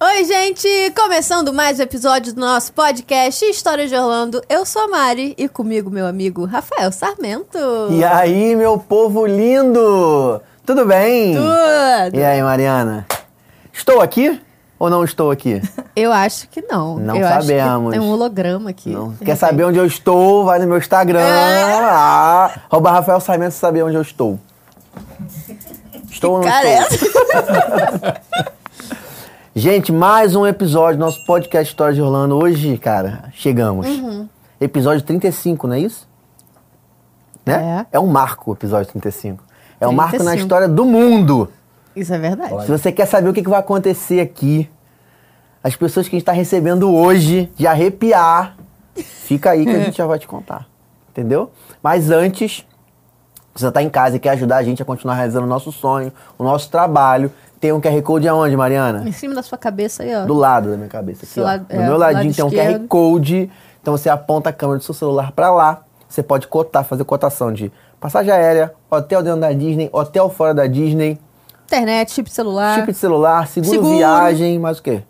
Oi, gente! Começando mais um episódio do nosso podcast História de Orlando. Eu sou a Mari e comigo meu amigo Rafael Sarmento. E aí, meu povo lindo! Tudo bem? Tudo. E aí, Mariana? Estou aqui ou não estou aqui? Eu acho que não. Não Eu acho que sabemos. tem um holograma aqui. Não. Quer saber onde eu estou? Vai no meu Instagram. É. Ah, arroba Rafael Sarmento saber onde eu estou. Estou ou não Cara, estou? essa- Gente, mais um episódio do nosso podcast História de Orlando. Hoje, cara, chegamos. Uhum. Episódio 35, não é isso? Né? É um marco o episódio 35. É um marco na 35. história do mundo. Isso é verdade. Se você quer saber o que que vai acontecer aqui, as pessoas que a gente está recebendo hoje, de arrepiar, fica aí que a gente já vai te contar. Entendeu? Mas antes, você está em casa e quer ajudar a gente a continuar realizando o nosso sonho, o nosso trabalho. Tem um QR Code aonde, Mariana? Em cima da sua cabeça aí, ó. Do lado da minha cabeça. Aqui, Do ó. lado- Do é, meu do ladinho lado tem um esquerdo. QR Code. Então você aponta a câmera do seu celular pra lá. Você pode cotar, fazer cotação de passagem aérea, hotel dentro da Disney, hotel fora da Disney, Internet, chip de celular. chip de celular, seguro, Seguro. viagem, mais o quê?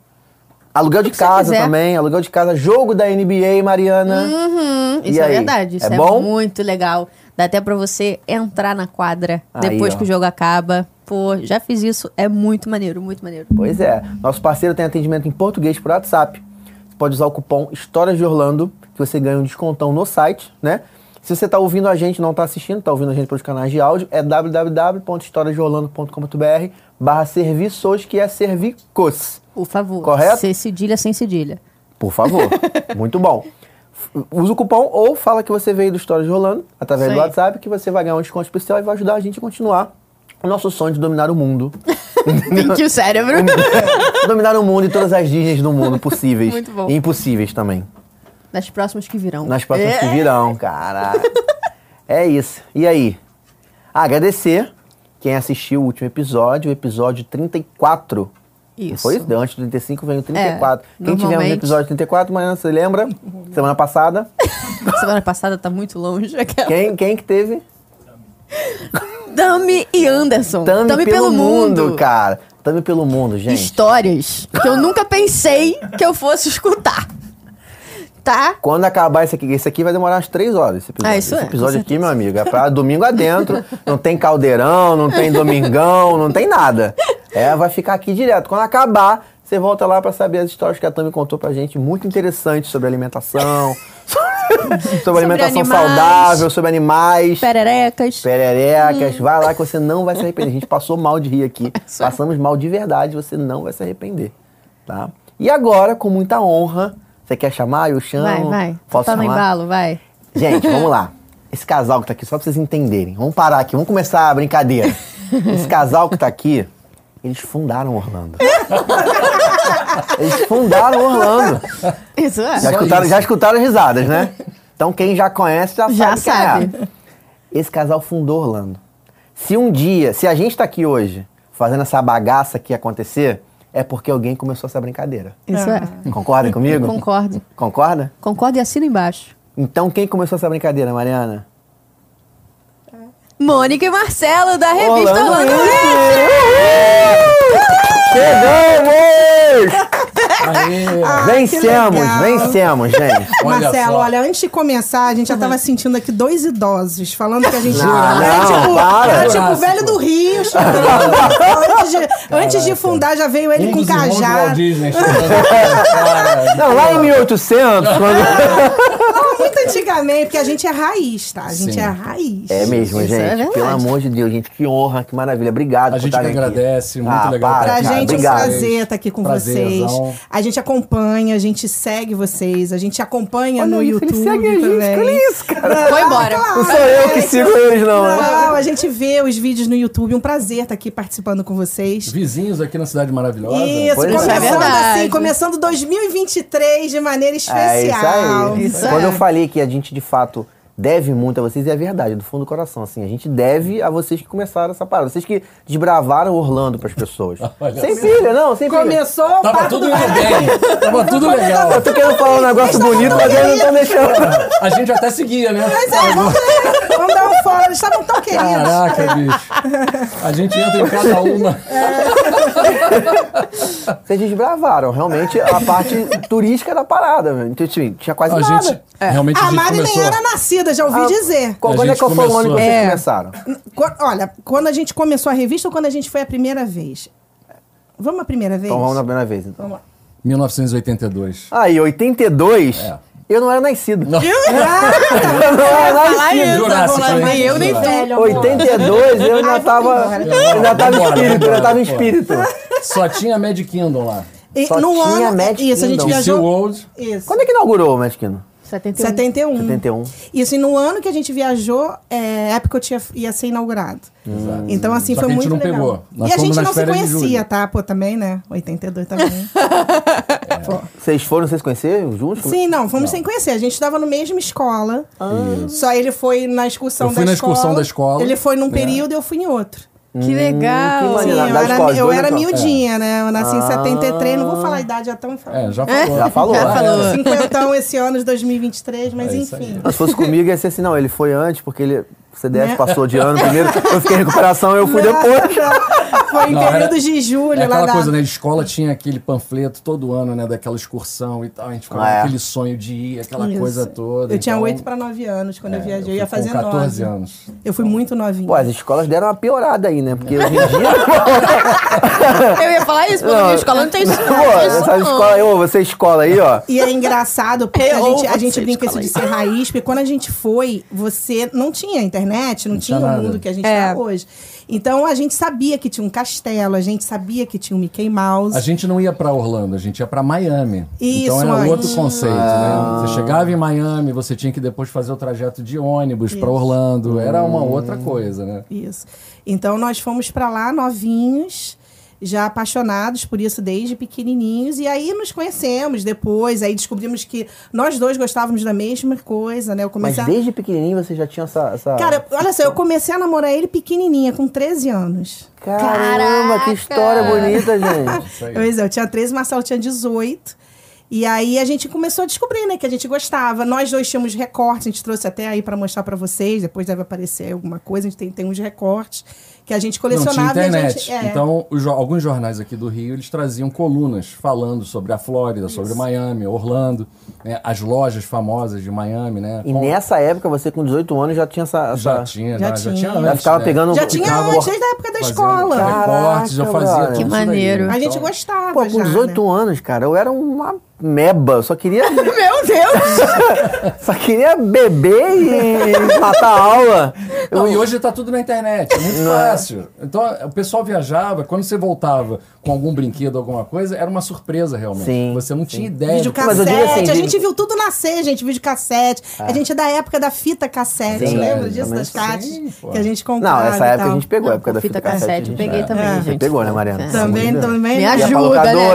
Aluguel de que você casa quiser. também, aluguel de casa, jogo da NBA, Mariana. Uhum, E isso é aí? verdade. Isso É é, bom? muito legal. Dá até pra você entrar na quadra Aí, depois ó. que o jogo acaba. Pô, já fiz isso. É muito maneiro, muito maneiro. Pois é. Nosso parceiro tem atendimento em português por WhatsApp. Você pode usar o cupom Histórias de Orlando, que você ganha um descontão no site, né? Se você está ouvindo a gente, não está assistindo, está ouvindo a gente pelos canais de áudio, é www.historiasdeorlando.com.br barra serviços, que é servicos. Por favor. Correto? Sem cedilha, sem cedilha. Por favor. Muito bom. F- Usa o cupom ou fala que você veio do História de Rolando através Isso do aí. WhatsApp, que você vai ganhar um desconto especial e vai ajudar a gente a continuar o nosso sonho de dominar o mundo. Pinte o cérebro. dominar o mundo e todas as Disneys do mundo possíveis. Muito bom. E impossíveis também. Nas próximas que virão. Nas próximas É. que virão, cara. É isso. E aí? Agradecer quem assistiu o último episódio, o episódio 34. Não Isso. Foi isso? Deu Antes do 35 veio o 34. É, quem tiver no normalmente- Uhum. episódio 34, Mariana, você lembra? Semana passada. Semana passada tá muito longe. Aquela. Quem, quem que teve? Dami e Anderson. Tame, pelo, mundo, cara. Tame pelo mundo, gente. Histórias que eu nunca pensei que eu fosse escutar. Tá? Quando acabar esse aqui, esse aqui vai demorar umas três horas. Esse episódio, Ah, isso esse é, episódio com aqui, meu amigo, é pra domingo adentro. Não tem caldeirão, não tem domingão, não tem nada. É, vai ficar aqui direto. Quando acabar, você volta lá pra saber as histórias que a Tami contou pra gente, muito interessantes sobre alimentação, sobre, alimentação animais. saudável, sobre animais. Pererecas. Pererecas, Hum. vai lá que você não vai se arrepender. A gente passou mal de rir aqui. Isso é. Passamos mal de verdade, você não vai se arrepender. Tá? E agora, com muita honra, você quer chamar? Eu chamo. Vai, vai. Posso Toma chamar? embalo, vai. Gente, vamos lá. Esse casal que tá aqui, só pra vocês entenderem. Vamos parar aqui, vamos começar a brincadeira. Esse casal que tá aqui, eles fundaram Orlando. Eles fundaram Orlando. Isso é. Já escutaram, já escutaram as risadas, né? Então quem já conhece já, Já sabe. sabe. Quem é. Esse casal fundou Orlando. Se um dia, se a gente tá aqui hoje fazendo essa bagaça aqui acontecer, é porque alguém começou essa brincadeira. Isso é. Concorda comigo? Concordo. Concorda? Concordo e assina embaixo. Então quem começou essa brincadeira, Mariana? Mônica e Marcelo, da revista Orlando É, Orlando Week! Week. Chegamos! vencemos, Ah, legal. vencemos, gente. Olha Marcelo, só. olha, antes de começar, a gente já tava sentindo aqui dois idosos falando que a gente. Não, era não, tipo, para. era tipo o Jurássico. velho do Rio. chorando. antes, de, antes de fundar, já veio ele Um com dos irmãos do Walt cajado. Disney chorando, cara. Não, lá em 1800, quando... Não, muito antigamente, porque a gente é raiz, tá? A gente Sim. é raiz. É mesmo, Isso é gente. verdade. Pelo amor de Deus, gente, que honra, que maravilha. Obrigado A por gente estarem que aqui. agradece, muito Ah, legal Tá, para, Pra cara, gente é um obrigado. prazer estar aqui com Prazerzão. vocês. A gente acompanha, a gente segue vocês, a gente acompanha Olha no isso, YouTube ele segue a gente, também. olha isso, cara. Foi embora. Não sou eu que sigo eles, não. né? Não, a gente vê os vídeos no YouTube. Um prazer estar aqui participando com vocês. Vizinhos aqui na Cidade Maravilhosa. Isso, Pois é. começando Isso é verdade. assim, começando 2023 de maneira É isso especial. aí. Isso Quando é. eu falei que a gente, de fato, deve muito a vocês, é verdade, do fundo do coração, assim. A gente deve a vocês que começaram essa parada. Vocês que desbravaram Orlando pras pessoas. Olha sem só. pilha, não, sem pilha. Começou o Tava papo tudo do- indo bem. Tava tudo legal. Eu tô querendo falar um negócio bonito, mas eles não estão deixando. A gente até seguia, né? Mas é, vamos, vamos dar um fora. Eles estavam tão queridos. Caraca, bicho. A gente entra em cada uma. Vocês desbravaram, realmente, a parte turística da parada, velho. Então, assim, tinha quase A nada. gente, realmente a É A gente Mari começou... nem era nascida, já ouvi Ah, dizer. Qual- A Quando é gente que eu foi o ano começou. que vocês É. começaram? Qu- Olha, quando a gente começou a revista ou quando a gente foi a primeira vez? Vamos a primeira vez? Então vamos na primeira vez, então. Vamos lá. 1982. Aí, 82, É. eu não era nascido. Não. Ah, tá. Eu não era falar nascido. tá isso, Jurassic, vou lá, né? nem eu nem Jurassic. um. velho. amor. 82, eu ainda Ai, então. tava. vambora. Ainda tava em Vambora, espírito, ainda vambora, tava em vambora. espírito. Só tinha Mad Kingdom lá. E Só no tinha ano. Magic isso, a gente Kingdom. E Sea viajou. World. Isso. Quando é que inaugurou o Magiquino? 71. 71. 71. Isso, Então, e assim, no ano que a gente viajou, é, Epcot ia, ia ser inaugurado. Então, assim, Só foi que a gente muito não legal. pegou. Nós e a fomos gente nas não se férias de conhecia, julho. tá? Pô, também, né? 82 também. Vocês foram sem se conhecer juntos? Sim, não, fomos sem conhecer. A gente estava na mesma escola. Ah. Só ele foi na excursão Eu fui da na escola. excursão da escola. Ele foi num É. período e eu fui em outro. um. Que legal. Hum, que Sim, maneiro. eu na idade era, qual? Os eu dois era ou qual? miudinha, né? Eu nasci em Ah. 73, não vou falar a idade, já tão falando. É, já falou. Já falou. Já né? falou. Cinquentão esse ano de 2023, mas É isso enfim. Mas se fosse comigo, ia ser assim, não, ele foi antes, porque ele. O CDF Né? passou de ano primeiro, eu fiquei em recuperação, eu fui Não, depois. não. Foi em Não, era- período de julho, É lá aquela da... coisa, né? A escola tinha aquele panfleto todo ano, né? Daquela excursão e tal. A gente ficava Ah, é. com aquele sonho de ir, aquela Isso. coisa toda. Eu tinha Então, 8 para 9 anos quando é, eu viajei. Eu, fui ia fazer com 14 9. anos. Eu fui muito novinha. Pô, as escolas deram uma piorada aí, né? Porque hoje em dia. Eu ia falar isso, porque Não. a escola não tem isso. Pô, não tem isso, essa não. escola aí, ô, você escola aí, ó. E é engraçado, porque a Eu gente, a ouvo gente vocês brinca isso de falarem. ser raiz, porque quando a gente foi, você não tinha internet, não, tinha tinha o nada. mundo que a gente É. tá hoje. Então a gente sabia que tinha um castelo, a gente sabia que tinha um Mickey Mouse. A gente não ia pra Orlando, a gente ia pra Miami. Isso, Ah. então era antes. outro conceito, né? Você chegava em Miami, você tinha que depois fazer o trajeto de ônibus pra Orlando. Era Hum. uma outra coisa, né? Isso. Então nós fomos pra lá novinhos, já apaixonados por isso desde pequenininhos e aí nos conhecemos depois, aí descobrimos que nós dois gostávamos da mesma coisa, né? Eu Mas comecei a- desde pequenininho você já tinha essa. essa- Cara, olha só, eu comecei a namorar ele pequenininha, com 13 anos. Caramba, Caraca. que história bonita, gente. Isso aí. Pois é, eu tinha 13, Marcelo tinha 18. E aí a gente começou a descobrir, né, que a gente gostava. Nós dois tínhamos recortes, a gente trouxe até aí pra mostrar pra vocês, depois deve aparecer alguma coisa, a gente tem, tem uns recortes que a gente Não tinha colecionava e a internet. gente. é. Então, os jo- alguns jornais aqui do Rio, eles traziam colunas falando sobre a Flórida, sobre Miami, Orlando, né? as lojas famosas de Miami, né? E Com- nessa época, você com 18 anos já tinha essa. essa- Já tinha, Já já, já tinha. tinha. Já antes, ficava né? pegando. Já tinha Ficava antes da época da fazendo escola. Recortes, já Caraca, fazia. brother. tudo Que isso daí. maneiro. A gente Então, gostava. Pô, com já, né? 18 anos, cara, eu era uma meba. Eu Só queria, Meu Deus! só queria beber e matar a aula. Eu- Não, e hoje tá tudo na internet, é muito fácil. Então o pessoal viajava, quando você voltava com algum brinquedo, alguma coisa, era uma surpresa realmente. Sim, você não tinha ideia. do que- Mas eu Videocassete, digo assim, a vídeo- gente viu tudo nascer, gente, videocassete. A gente é da época da fita cassete, Sim, lembra é, disso? também Das sim, caixas pô. que a gente comprava. Não, essa e época a tal. gente pegou, a época da Não, fita com fita cassete. cassete eu a gente- peguei também, Você gente. pegou, né, Mariana? É. Também, também. Me né? Ia pra Ajuda, locadora,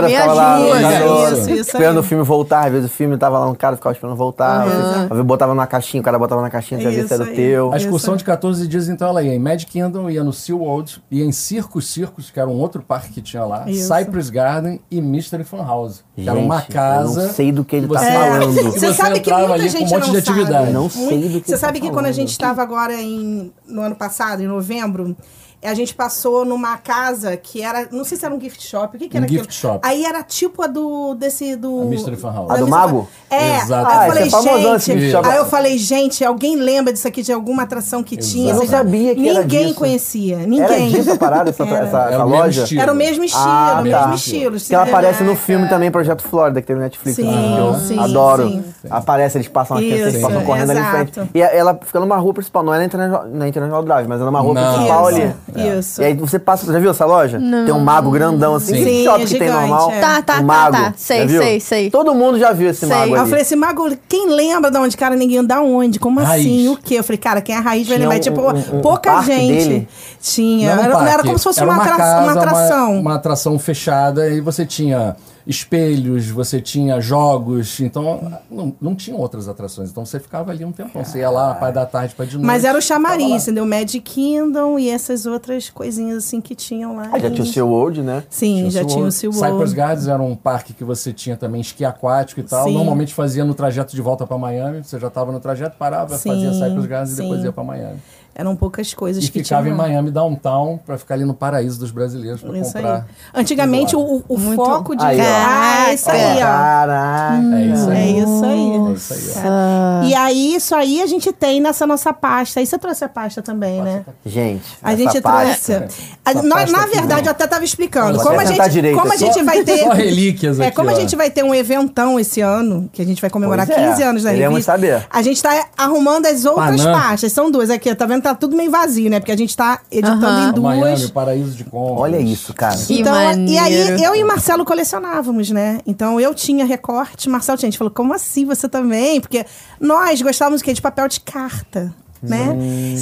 né? Me ficava lá, ajuda. locadora, Isso, isso esperando aí. o filme voltar. Às vezes o filme tava lá, um cara ficava esperando voltar. às vezes- Às vezes botava numa caixinha, o cara botava na caixinha, às vezes Isso era o aí. teu. A excursão Isso. de 14 dias, então, ela ia em Mad Kingdom, ia no SeaWorld, ia em Circus Circus, que era um outro parque que tinha lá, Isso. Cypress Garden e Mystery Fun House, que era Gente, uma casa... eu não sei do que ele que tá você- falando. que Você você sabe que entrava muita ali com gente um monte não de sabe. atividade. Não sei do que Você ele sabe tá que quando a falando. gente estava agora em, no ano passado, em novembro, a gente passou numa casa que era. Não sei se era um gift shop. O que, que Um era gift aquilo? shop. Aí era tipo a do. desse do. A Mystery Fun House. da A do Mystery Mago? Fun- É, Exato. aí Ah, eu esse é famosão, falei, esse gift gente. shop. aí eu falei, gente, alguém lembra disso aqui de alguma atração que tinha? Exato. Vocês- Eu não sabia que era Ninguém disso. conhecia. Ninguém. Era disso a parada, essa, Era. essa, Era essa É o mesmo loja? estilo. Era o mesmo estilo, Ah, o tá. mesmo estilo. Que ela aparece no Cinderela. filme também, Projeto Flórida, que teve Netflix. é. Sim, né? Que eu sim, adoro. sim. Aparece, eles passam aqui, assim, eles Isso, passam é, correndo ali em exato. frente. E ela fica numa rua principal, não é na International, na International Drive, mas é numa rua Não. principal Isso, ali. É. Isso. E aí você passa, já viu essa loja? Tem um mago grandão assim, que Sim. Sim, shopping é que tem gigante, normal. é. Tá, tá, um tá, mago, tá. Sei, já viu? sei, sei. Todo mundo já viu esse Sei. mago Aí eu ali. falei assim, Mago, quem lembra de onde? Cara, ninguém da onde? Como Raiz. assim? O quê? Eu falei, cara, quem é a raiz vai Tinha lembrar. um- tipo, um- um pouca parque gente dele? tinha. um era, parque, era como se fosse era uma, atra- casa, uma atração. Uma, uma atração fechada e você tinha espelhos, você tinha jogos, então não, não tinha outras atrações. Então você ficava ali um tempão. Você ia lá, pai da tarde, pai de noite. Mas era o ficava chamariz, lá. entendeu? Magic Kingdom e essas outras coisinhas assim que tinham lá. Ah, já tinha o seu World, né? Sim, já tinha o Cypress SeaWorld. Gardens era um parque que você tinha também esqui aquático e tal. Sim. Normalmente fazia no trajeto de volta pra Miami. Você já tava no trajeto, parava, Sim, fazia Cypress Gardens sim. e depois ia pra Miami. Eram poucas coisas E que ficava tinha. em Miami Downtown pra ficar ali no paraíso dos brasileiros pra Isso aí. comprar. Antigamente, o, o- o Muito- foco de. Aí, ó. Ah, isso aí, ó. Caraca. É isso É aí. isso aí. É isso aí, ó. E aí, isso aí a gente tem nessa nossa pasta. Aí você trouxe a pasta também, né? Gente, A essa gente pasta- trouxe. A- nó- pasta na aqui, verdade, não. eu até estava explicando. Você Como a, vai sentar gente, direito, como a assim. gente vai ter. Só relíquias É, aqui, como a ó. gente vai ter um eventão esse ano, que a gente vai comemorar Pois é, 15 anos da queremos revista. saber. A gente tá arrumando as outras Panam. pastas. São duas aqui, tá vendo? Tá tudo meio vazio, né? Porque a gente tá editando Aham. em O duas. Miami, o paraíso de compras. Olha isso, cara. Que então, e aí maneiro. eu e Marcelo colecionávamos, né? Então eu tinha recorte, Marcelo tinha. A gente falou, como assim você também? Porque nós gostávamos o quê? De papel de carta. Né?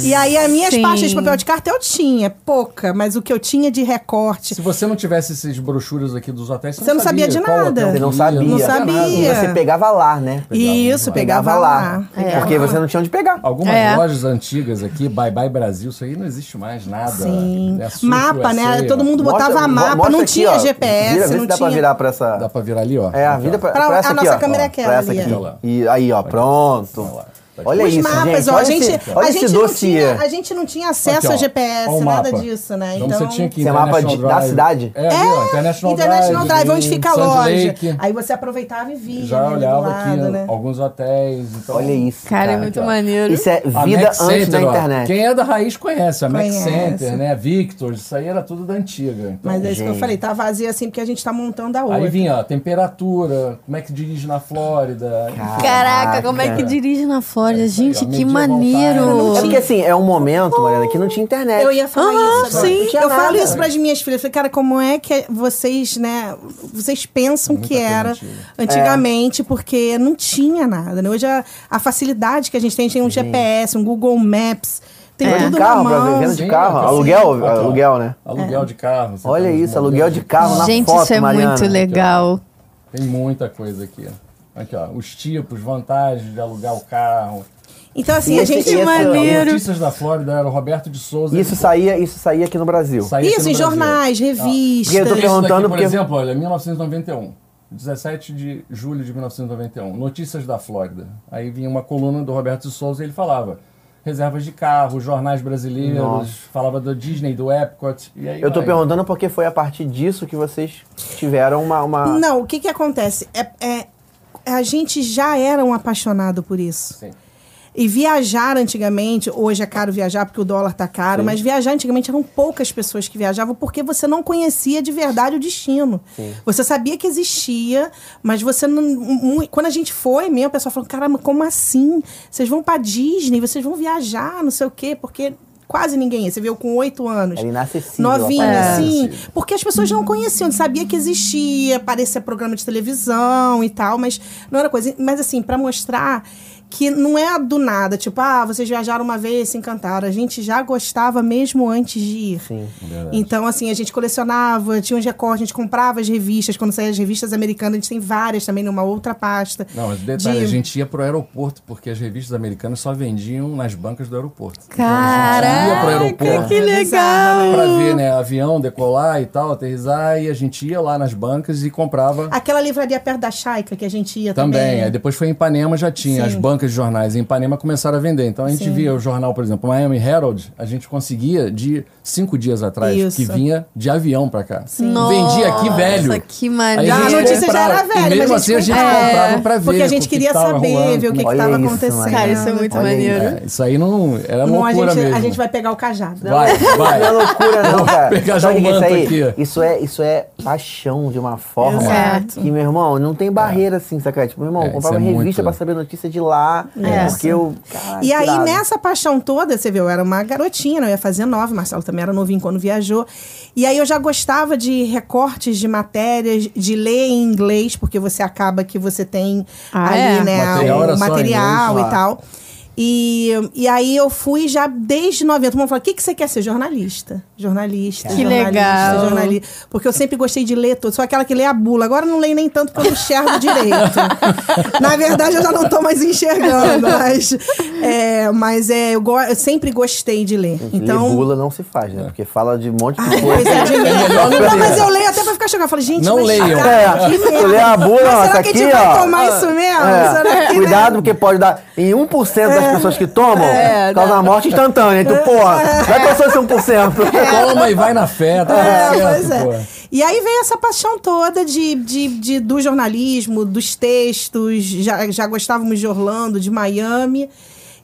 E aí, as minhas Sim. pastas de papel de carta eu tinha, pouca, mas o que eu tinha de recorte. Se você não tivesse esses brochuras aqui dos hotéis, você, Você não sabia de qual nada. hotel Você não que sabia. ia, Não nada. sabia. Você pegava lá, né? Isso, pegava, lá. É. Porque você não tinha onde pegar. Algumas É. lojas antigas aqui, Bye Bye Brasil, isso aí não existe mais nada. Sim. É surf, mapa, né? USA, Todo ó. mundo botava mo- mapa, mostra não aqui, tinha ó. GPS, Vira, vê não se dá pra tinha. virar pra essa... Dá pra virar ali, ó. É, a Aqui, ó. vida pra, Pra- pra essa a aqui, nossa ó. câmera é Ó, aquela Pra essa ali, aqui. ó. E aí, ó, pronto. Olha Os É isso, mapas, gente. ó. Olha A gente, esse, olha a esse gente não dossiê. tinha, a gente não tinha acesso ó. a GPS, Ó o nada mapa. disso, né? Então, você tinha que ir Isso é mapa International de- da Drive. cidade? É, ali, ó, International, International Drive, onde em fica a Sand loja. Lake. Aí você aproveitava e via. Já né, do olhava lado, aqui né? alguns hotéis. Então, Olha isso, Cara, cara. é muito ó. maneiro. Isso é A vida Mac antes da Center, ó. internet. Quem é da raiz conhece, a Conhece. Mac Center, né? Victor, isso aí era tudo da antiga. Então, Mas é isso que eu Gente. falei, tá vazio assim porque a gente tá montando a outra. aí vinha ó, temperatura, como é que dirige na Flórida. enfim. Caraca, como é que dirige na Flórida? É isso aí, Gente, ó. que Mediu a maneiro. É porque assim, é um momento, Mariana, que não tinha internet. Eu ia falar Ah, isso. agora. sim. Não tinha Eu falo nada. isso pras minhas filhas. Eu falei, cara, como é que vocês, né? Vocês pensam Muita que coisa era antiga. É. antigamente, porque não tinha nada. Né? Hoje a, a facilidade que a gente tem, a gente tem um GPS, um Google Maps, tem É. Venda tudo de carro, na Brasil, mão. venda de Sim, carro, sim. aluguel, Aqui, ó. aluguel, né? Aluguel de carro. você Olha tá nos isso, aluguel modelos. de carro na Gente, foto, isso é Mariana. muito legal. Tem muita coisa aqui. Aqui, ó. Os tipos, vantagens de alugar o carro. Então, assim, E a esse- gente. e é esse- maneiro. As notícias da Flórida era o Roberto de Souza. Isso ele saía, isso saía aqui no Brasil. saía aqui Isso, no em Brasil. jornais, revistas. Porque eu tô Isso daqui, perguntando por porque- exemplo, olha, 1991. 17 de julho de 1991. Notícias da Flórida. Aí vinha uma coluna do Roberto de Souza e ele falava. Reservas de carro, jornais brasileiros, falava do Disney, do Epcot. E aí Eu tô vai. perguntando porque foi a partir disso que vocês tiveram uma. uma... Não, o que que acontece? É, é- a gente já era um apaixonado por isso. Sim. E viajar antigamente, hoje é caro viajar porque o dólar tá caro, mas viajar antigamente eram poucas pessoas que viajavam porque você não conhecia de verdade o destino. Você sabia que existia, mas você não. mu- mu- Quando a gente foi mesmo, o pessoal falou: caramba, como assim? Vocês vão pra Disney, vocês vão viajar, não sei o quê, porque quase ninguém ia. Você viu com oito anos. Era inacessível. Novinha, a parada. assim. Porque as pessoas não conheciam, sabia que existia, parecia programa de televisão e tal, mas não era coisa. Mas assim, pra mostrar que não é do nada, tipo, ah, vocês viajaram uma vez, se encantaram. A gente já gostava mesmo antes de ir. Sim. Então, assim, a gente colecionava, tinha uns recordes, a gente comprava as revistas. Quando saía as revistas americanas, a gente tem várias também numa outra pasta. Não, mas detalhe, De- a gente ia pro aeroporto, porque as revistas americanas só vendiam nas bancas do aeroporto. Então, a gente ia pro Caraca, aeroporto que legal. pra ver, né, avião decolar e tal, aterrissar, e a gente ia lá nas bancas e comprava Aquela livraria perto da Chaica que a gente ia também. né? também. Aí depois foi em Ipanema, já tinha. É. As Sim. bancas de jornais em Ipanema começaram a vender. Então a gente Sim. via o jornal, por exemplo, Miami Herald, a gente conseguia de cinco dias atrás, Isso. que vinha de avião pra cá. Nossa, Vendia aqui velho. que Aí maneiro. a gente notícia já comprava. era velha, E mas mesmo a assim gente a gente comprava. É, comprava pra ver. Porque a o gente que que queria tava saber, rolando, ver o que Olha estava isso, acontecendo. mano. Cara, isso é muito Olha aí, maneiro. É, isso aí não era Bom, a loucura gente, mesmo. a gente vai pegar o cajado. Vai, vai. Não é loucura, não, cara. Sabe pegar já o que um é isso manto aí? aqui. Isso é, isso é paixão de uma forma. Exato. Que, meu irmão, não tem barreira assim, saca? Tipo, meu irmão, É, eu comprava isso é revista muito- pra saber notícia de lá. né? É. Porque eu. Caraca, E aí, irado. nessa paixão toda, você viu, eu era uma garotinha, não ia fazer nove, Marcelo também era novinho quando viajou. E aí eu já gostava de recortes de matérias, de ler em inglês, porque você acaba que você tem Ah, ali, é? né, Material era o só em material inglês, e ah. tal. E, e aí eu fui já desde 90. Todo mundo falou, o que, que você quer ser? Jornalista. Jornalista. Que jornalista, legal. Jornalista. Porque eu sempre gostei de ler tudo. Sou aquela que lê a bula. Agora eu não leio nem tanto porque eu não enxergo direito. Na verdade, eu já não tô mais enxergando. Mas é, mas é eu, go- eu sempre gostei de ler. Gente, ler Então... Uhum. É. bula não se faz, né? Porque fala de um monte de coisa. Pois é, de ler. melhor não Não, ler. mas eu leio até pra ficar chegou e falou, gente, Não mas leiam. cara, que É, merda. olhei a bula, Mas nossa, será que a gente aqui, vai ó. tomar isso mesmo? É, Será que, né? Cuidado, porque pode dar. Em 1% das pessoas que tomam, É, causa né? a morte instantânea. Então, porra, vai pra só esse 1%. Toma e vai na fé, tá É, certo, pois é. pô. E aí veio essa paixão toda de, de, de- do jornalismo, dos textos. Já, já gostávamos de Orlando, de Miami.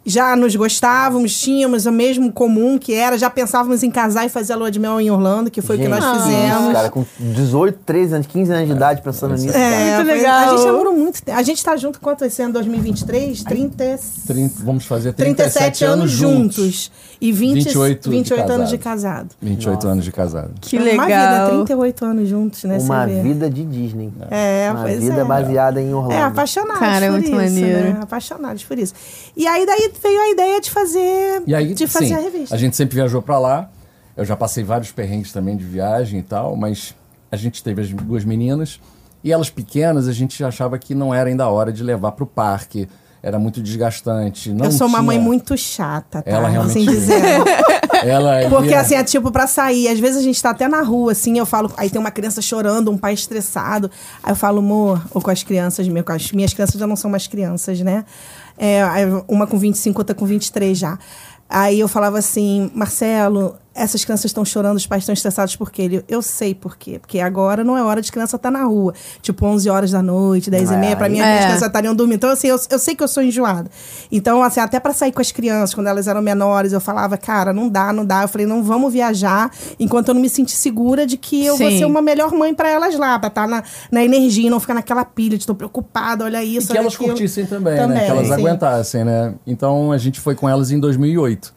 Já nos gostávamos, tínhamos o mesmo comum que era. Já pensávamos em casar e fazer a lua de mel em Orlando, que foi o que Gente, nós isso, fizemos. cara, com 18, 13 anos, 15 anos de idade pensando nisso. cara. É, Muito foi- legal. A gente namorou muito tempo. A gente tá junto quanto esse ano? 2023? 30, 30 vamos fazer 37, 37 anos juntos. E 20, 28 28, de anos de casado. casado. Então, 28 anos de casado. Que Uma vida, legal. 38 anos juntos, né? Uma você vê. vida de Disney. É, Uma pois vida é. baseada em Orlando. É, apaixonados Cara, é por muito isso, maneiro. né? Apaixonados por isso. E aí daí veio a ideia de fazer, E aí, de fazer sim, a revista. gente sempre viajou pra lá. Eu já passei vários perrengues também de viagem e tal, mas a gente teve as duas meninas e elas pequenas, a gente achava que não era ainda a hora de levar pro parque. Era muito desgastante. Não Eu sou uma tinha- mãe muito chata, tá? Ela realmente Assim é. dizer. Ela Porque ia- assim, é tipo pra sair. Às vezes a gente tá até na rua, assim, eu falo, aí tem uma criança chorando, um pai estressado. Aí eu falo, amor, ou com as crianças, meu, com as minhas crianças já não são mais crianças, né? É, aí uma com 25, outra com 23 já. Aí eu falava assim, Marcelo, essas crianças estão chorando, os pais estão estressados por quê? Ele, eu sei por quê. Porque agora não é hora de criança estar na rua. Tipo, 11 horas da noite, 10 e meia. Pra mim, as É. minhas crianças estariam dormindo. Então, assim, eu, eu sei que eu sou enjoada. Então, assim, até pra sair com as crianças, quando elas eram menores, eu falava, cara, não dá, não dá. Eu falei, não vamos viajar enquanto eu não me sentir segura de que eu Sim. vou ser uma melhor mãe pra elas lá, pra estar na, na energia, e não ficar naquela pilha de tô preocupada, olha E isso. que olha elas aquilo." curtissem também, né? Também, Que elas sim. aguentassem, né? Então a gente foi com elas em 2008.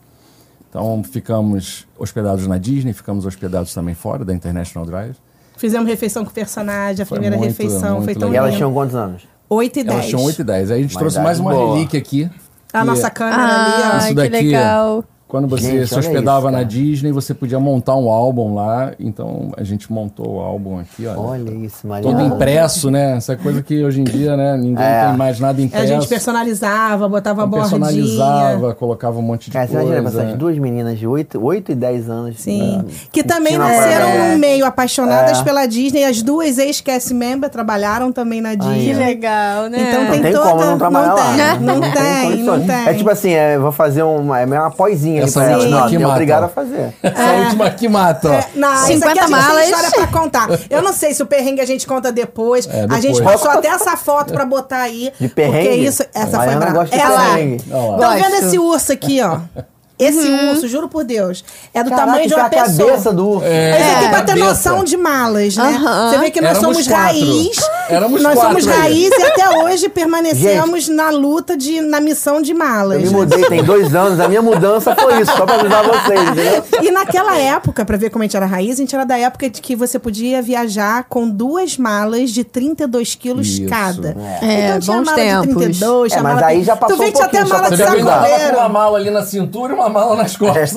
Então ficamos hospedados na Disney, ficamos hospedados também fora da International Drive. Fizemos refeição com o personagem, a Foi primeira muito, refeição. muito foi tão E legal. elas linda. tinham quantos anos? 8 e 10. Elas tinham 8 e 10. Aí a gente Uma trouxe idade mais uma boa. relíquia aqui. A que nossa câmera ali, ó. Ah, Isso que daqui, é. legal. Quando você Gente, se olha hospedava isso, na cara. Disney, você podia montar um álbum lá. Então a gente montou o álbum aqui, olha. Olha isso, Maria. Todo impresso, né? Essa coisa que hoje em dia, né? Ninguém É. tem mais nada A impresso. gente personalizava, botava Então, bordinha. personalizava, colocava um monte de Cara, você coisa. imagina pra essas duas meninas de 8, 8 e 10 anos. é. Sim. né, que também curtindo a nasceram praia. no meio, apaixonadas É. pela Disney. As duas ex-cast member trabalharam também na Que Disney. legal, né? Então Não tem tem toda- como não trabalhar lá. não tem, não tem, condições. não tem. É tipo assim, é, vou fazer uma, é meio uma pozinha ali Essa pra última ela. que Não, é mata. obrigado a fazer. Essa última que mata, ó. É, não, 50 isso aqui a malas. gente tem história pra contar. Eu não sei se o perrengue a gente conta depois. É, A depois. gente passou até essa foto pra botar aí. De perrengue? Porque isso, essa foi Mariana brava. gosta de Ela- perrengue. Olha Tá lá. vendo Gosto. esse urso aqui, ó? Esse urso, juro por Deus, é do Caraca, tamanho de isso é uma a pessoa. É. cabeça do urso. Aí você é, tem pra ter Cabeça. noção de malas, né? Aham. Você vê que nós Éramos somos quatro. raiz. Éramos nós quatro somos aí. raiz e até hoje permanecemos na luta de, na missão de malas. Eu me né? mudei tem dois anos, a minha mudança foi isso, só pra avisar vocês, entendeu? E naquela época, pra ver como a gente era raiz, a gente era da época de que você podia viajar com duas malas de 32 quilos Isso. cada. É, então tinha bons mala de tempos. 32, tinha É, mas mala aí já passou Tu vê um que tinha até pouquinho, só mala de Você já andava com uma sacoleiro. mala ali na cintura e uma mala É. nas costas.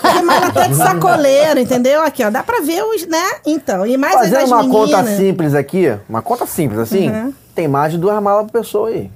Tinha mala até de sacoleiro, entendeu? Aqui, ó, dá pra ver os, né? Então, e mais as Fazendo das uma meninas. conta simples aqui, uma conta simples assim, Uhum. tem mais de duas malas por pessoa aí.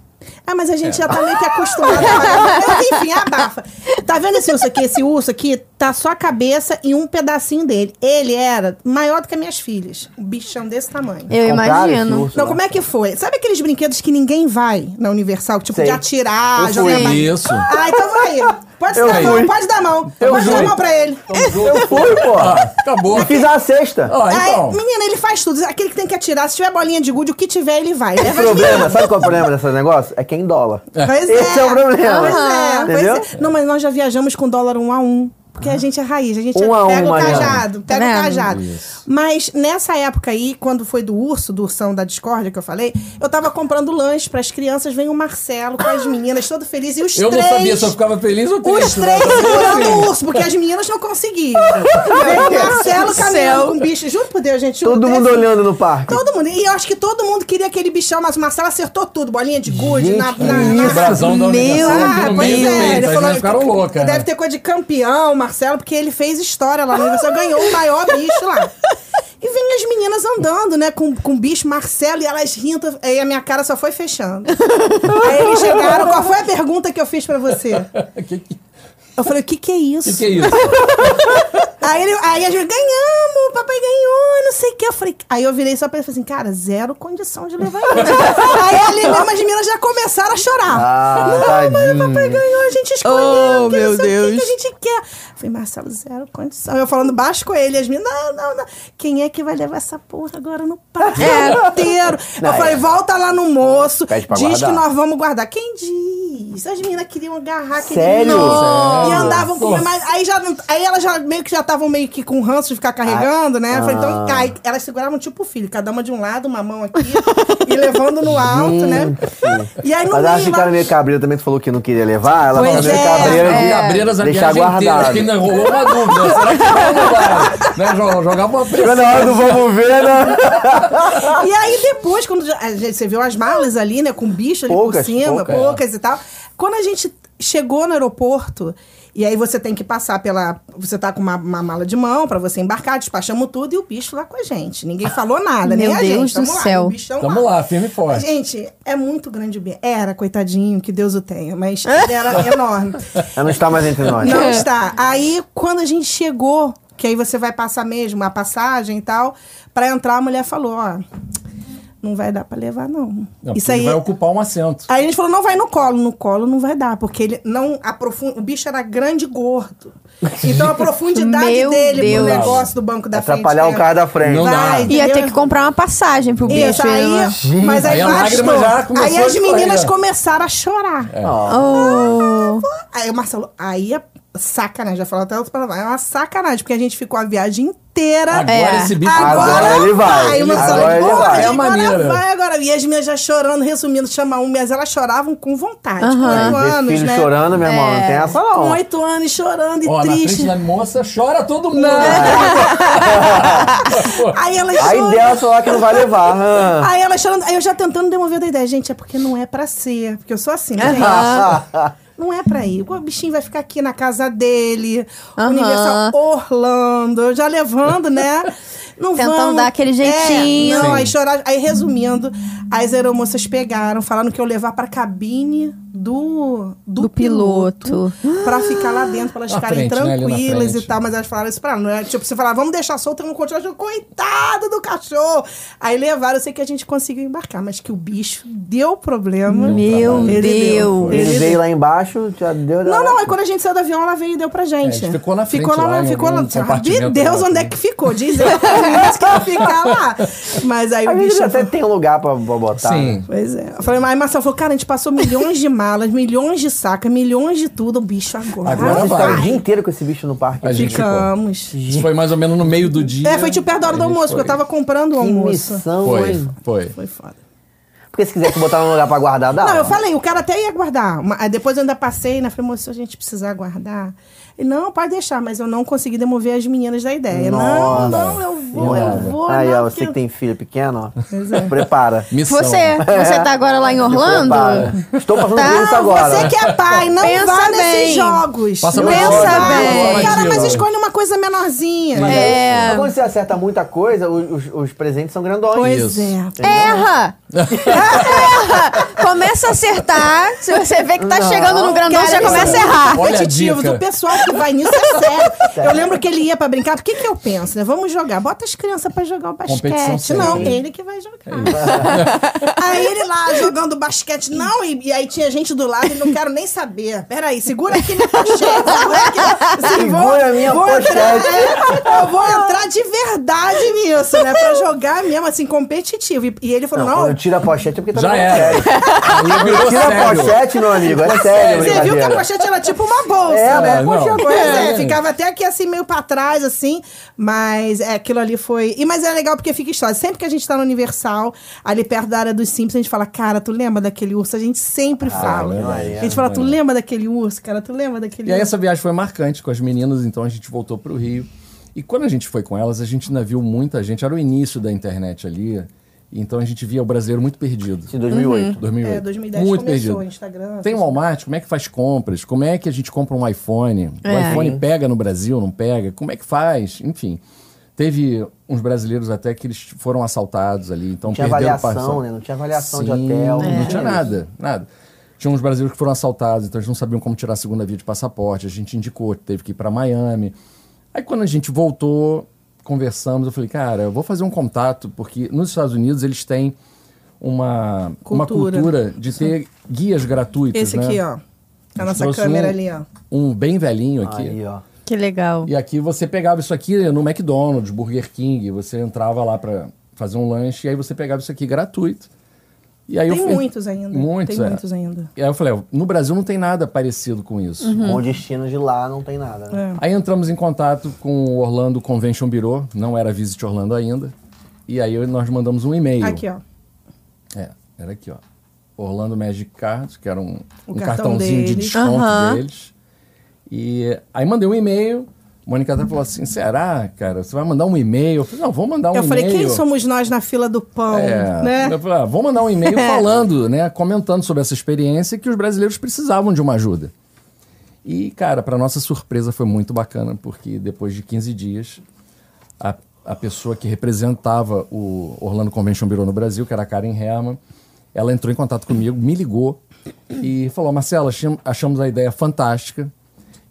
Ah, mas a gente É. já tá meio que acostumado. a pagar. Mas enfim, abafa. Tá vendo esse urso aqui? Esse urso aqui tá só a cabeça e um pedacinho dele. Ele era maior do que minhas filhas. Um bichão desse tamanho. Eu Compraram esse imagino. urso Não, lá? como é que foi? Sabe aqueles brinquedos que ninguém vai na Universal? Tipo, Sei. de atirar, Eu jogar... fui. ba- Isso. Ah, então vai. Pode Eu dar a mão, fui. pode dar a mão. Eu pode dar a fui. mão pra ele. Eu fui, pô. Ah, acabou. E fiz a sexta. Ó, Aí, então. menina, ele faz tudo. Aquele que tem que atirar, se tiver bolinha de gude, o que tiver, ele vai. né? O Leva as problema, sabe qual é o problema desse negócio? É quem dólar. Pois Esse é o problema. Pois é, pois Entendeu? é. Não, mas nós já viajamos com dólar um a um. Porque a gente é raiz, a gente Um a pega um, o Mariana. cajado, Tá pega o vendo? cajado. Isso. Mas nessa época aí, quando foi do urso, do ursão da discórdia que eu falei, eu tava comprando lanche pras crianças, vem o Marcelo com as meninas, todo feliz, e os Ah! Eu não três... sabia se eu ficava feliz ou Os triste. né? três segurando o urso, porque as meninas não conseguiam. Veio o Marcelo Céu. caminhando com o bicho. Juro por Deus, gente. juro, Todo desse- mundo olhando no parque. Todo mundo. E eu acho que todo mundo queria aquele bichão, mas o Marcelo acertou tudo. Bolinha de gude, Gente, na, que na, O na, brasão Meu da Universal Deus. aqui ah, no pois meio do é. peito. Ele As falou, meninas ficaram loucas. né? Deve ter coisa de campeão, Marcelo, porque ele fez história lá no Universal, ganhou o maior bicho lá. E vinha as meninas andando, né, com, com o bicho Marcelo, e elas rindo, aí a minha cara só foi fechando. aí eles chegaram, qual foi a pergunta que eu fiz pra você? Que que- Eu falei, o que que é isso? que que é isso? Aí, ele, aí a gente, ganhamos, papai ganhou, não sei o que. Eu falei, aí eu virei só pra ele e falei assim, cara, zero condição de levar ele. aí ali mesmo as meninas já começaram a chorar. Ah, não, mas o papai tadinho. ganhou, a gente escolheu, Oh, que não meu sei o que, Deus. que a gente quer. Eu falei, Marcelo, zero condição. Eu falando baixo com ele, as meninas, não, não, não. Quem é que vai levar essa porra agora no parque É. inteiro? Não, eu falei, é. volta lá no moço, Pede pra diz guardar. que nós vamos guardar. Quem diz? As meninas queriam agarrar aquele Sério? nó. E Sério? andavam com... Pô. Mas aí, já, não- aí elas já meio que já estavam meio que com ranço de ficar Ah, carregando, né? Eu falei, então, aí elas seguravam tipo o filho, cada uma de um lado, uma mão aqui, e levando no alto, né? E aí no Mas elas meio... ficaram lá- meio cabreira também, tu falou que não queria levar, ela Pois ficou meio é, cabreira de É. Cabreiras a deixar viagem inteira, guardado. que ainda rolou uma dúvida. Será que vamos lá? Né, Jo- Jogava uma Chegou pressão. na hora do vamos ver, né? E aí depois, quando já- a gente, você viu as malas ali, né? Com bicho ali Poucas, por cima, poucas. poucas, e tal. Quando a gente chegou no aeroporto, e aí você tem que passar pela. Você tá com uma, uma mala de mão pra você embarcar, despachamos tudo e o bicho lá com a gente. Ninguém falou nada, nem Meu a Deus gente. Tamo do lá, céu. o bichão Tamo lá, firme e forte. Gente, é muito grande o bicho. Era, coitadinho, que Deus o tenha, mas ele era enorme. Ela não está mais entre nós. É é. Não está. Aí, quando a gente chegou, que aí você vai passar mesmo a passagem e tal, pra entrar, a mulher falou, ó, não vai dar pra levar, não. Não, Isso porque aí... é Vai ocupar um assento. Aí a gente falou, não vai no colo. No colo não vai dar, porque ele não aprofunda... O bicho era grande e gordo. Então, a profundidade Meu dele Deus. pro negócio do banco da Atrapalhar frente... né? o cara da frente. Não dá. Vai, Ia Ia entendeu? ter que comprar uma passagem pro bicho. Isso, aí, né? mas Aí aí, a bastou. lágrima já começou Aí a as escorrer, meninas né? É. começaram a chorar. Oh. Aí o Marcelo, aí é sacanagem, já falou até outra palavra, é uma sacanagem, porque a gente ficou a viagem inteira. Agora É. esse bicho Agora, Agora ele vai. vai. O Marcelo, Agora ele "Porra, vai." gente, É a agora maneira. vai agora. E as minhas já chorando, resumindo, chama um, mas elas choravam com vontade. Com Aham. oito Ver esse anos, filho né? chorando, meu irmão, não tem essa Com não. oito anos chorando e Ó, na Tá triste. frente da moça, chora todo mundo. Né? Aí elas Aí choram. dela falar que não vai levar. hã? Aí ela chorando, aí eu já tentando demover da ideia. Gente, é porque não é pra ser. Porque eu sou assim, né, gente? Ah. Não é pra ir. O bichinho vai ficar aqui na casa dele, Aham. Universal Orlando, eu já levando, né? Não Tentando vamos- dar aquele É, jeitinho. não, Sim. aí chorar. Aí, resumindo, as aeromoças pegaram, falando que eu levar pra cabine do, do, Do piloto. Pra ficar lá dentro, pra elas Na ficarem frente, né, ali na tranquilas e frente. é? Tipo, Meu Ele deu. Deus. Ele Ele- veio lá embaixo, já deu. Não, não, aí quando a gente saiu do avião, ela veio e deu pra Então, É, gente. a gente ficou na frente Ficou lá, em ficou algum lá. Sabe compartimento Deus lá, onde é né? que ficou. Dizem que ela ficar lá. Mas aí A o gente bicho... tá- até tem lugar pra, pra botar. né? Sim. Pois é. Eu falei, mas aí Marcelo falou, cara, a gente passou milhões de malas, milhões de sacas, milhões de tudo. O bicho agora. Agora Vocês ficaram o vai. dia inteiro com esse bicho no parque. A gente ficou. Ficamos. Isso foi mais ou menos no meio do dia. É, foi tipo perto da hora do A gente almoço, porque eu foi. tava comprando o Que almoço. missão, hein? Foi, foi. Foi foda. Porque se quiser que botar num lugar pra guardar, dá. Não, eu falei, o cara até ia guardar. Uma- aí depois eu ainda passei, né? Falei, moço, se a gente precisar guardar. Ele, não, pode deixar, mas eu não consegui demover as meninas da ideia. Nossa. Não, não, eu vou, eu vou. Aí, não, ó, você porque- que tem filho pequeno, ó. Pois é. Prepara. Missão. Você, você tá agora lá em Orlando? Prepara. Estou passando Tá, por isso agora. Você que é pai, não Pensa vá bem. nesses jogos. Passa não pra vá. fora, passa pra Cara, fora. mas escolhe uma coisa menorzinha. É. Quando você acerta muita coisa, os, os- os presentes são grandões. Pois Isso. é. Erra! Erra! Começa a acertar. Se você vê que tá chegando no grandão, Cara, já isso começa a é errar. muito Olha a Repetitivo, dica. do pessoal que vai nisso é sério. Eu lembro que ele ia pra brincar. O que, que eu penso, né? Vamos jogar. Bota as crianças pra jogar o Competição né? É basquete. séria. Não, ele que vai jogar. aí ele lá jogando basquete. Não, e, e aí tinha gente do lado e não quero nem saber. Peraí, segura aqui minha pochete. Segura aqui. Sim, vou- Segura minha vou entrar- pochete. é, eu vou entrar de verdade nisso, né? Pra jogar mesmo, assim, competitivo. E, e ele falou, Não, não, quando tira a pochete é porque tá Já dando era. sério. Aí virou Tira a sério. pochete, meu amigo. É sério, Você viu que a brincadeira. pochete era tipo uma bolsa, É, né? né? não. Poxa, Pois é, É. ficava até aqui assim, meio pra trás, assim. Mas é, aquilo ali foi. E, mas é legal porque fica história. Sempre que a gente tá no Universal, ali perto da área dos Simpsons, a gente fala, cara, tu lembra daquele urso? A gente sempre fala. é a verdade. gente fala, tu É. lembra daquele urso, cara? Tu lembra daquele E aí urso? essa viagem foi marcante com as meninas, então a gente voltou pro Rio. E quando a gente foi com elas, a gente ainda viu muita gente. Era o início da internet ali. Então a gente via o brasileiro muito perdido. Em 2008. 2008. É, 2010 muito começou perdido. o Instagram. Tem o Walmart, como é que faz compras? Como é que a gente compra um iPhone? É. O iPhone pega no Brasil, não pega? Como é que faz? Enfim. Teve uns brasileiros até que eles foram assaltados ali, então Não tinha perderam avaliação, parcela. né? Não tinha avaliação de Sim, hotel, né? Não não tinha tinha nada, nada. Tinha uns brasileiros que foram assaltados, então eles não sabiam como tirar a segunda via de passaporte. A gente indicou, teve que ir para Miami. Aí quando a gente voltou, conversamos, eu falei, cara, eu vou fazer um contato, porque nos Estados Unidos eles têm uma cultura, uma Cultura. né?" cultura de ter guias gratuitos, Esse né? aqui, ó. A gente nossa trouxe câmera um- ali, ó. Um bem velhinho aqui. Aí, ó. Que legal. E aqui você pegava isso aqui no McDonald's, Burger King, você entrava lá pra fazer um lanche e aí você pegava isso aqui gratuito. E aí eu Tem fui- muitos ainda. Muitos, Tem é. muitos ainda. E aí eu falei, ó, no Brasil não tem nada parecido com isso. Uhum. Com o destino de lá não tem nada, É. né? Aí entramos em contato com o Orlando Convention Bureau, não era Visit Orlando ainda. E aí eu- nós mandamos um e-mail. Aqui, ó. É, era aqui, ó. Orlando Magic Cards, que era um, O um cartão cartãozinho de deles. desconto Aham. deles. E aí mandei um e-mail. Mônica até falou assim: será, cara? Você vai mandar um e-mail? Eu falei, não, vou mandar um Eu e-mail. falei, quem somos nós na fila do pão? É, Né? eu falei, ah, vou mandar um e-mail falando, né? Comentando sobre essa experiência que os brasileiros precisavam de uma ajuda. E, cara, para nossa surpresa foi muito bacana, porque depois de 15 dias, a, a pessoa que representava o Orlando Convention Bureau no Brasil, que era a Karen Herman, ela entrou em contato comigo, me ligou e falou: Marcela, acham- achamos a ideia fantástica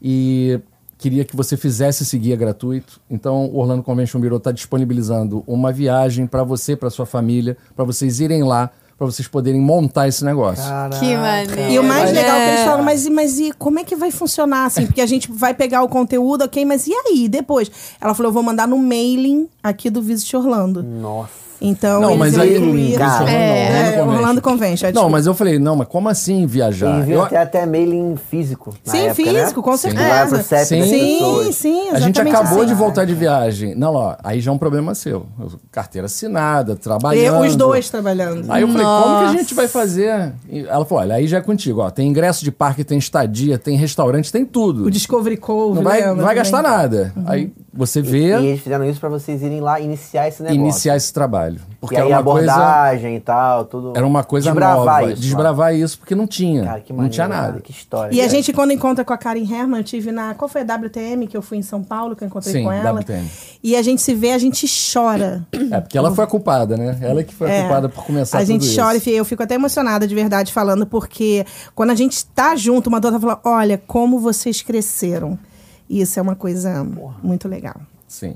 e queria que você fizesse esse guia gratuito. Então, o Orlando Convention Bureau está disponibilizando uma viagem para você, para sua família, para vocês irem lá, para vocês poderem montar esse negócio. Caraca. Que maneiro. E o mais É. legal é que eles falam, mas, e- mas e como é que vai funcionar assim? Porque a gente vai pegar o conteúdo, ok, mas e aí depois? Ela falou, eu vou mandar no mailing aqui do Visit Orlando. Nossa. Então, Não, eles mas iam aí. incluir- Cara. Orlando, É, tipo- Orlando Convention. Orlando Convention. Não, desculpa. mas eu falei, não, mas como assim viajar? Envia Eu- até, até mailing físico. na Sim, época, físico, né? com Que vai certeza. pro CEP das Sim, pessoas. sim, a exatamente gente acabou assim. de voltar de viagem. Não, ó, aí já é um problema seu. Carteira assinada, Eu, trabalhando. os dois trabalhando. Aí eu falei, como que Nossa. a gente vai fazer? E ela falou, olha, aí já é contigo, ó. Tem ingresso de parque, tem estadia, tem restaurante, tem tudo. O Discovery Cove, Não vai, lembra não vai também? gastar nada. Aí você E vê eles fizeram isso pra vocês irem lá iniciar esse negócio. iniciar esse trabalho. Porque e era aí a uma coisa. abordagem e tal, tudo. Era uma coisa Desbravar nova. Isso, mano. desbravar isso, porque não tinha. Cara, que não maneiro, tinha cara, nada. Que história. E a cara. gente, quando encontra com a Karen Herman, eu tive na. Qual foi a WTM que eu fui em São Paulo, que eu encontrei Sim, com ela? WTM. E a gente se vê, a gente chora. É, porque ela foi a culpada, né? Ela que foi a É. culpada por começar A tudo gente isso. chora e eu fico até emocionada de verdade falando, porque quando a gente tá junto, uma dona fala: olha, como vocês cresceram. Isso é uma coisa muito legal. Sim.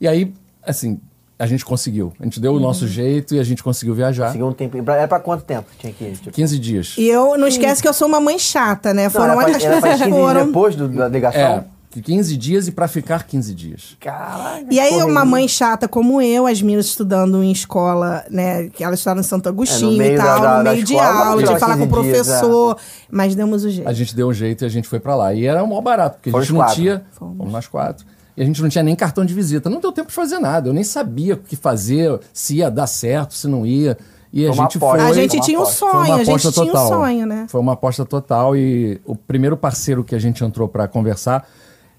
E aí, assim, a gente conseguiu. A gente deu o nosso jeito e a gente conseguiu viajar. Conseguiu um tempo. Era pra quanto tempo que tinha que ir? Tipo, 15 dias. E eu não esquece que eu sou uma mãe chata, né? Foram não, as era né? pra, era pra pessoas 15 dias foram. depois do- da É, ligação? 15 dias e pra ficar 15 dias. Caraca. E aí, correria. uma mãe chata como eu, as meninas estudando em escola, né? Que elas estudaram em Santo Agostinho e É, meio tal, da- da- no da meio de escola, aula, de tirar falar com o 15 dias, é. professor. Mas demos o jeito. A gente deu um jeito e a gente foi pra lá. E era mó barato, porque a Foram gente os não quatro. tinha. Fomos nós quatro. E a gente não tinha nem cartão de visita. Não deu tempo de fazer nada. Eu nem sabia o que fazer, se ia dar certo, se não ia. E a Foi uma gente aposta. foi. A Foi gente uma tinha um aposta. Foi sonho, uma a gente aposta tinha um total. sonho, né? Foi uma aposta total e o primeiro parceiro que a gente entrou para conversar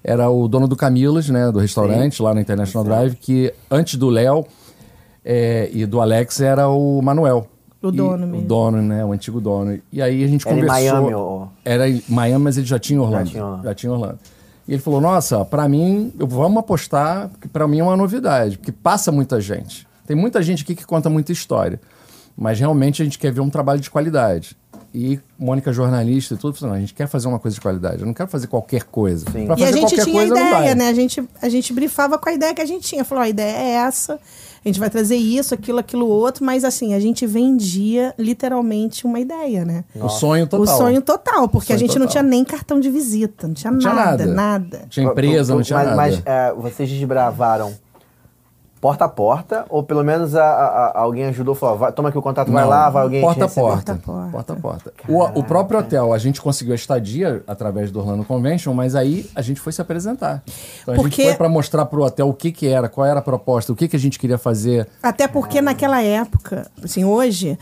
era o dono do Camilas, né, do restaurante lá na International Drive, que antes do Léo é, e do Alex era o Manuel. O E- dono mesmo. O dono, né, o antigo dono. E aí a gente Era em conversou. Miami, ou- Era em Miami, mas ele já tinha em Orlando. tinha Orlando. Já tinha em Orlando. E ele falou: Nossa, pra mim, eu vamos apostar, porque pra mim é uma novidade, porque passa muita gente. Tem muita gente aqui que conta muita história, mas realmente a gente quer ver um trabalho de qualidade. E Mônica, jornalista e tudo, falou: Não, a gente quer fazer uma coisa de qualidade, eu não quero fazer qualquer coisa. Pra E fazer a gente qualquer tinha coisa, não ideia, vai. né? A gente, a gente brifava com a ideia que a gente tinha. Falou, ó, a ideia é essa, a gente vai trazer isso, aquilo, aquilo, outro. Mas assim, a gente vendia literalmente uma ideia, né? O sonho total. O sonho total, porque Sonho a gente não total. tinha nem cartão de visita, não tinha, Não tinha nada, nada. nada. Tinha Pro- empresa, pro- não tinha mas, nada. Mas é, vocês desbravaram porta a porta, ou pelo menos a, a- a- alguém ajudou, falou, "Vai, toma aqui o contato, vai Não, lá, vai alguém te porta a receber." porta. Porta a porta. Porta a porta. O, o próprio hotel, a gente conseguiu a estadia através do Orlando Convention, mas aí a gente foi se apresentar. Então a Porque- gente foi para mostrar pro hotel o que que era, qual era a proposta, o que que a gente queria fazer. Até porque naquela época, assim, hoje,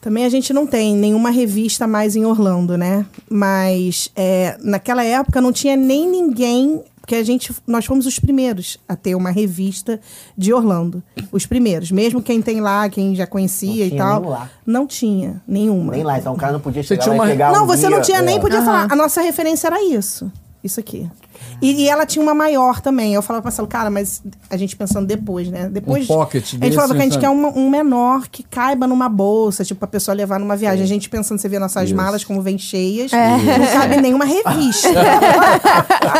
também a gente não tem nenhuma revista mais em Orlando, né? Mas é, naquela época não tinha nem ninguém. Porque a gente, nós fomos os primeiros a ter uma revista de Orlando. Os primeiros. Mesmo quem tem lá, quem já conhecia e tinha tal. nem lá. Não tinha nenhuma. Nem lá, então o cara não podia chegar tinha lá e uma- pegar Não, um você guia, não tinha é. nem podia Aham. falar. A nossa referência era isso. Isso aqui. E, e ela tinha uma maior também. Eu falava pra Marcelo, cara, mas a gente pensando depois, né? Depois. Um pocket a gente desse, né? falava que a gente sabe? quer uma- um menor que caiba numa bolsa, tipo, pra pessoa levar numa viagem. A gente pensando, você vê nossas Isso. malas como vem cheias, não cabe nenhuma revista.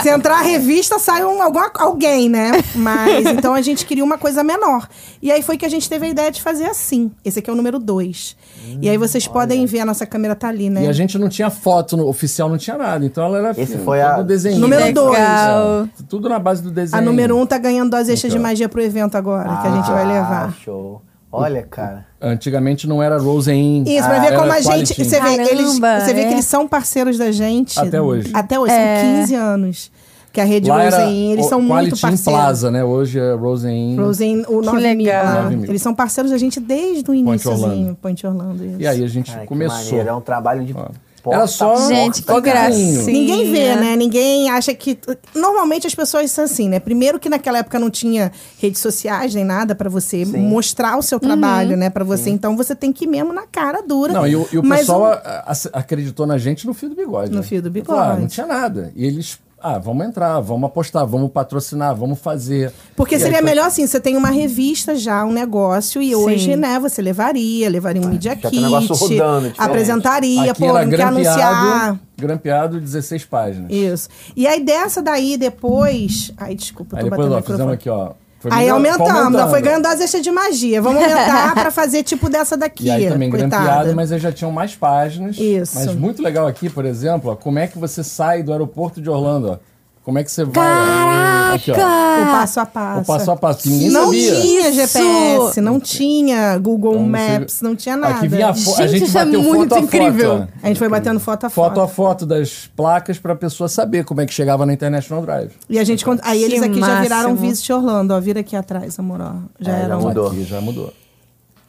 Se entrar a revista, sai um, alguma- alguém, né? Mas então a gente queria uma coisa menor. E aí foi que a gente teve a ideia de fazer assim. Esse aqui é o número dois e aí vocês podem ver, a nossa câmera tá ali, né? E a gente não tinha foto no- oficial, não tinha nada. Então ela era Esse fi- foi a- todo desenho. Número É, dois. Legal. Tudo na base do desenho. A número um tá ganhando dose extra Então. de magia pro evento agora, que a gente vai Ah, levar. Show. Olha, cara. Antigamente não era Rosen. Isso, pra ver era como a gente. Qualitin. Você vê, Caramba, eles, você vê é. que eles são parceiros da gente. Até hoje. Até hoje, são 15 anos. Que a rede Lá era Rosen, eles o- são muito Qualitin parceiros. Plaza, né? Hoje é Rosen. Rosen, o 9 mil, legal. lá. 9 mil. Eles são parceiros da gente desde o iníciozinho. Orlando. Ponte Orlando. isso. E aí a gente Cara, que começou. maneiro, É um trabalho de. porta Era a só. um Gente, só que desenho. gracinha. Ninguém vê, Sim, né? né? Ninguém acha que. Normalmente as pessoas são assim, né? Primeiro que naquela época não tinha redes sociais nem nada pra você mostrar o seu trabalho, Uhum. né? Pra você. Então você tem que ir mesmo na cara dura. Não, e o, e o Mas pessoal o- a- a- acreditou na gente no fio do bigode. No né? fio do bigode. Claro, não tinha nada. E eles, ah, vamos entrar, vamos apostar, vamos patrocinar, vamos fazer. Porque E seria aí foi- melhor assim, você tem uma revista já, um negócio, e Sim. hoje, né, você levaria, levaria É, um media tem kit, um negócio rodando, diferente. apresentaria, Aqui pô, era não quer anunciar. grampeado, grampeado 16 páginas. Isso. E aí dessa daí depois. Ai, desculpa, Aí tô depois batendo o ó, fizemos microfone. aqui, ó. Foi Aí melhor- foi aumentamos, aumentando. não foi ganhando as extras de magia. Vamos aumentar pra fazer tipo dessa daqui. E aí também coitada. grampeado, mas aí já tinham mais páginas. Isso. Mas muito legal aqui, por exemplo, ó, como é que você sai do aeroporto de Orlando, ó. Como é que você vai... ó. Aqui, ó. O Caraca! passo a passo. O passo a passo, que ninguém não sabia. tinha Ah, Isso! GPS, não tinha Google Então, você- Maps, não tinha nada. Aqui vinha a, fo- a Gente, gente isso é bateu muito foto a incrível. foto, ó. A gente foi batendo foto a foto. foto a foto das placas para a pessoa saber como é que chegava na International Drive. E a gente. cont- Aí Que eles aqui já viraram máximo. Visit Orlando, ó. Vira aqui atrás, amor, ó. Já É, era já um. Mudou. Então, Aqui já mudou.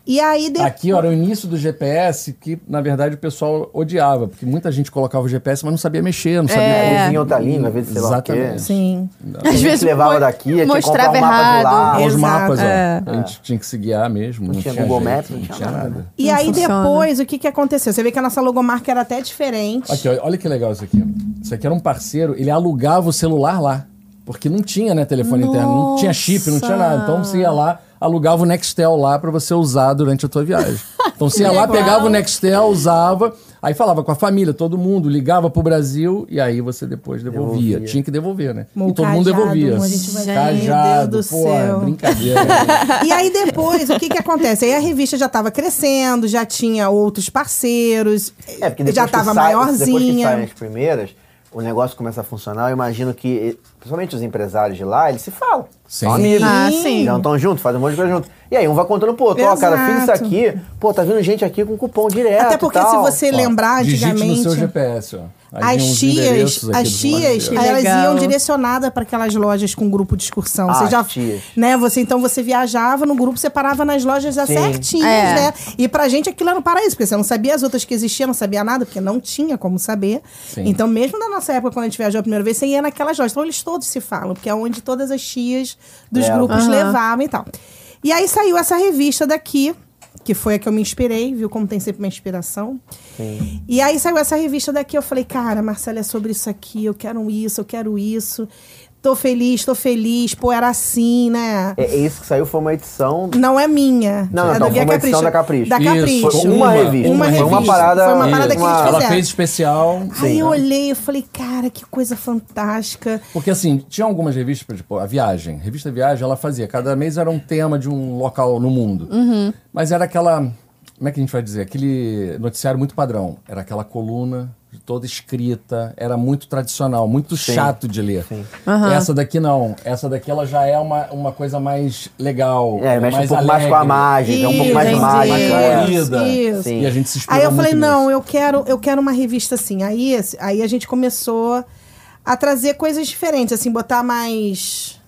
E aí depois. Aqui ó, era o início do GPS que, na verdade, o pessoal odiava, porque muita gente colocava o GPS, mas não sabia mexer, não sabia É. como. Em outra língua, às vezes sei lá o quê. Exatamente. Sim. Às gente levava mo- daqui, tinha que mostrava comprar um mapa de errado. lá. Os Exato. mapas, ó. É. A gente tinha que se guiar mesmo. Não, tinha Google jeito, Maps, não tinha nada. E Não aí funciona. depois, o que que aconteceu? Você vê que a nossa logomarca era até diferente. Aqui, ó, olha que legal isso aqui. Isso aqui era um parceiro, ele alugava o celular lá. Porque não tinha, né, telefone interno, não tinha chip, não tinha nada. Então você ia lá, alugava o Nextel lá pra você usar durante a tua viagem. Então você ia lá, pegava o Nextel, usava, aí falava com a família, todo mundo, ligava pro Brasil e aí você depois devolvia. Devolvia. Tinha que devolver, né? Bom, e todo mundo cajado, devolvia. a gente vai- Cajado, Meu Deus do pô, é céu. brincadeira. né? E aí depois, o que que acontece? Aí a revista já tava crescendo, já tinha outros parceiros, É, porque depois já que tava sai- Depois que saem maiorzinha. as primeiras, o negócio começa a funcionar. Eu imagino que, principalmente os empresários de lá, eles se falam. São Sim. amigos. Ah, sim. Então estão juntos, fazem um monte de coisa junto. E aí um vai contando pro outro, ó, cara, fiz isso Exato. aqui. Pô, tá vindo gente aqui com cupom direto Até e porque se tal. você Ó, lembrar digite antigamente. no seu GPS, ó. Aí vinham As uns tias, endereços aqui as dos brasileiros. tias, Que elas legal. iam direcionadas para aquelas lojas com grupo de excursão. Ah, você as já, tias. né? Você então você viajava no grupo, você parava nas lojas já Sim. certinhas, É. né? E pra gente aquilo era um paraíso, porque você não sabia as outras que existiam, não sabia nada, porque não tinha como saber. Sim. Então, mesmo na nossa época quando a gente viajou a primeira vez, você ia naquelas lojas. Então eles todos se falam, porque é onde todas as tias dos Legal. grupos É. Aham. levavam e tal. E aí saiu essa revista daqui, que foi a que eu me inspirei, viu como tem sempre uma inspiração. E aí saiu essa revista daqui, eu falei, cara, Marcela, é sobre isso aqui, eu quero isso, eu quero isso. Tô feliz, tô feliz, pô, era assim, né? É, é isso que saiu, foi uma edição. Não é minha. Não, é não, foi uma edição da Capricho. Da Isso, Capricho. Foi uma revista. Uma Foi uma revista. parada. Foi uma parada que eles uma- fizeram. Ela fizeram. fez especial. Aí né? eu olhei, eu falei, cara, que coisa fantástica. Porque assim, tinha algumas revistas, por exemplo, a Viagem. Revista Viagem, ela fazia. Cada mês era um tema de um local no mundo. Uhum. Mas era aquela. Como é que a gente vai dizer? Aquele noticiário muito padrão. Era aquela coluna toda escrita, era muito tradicional, muito chato de ler. Essa daqui não. Essa daqui ela já é uma, uma coisa mais legal. É, mexe um pouco mais com a alegre. imagem, é um pouco mais Isso, mágica. é. entendi. colorida. Isso. Sim. E a gente se inspirou Aí eu falei, muito não, nisso. eu quero, eu quero uma revista assim. Aí, esse- aí a gente começou a trazer coisas diferentes, assim, botar mais.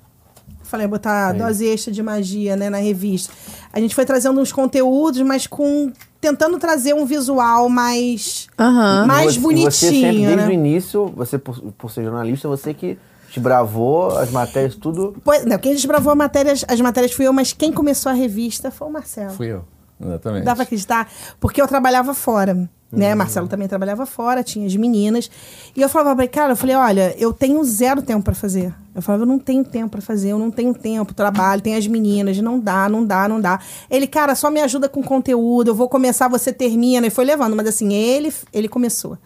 Falei, É. botar dose extra de magia, né, na revista. A gente foi trazendo uns conteúdos, mas com. tentando trazer um visual mais. Aham. mais E você- é. e bonitinho. Você sempre, desde né? o início, você por, por ser jornalista, você que desbravou as matérias, tudo. Pois- não, quem desbravou a matéria, as matérias fui eu, mas quem começou a revista foi o Marcelo. Fui eu. Exatamente. Uhum. Dá pra acreditar? Porque eu trabalhava fora. Né? Marcelo também trabalhava fora, tinha as meninas. E eu falava pra ele, cara, eu falei, olha, eu tenho zero tempo pra fazer. Eu falava, eu não tenho tempo pra fazer, eu não tenho tempo, trabalho, tem as meninas, não dá, não dá, não dá. Ele, cara, só me ajuda com conteúdo, eu vou começar, você termina. E foi levando, mas assim, ele, ele começou.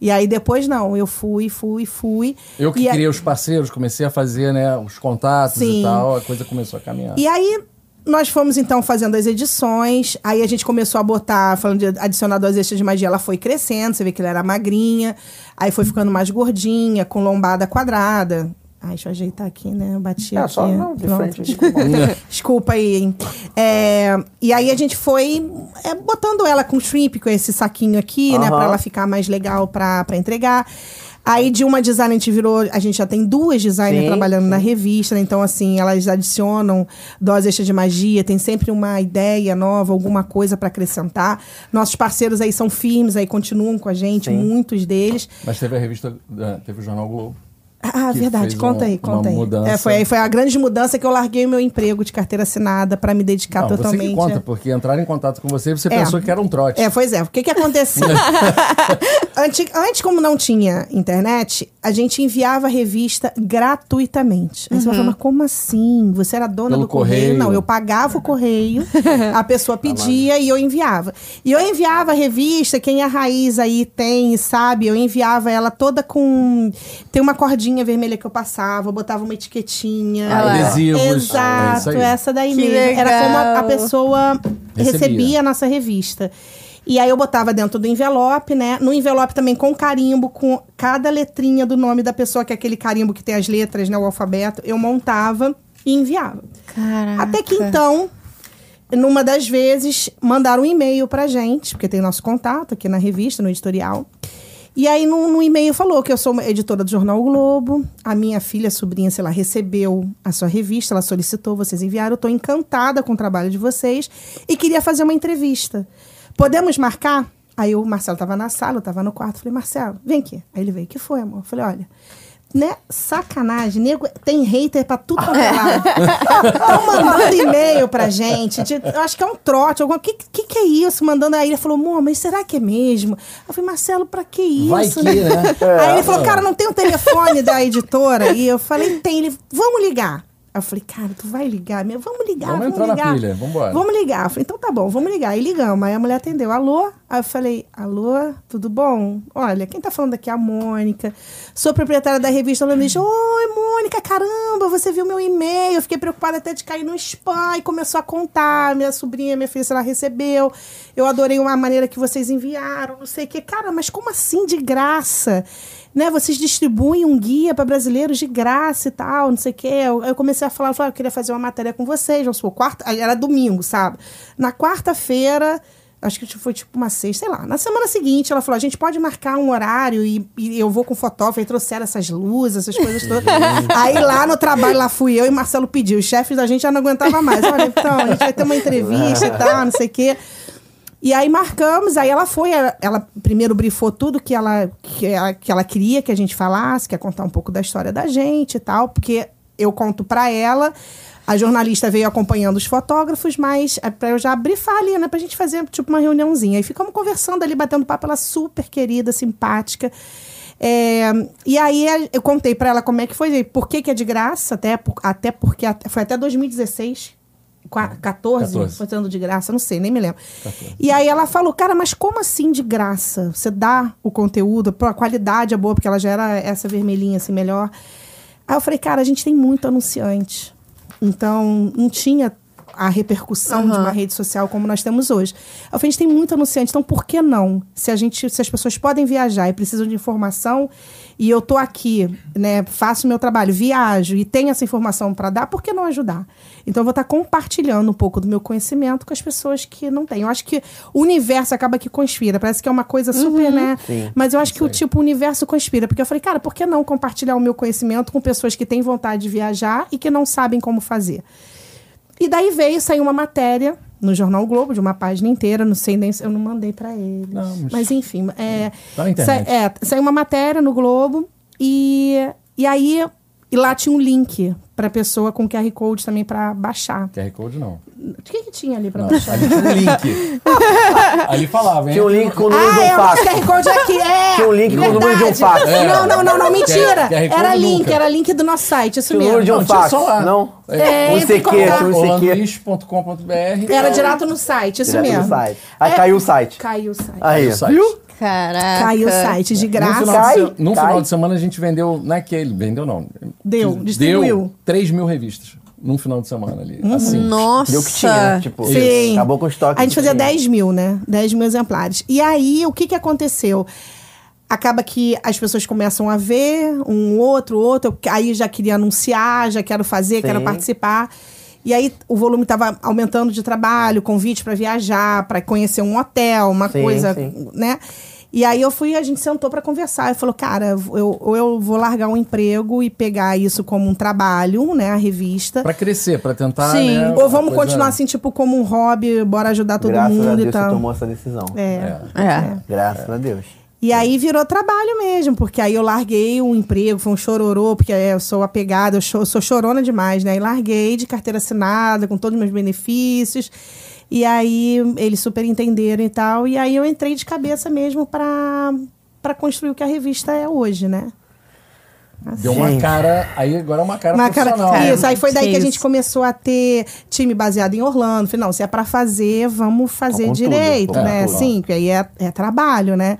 E aí depois não, eu fui, fui, fui. Eu que E a- criei os parceiros, comecei a fazer né, os contatos Sim. e tal, a coisa começou a caminhar. E aí nós fomos então fazendo as edições, aí a gente começou a botar, falando de adicionar duas extras de magia, ela foi crescendo, você vê que ela era magrinha, aí foi ficando mais gordinha, com lombada quadrada. Ai, deixa eu ajeitar aqui, né? Eu bati É, aqui. só não, de Pronto, frente, desculpa. Desculpa aí, hein? É, e aí a gente foi é, botando ela com shrimp, com esse saquinho aqui, né? Aham. Pra ela ficar mais legal pra, pra entregar. Aí de uma designer a gente virou. A gente já tem duas designers Sim, trabalhando na revista, né? Então, assim, elas adicionam dose extra de magia, tem sempre uma ideia nova, alguma coisa pra acrescentar. Nossos parceiros aí são firmes, aí continuam com a gente, Sim. muitos deles. Mas teve a revista, eh, teve o Jornal Globo. Ah, que verdade. fez Conta um- aí, uma conta aí. mudança. É, foi, aí foi a grande mudança que eu larguei meu emprego de carteira assinada pra me dedicar Não, você totalmente. que conta, porque entraram em contato com você, você É. pensou que era um trote. É, pois é. O que que acontecia? antes, antes, como não tinha internet, a gente enviava a revista gratuitamente. Aí você Uhum. vai falar, mas como assim? Você era dona Pelo do correio? correio. Tá Não, eu pagava o correio, a pessoa pedia e eu enviava. E eu enviava a revista, quem é raiz aí tem, sabe? Eu enviava ela toda com... Tem uma cordinha vermelha que eu passava, eu botava uma etiquetinha. Ah lá. Adesivos. É isso Exato, aí. essa daí Que mesmo. Era como a- a legal. pessoa pessoa recebia. Recebia. a nossa revista. E aí eu botava dentro do envelope, né? No envelope também com carimbo, com cada letrinha do nome da pessoa, que é aquele carimbo que tem as letras, né? O alfabeto. Eu montava e enviava. Caraca. Até que então, numa das vezes, mandaram um e-mail pra gente, porque tem nosso contato aqui na revista, no editorial. E aí, no, no e-mail falou que eu sou uma editora do Jornal O Globo, a minha filha, sobrinha, sei lá, recebeu a sua revista, ela solicitou, vocês enviaram, eu tô encantada com o trabalho de vocês e queria fazer uma entrevista. Podemos marcar? Aí o Marcelo tava na sala, eu tava no quarto, falei, Marcelo, vem aqui. Aí ele veio, que foi, amor? Eu falei, olha, né? Sacanagem, nego. Tem hater pra tudo quanto é lado. Estão mandando e-mail pra gente. de- eu acho que é um trote. Alguma, que, que que é isso? Mandando aí. Ele falou, amor, mas será que é mesmo? Eu falei, Marcelo, pra que isso? Vai que, né? Aí ele falou, cara, não tem o telefone da editora? E eu falei, tem. Ele, vamos ligar. Aí Eu falei, cara, tu vai ligar mesmo? Vamos ligar, Vamos vamos, entrar na ligar. pilha, vambora. Vamos ligar. Eu falei, então tá bom, vamos ligar. Aí ligamos. Aí a mulher atendeu, alô? Aí eu falei, alô, tudo bom? Olha, quem tá falando aqui é a Mônica. Sou proprietária da revista Landish. Oi, Mônica, caramba, você viu meu e-mail. Eu fiquei preocupada até de cair no spam. E começou a contar. Minha sobrinha, minha filha, se ela recebeu. Eu adorei uma maneira que vocês enviaram, não sei o quê. Cara, mas como assim de graça? Né, vocês distribuem um guia para brasileiros de graça e tal, não sei o quê. Eu, eu comecei a falar, eu falei, "Ah, eu queria fazer uma matéria com vocês, não sou quarta, aí era domingo, sabe? Na quarta-feira, acho que foi tipo uma sexta, sei lá. Na semana seguinte, ela falou, a gente pode marcar um horário e, e eu vou com fotógrafo, aí trouxeram essas luzes, essas coisas todas. aí lá no trabalho, lá fui eu e Marcelo pediu, os chefes da gente já não aguentava mais. Olha, então, a gente vai ter uma entrevista e tal, não sei o quê. E aí marcamos, aí ela foi, ela, ela primeiro brifou tudo que ela, que, ela, que ela queria que a gente falasse, quer contar um pouco da história da gente e tal, porque eu conto pra ela. A jornalista veio acompanhando os fotógrafos, mas é pra eu já brifar ali, né? Pra gente fazer tipo uma reuniãozinha. Aí ficamos conversando ali, batendo papo, ela super querida, simpática. É, e aí a- eu contei pra ela como é que foi, por que, que é de graça, até, por- até porque até- foi até 2016, qua- 14, 14. foi dando de graça, não sei, nem me lembro. E aí ela falou, cara, mas como assim de graça? Você dá o conteúdo, pô, a qualidade é boa, porque ela já era essa vermelhinha assim, melhor. Aí eu falei, cara, a gente tem muito anunciante. Então, não tinha a repercussão de uma rede social como nós temos hoje. Eu falei, a gente tem muito anunciante, então por que não? Se a gente, se as pessoas podem viajar e precisam de informação, e eu tô aqui, né, faço meu trabalho, viajo e tenho essa informação para dar, por que não ajudar? Então eu vou estar compartilhando um pouco do meu conhecimento com as pessoas que não têm. Eu acho que o universo acaba que conspira, parece que é uma coisa super, né? Sim. Mas eu acho que o tipo o universo conspira, porque eu falei, cara, por que não compartilhar o meu conhecimento com pessoas que têm vontade de viajar e que não sabem como fazer? E daí veio sair uma matéria no jornal o Globo de uma página inteira, não sei nem se eu não mandei pra eles. Não, mas... mas- enfim, é, Tá na internet. sa- é, saiu uma matéria no Globo e e aí e lá tinha um link pra pessoa com QR Code também pra baixar. QR Code não. O que, que tinha ali pra não. baixar? Ali tinha um link. Ali falava, hein? Tinha um link com o número de Ah, um é, mas fax. QR Code é aqui. É, Tinha um link com o número de um verdade. fax. Não, não, não, não, mentira. QR É. Code Era link, nunca. era link do nosso site, isso Tinha o número de mesmo. um Não, tinha fax. só lá. Não? É, Não entre sei em o quê, contato. não sei o quê. Orlandois.com.br Era direto no site, isso Direto no mesmo. site. Aí É. caiu o site. Ah, Caiu o site. Aí, o site. viu? Caraca. Caiu o site, de No graça. final, de se- Cai, no cai. final de semana a gente vendeu naquele. Vendeu não. Deu, distribuiu. Deu 3 mil revistas num final de semana ali. Assim. Nossa. Deu o que tinha, né? Tipo, Sim. acabou com o estoque. A gente que fazia tinha. 10 mil, né? 10 mil exemplares. E aí, o que, que aconteceu? Acaba que as pessoas começam a ver um outro, outro. eu- Aí já queria anunciar, já quero fazer, quero participar. E aí o volume estava aumentando de trabalho, convite para viajar, para conhecer um hotel, uma Sim, coisa, sim. né? E aí eu fui, a gente sentou para conversar. Eu falou, cara, eu, ou eu vou largar um emprego e pegar isso como um trabalho, né? A revista. Pra crescer, pra tentar. Sim. né, Ou vamos coisa- continuar assim, tipo, como um hobby, bora ajudar todo Graças a mundo Deus e você tal. tomou essa decisão. É. É. É. Graças a Deus. E aí virou trabalho mesmo, porque aí eu larguei um emprego, foi um chororô, porque é, eu sou apegada, eu cho- sou chorona demais, né? E larguei de carteira assinada, com todos os meus benefícios. E aí eles super entenderam e tal. E aí eu entrei de cabeça mesmo pra, pra construir o que a revista é hoje, né? Deu uma Gente. cara. Aí agora é uma cara Assim. Uma cara, É, profissional. isso, aí foi daí que a Isso. gente começou a ter time baseado em Orlando. Falei, não, se é pra fazer, vamos fazer com tudo, direito, com né? tudo. Sim, que aí é, é trabalho, né?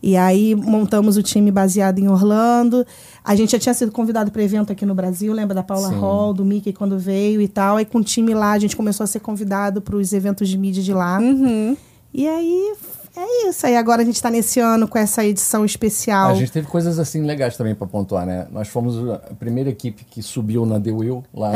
E aí montamos o time baseado em Orlando. A gente já tinha sido convidado para evento aqui no Brasil, lembra da Paula Hall, do Mickey quando veio e tal. Aí com o time lá, a gente começou a ser convidado para os eventos de mídia de lá. E aí é isso. Aí agora a gente tá nesse ano com essa edição especial. A gente teve coisas assim legais também pra pontuar, né? Nós fomos a primeira equipe que subiu na The Will, lá no-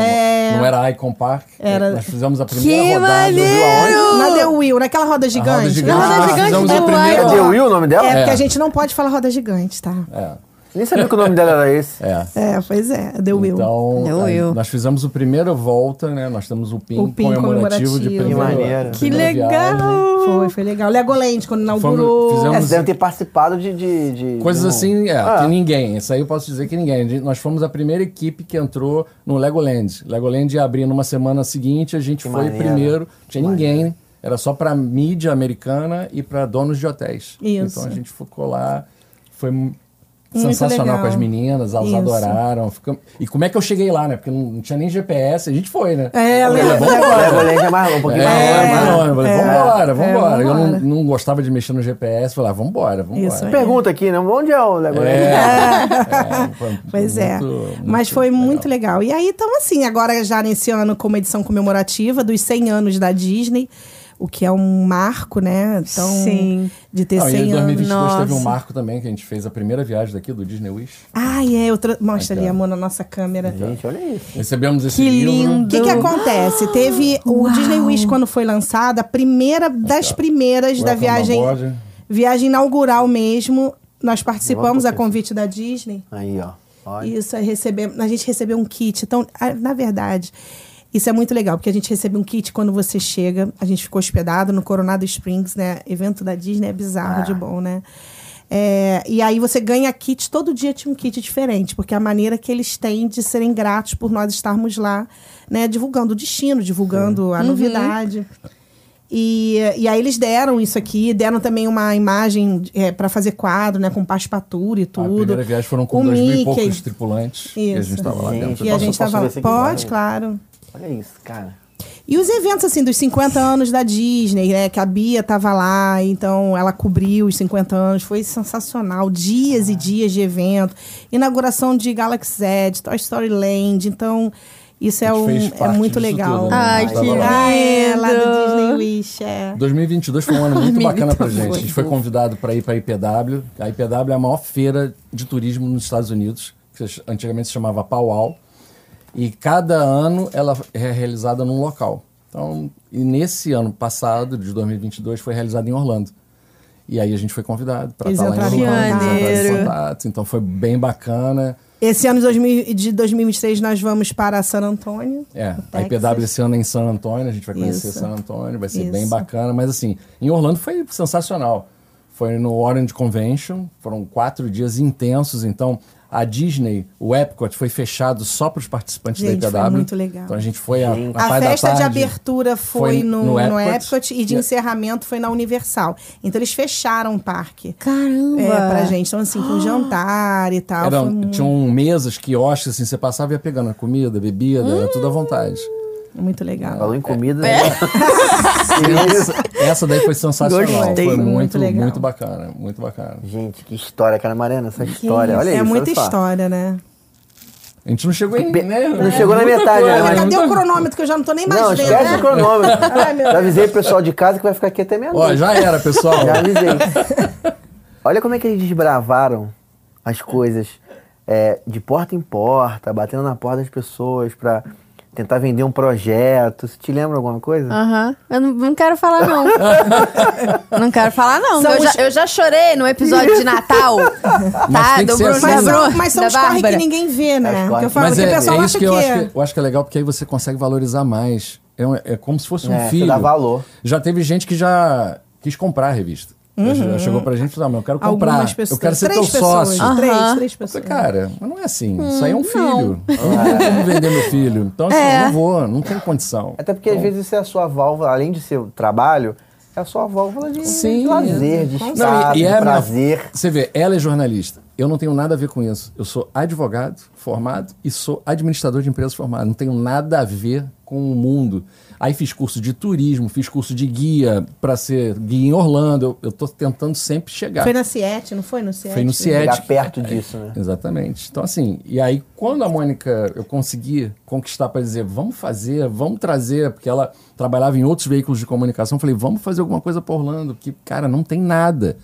não era a Icon Park. É, É. Era- Nós fizemos a primeira Que rodada. maneiro! Na The Will, naquela roda gigante. gigante. Na roda Ah, gigante fizemos a do primeira- Lion. Cadê o Will, o nome dela? É, porque É. a gente não pode falar roda gigante, tá? É, Nem sabia que o nome dela era esse. é. É, pois é, The Will. Então, Eu, aí eu. nós fizemos o primeiro volta, né? Nós temos o PIN, O PIN comemorativo, de comemorativo. Que primeiro. maneiro. Que primeira viagem. legal. Foi, foi legal. Legoland, quando inaugurou. Fomos- fizemos- É, vocês devem ter participado de. de, de- assim. Coisas de um- assim, é, Ah. que ninguém. Isso aí eu posso dizer que ninguém. A gente- Nós fomos a primeira equipe que entrou no Legoland. Legoland ia abrir numa semana seguinte, a gente Que foi maneiro. primeiro. Tinha ninguém. Era só pra mídia americana e pra donos de hotéis. Isso. Então a gente ficou lá. Foi mu- sensacional legal. com as meninas, elas Isso. adoraram. Ficamos- E como é que eu cheguei lá, né? Porque não, não tinha nem GPS, a gente foi, né? É, Pô, lembra? é bom O agora. Legoland é mais um pouquinho mais longe, É, né? mais longe. Eu falei, Vambora, vambora. Eu não, É, vambora. não gostava de mexer no GPS. Falei, ah, vambora, vambora. Isso aí. Pergunta aqui, né? Onde é o Legoland? É, foi Pois é. muito, Mas foi muito legal. E aí, então, assim, agora já nesse ano, como edição comemorativa dos 100 anos da Disney, o que é um marco, né? Então, Sim. de ter Não, Ah, e 100 em anos. 2022 teve um nossa. marco também, que a gente fez a primeira viagem daqui do Disney Wish. Ai, é, eu tra... mostra ali, Aqui, ó. amor, na nossa câmera. Uhum. Gente, olha isso. Recebemos esse Que livro. lindo. O que, que acontece? Teve o Disney Wish quando foi lançada, a primeira das primeiras da Welcome viagem, on board. viagem inaugural mesmo. Nós participamos a Levanta, convite da Disney. Aí, ó. Olha. Isso, aí recebemos, a gente recebeu um kit. Então, a- na verdade, isso é muito legal, porque a gente recebe um kit quando você chega. A gente ficou hospedado no Coronado Springs, né? Evento da Disney é bizarro Ah. de bom, né? É, e aí você ganha kit, todo dia tinha um kit diferente, porque a maneira que eles têm de serem gratos por nós estarmos lá, né? Divulgando o destino, divulgando Uhum. a novidade. E, e aí eles deram isso aqui, deram também uma imagem é, para fazer quadro, né? Com passepartura e A tudo. primeira viagem foram com O dois mil e Mickey. poucos tripulantes. E a gente Isso. estava lá Gente, dentro. E a Posso- gente posso tava ver lá. esse aqui, Pode, vai? claro. Olha isso, cara. E os eventos, assim, dos 50 anos da Disney, né? Que a Bia tava lá, então ela cobriu os 50 anos. Foi sensacional. Dias e dias de evento. Inauguração de Galaxy Edge, Toy Story Land. Então, isso é, A gente um, fez é parte muito disso legal. tudo, né? Ai, Tava que lá. legal. Ah, é, lá do Lindo. Disney Wish, é. 2022 foi um ano muito bacana pra gente. foi. A gente foi convidado para ir para a IPW. A IPW é a maior feira de turismo nos Estados Unidos, que se- antigamente se chamava Powwow. E cada ano ela é realizada num local. Então, e nesse ano passado, de 2022, foi realizada em Orlando. E aí a gente foi convidado para Eles estar lá em entraram Orlando. em eles entraram contato. em contato. Então foi bem bacana. Esse ano de 2000 de 2023, nós vamos para San Antônio. É, no a Texas. IPW esse ano é em San Antônio, a gente vai conhecer Isso. San Antônio, vai ser bem Isso. bacana. Mas assim, em Orlando foi sensacional. Foi no Orange Convention, foram quatro dias intensos, então A Disney, o Epcot, foi fechado só para os participantes Gente, da ITW. foi muito legal. Então a gente foi a, Gente. a A parte da festa de tarde. abertura foi, foi no, no no Epcot. Epcot e de E- encerramento foi na Universal. Então eles fecharam o parque Caramba! é, pra gente. Então, assim, com jantar e tal. Eram- foi mu- Tinham mesas, quiosques, assim, você passava e ia pegando a comida, a bebida, era tudo à Hum. vontade. muito legal. Falou em É. comida. né? Essa, essa daí foi sensacional. Gostei. Foi Muito muito, legal. muito bacana, muito bacana. Gente, que história, cara, Mariana, essa história. isso, Olha é isso. muita olha só. história, né? A gente não chegou em. Pe- Né? não É, chegou na muita metade, coisa, né? né? Mas Cadê Muita- o cronômetro que eu já não tô nem mais Não, vendo? esquece o né? cronômetro. Ai, meu Já avisei pro pessoal de casa que vai ficar aqui até Ó, meia-noite. já era, pessoal. Já avisei. Olha como é que eles desbravaram as coisas é, de porta em porta, batendo na porta das pessoas pra tentar vender um projeto. Você te lembra alguma coisa? Aham. Eu não, não quero falar, não. não quero falar, não. São Eu, os- já, eu já chorei no episódio de Natal. Mas tá? tem que Do ser Bruno, assim, da Mas, né? Bru- são- mas são da os corre que Bárbara. ninguém vê, Os né? corre Que eu que- falo Mas que é, o pessoal é acha isso que. que eu, acho que eu acho que é legal, porque aí você consegue valorizar mais. É, um- é como se fosse um É, você filho. dá valor. Já teve gente que já quis comprar a revista. Já che- Já chegou pra gente e falou: "Ah, mas eu quero comprar. Uhum. Algumas pessoas. Eu quero ser três teu pessoas. sócio. Três, três Eu pessoas. falei, cara, mas não é assim. isso aí é um filho. Eu não tenho como vender meu filho. Então, assim, É. eu não vou, não tem condição. Então, Até porque às vezes isso é a sua válvula, além de seu trabalho, é a sua válvula de, Sim. de lazer, de Não, é estar, de a minha- prazer. você vê, ela é jornalista. Eu não tenho nada a ver com isso. Eu sou advogado formado e sou administrador de empresas formado. Não tenho nada a ver com o mundo. Aí fiz curso de turismo, fiz curso de guia para ser guia em Orlando. Eu, eu tô tentando sempre chegar. Foi na Siete, não foi no Siete? Foi no Siete. Chegar perto disso, né? Exatamente. Então, assim, e aí quando a Mônica eu consegui conquistar para dizer, vamos fazer, vamos trazer, porque ela trabalhava em outros veículos de comunicação, eu falei, vamos fazer alguma coisa para Orlando, porque, cara, não tem nada.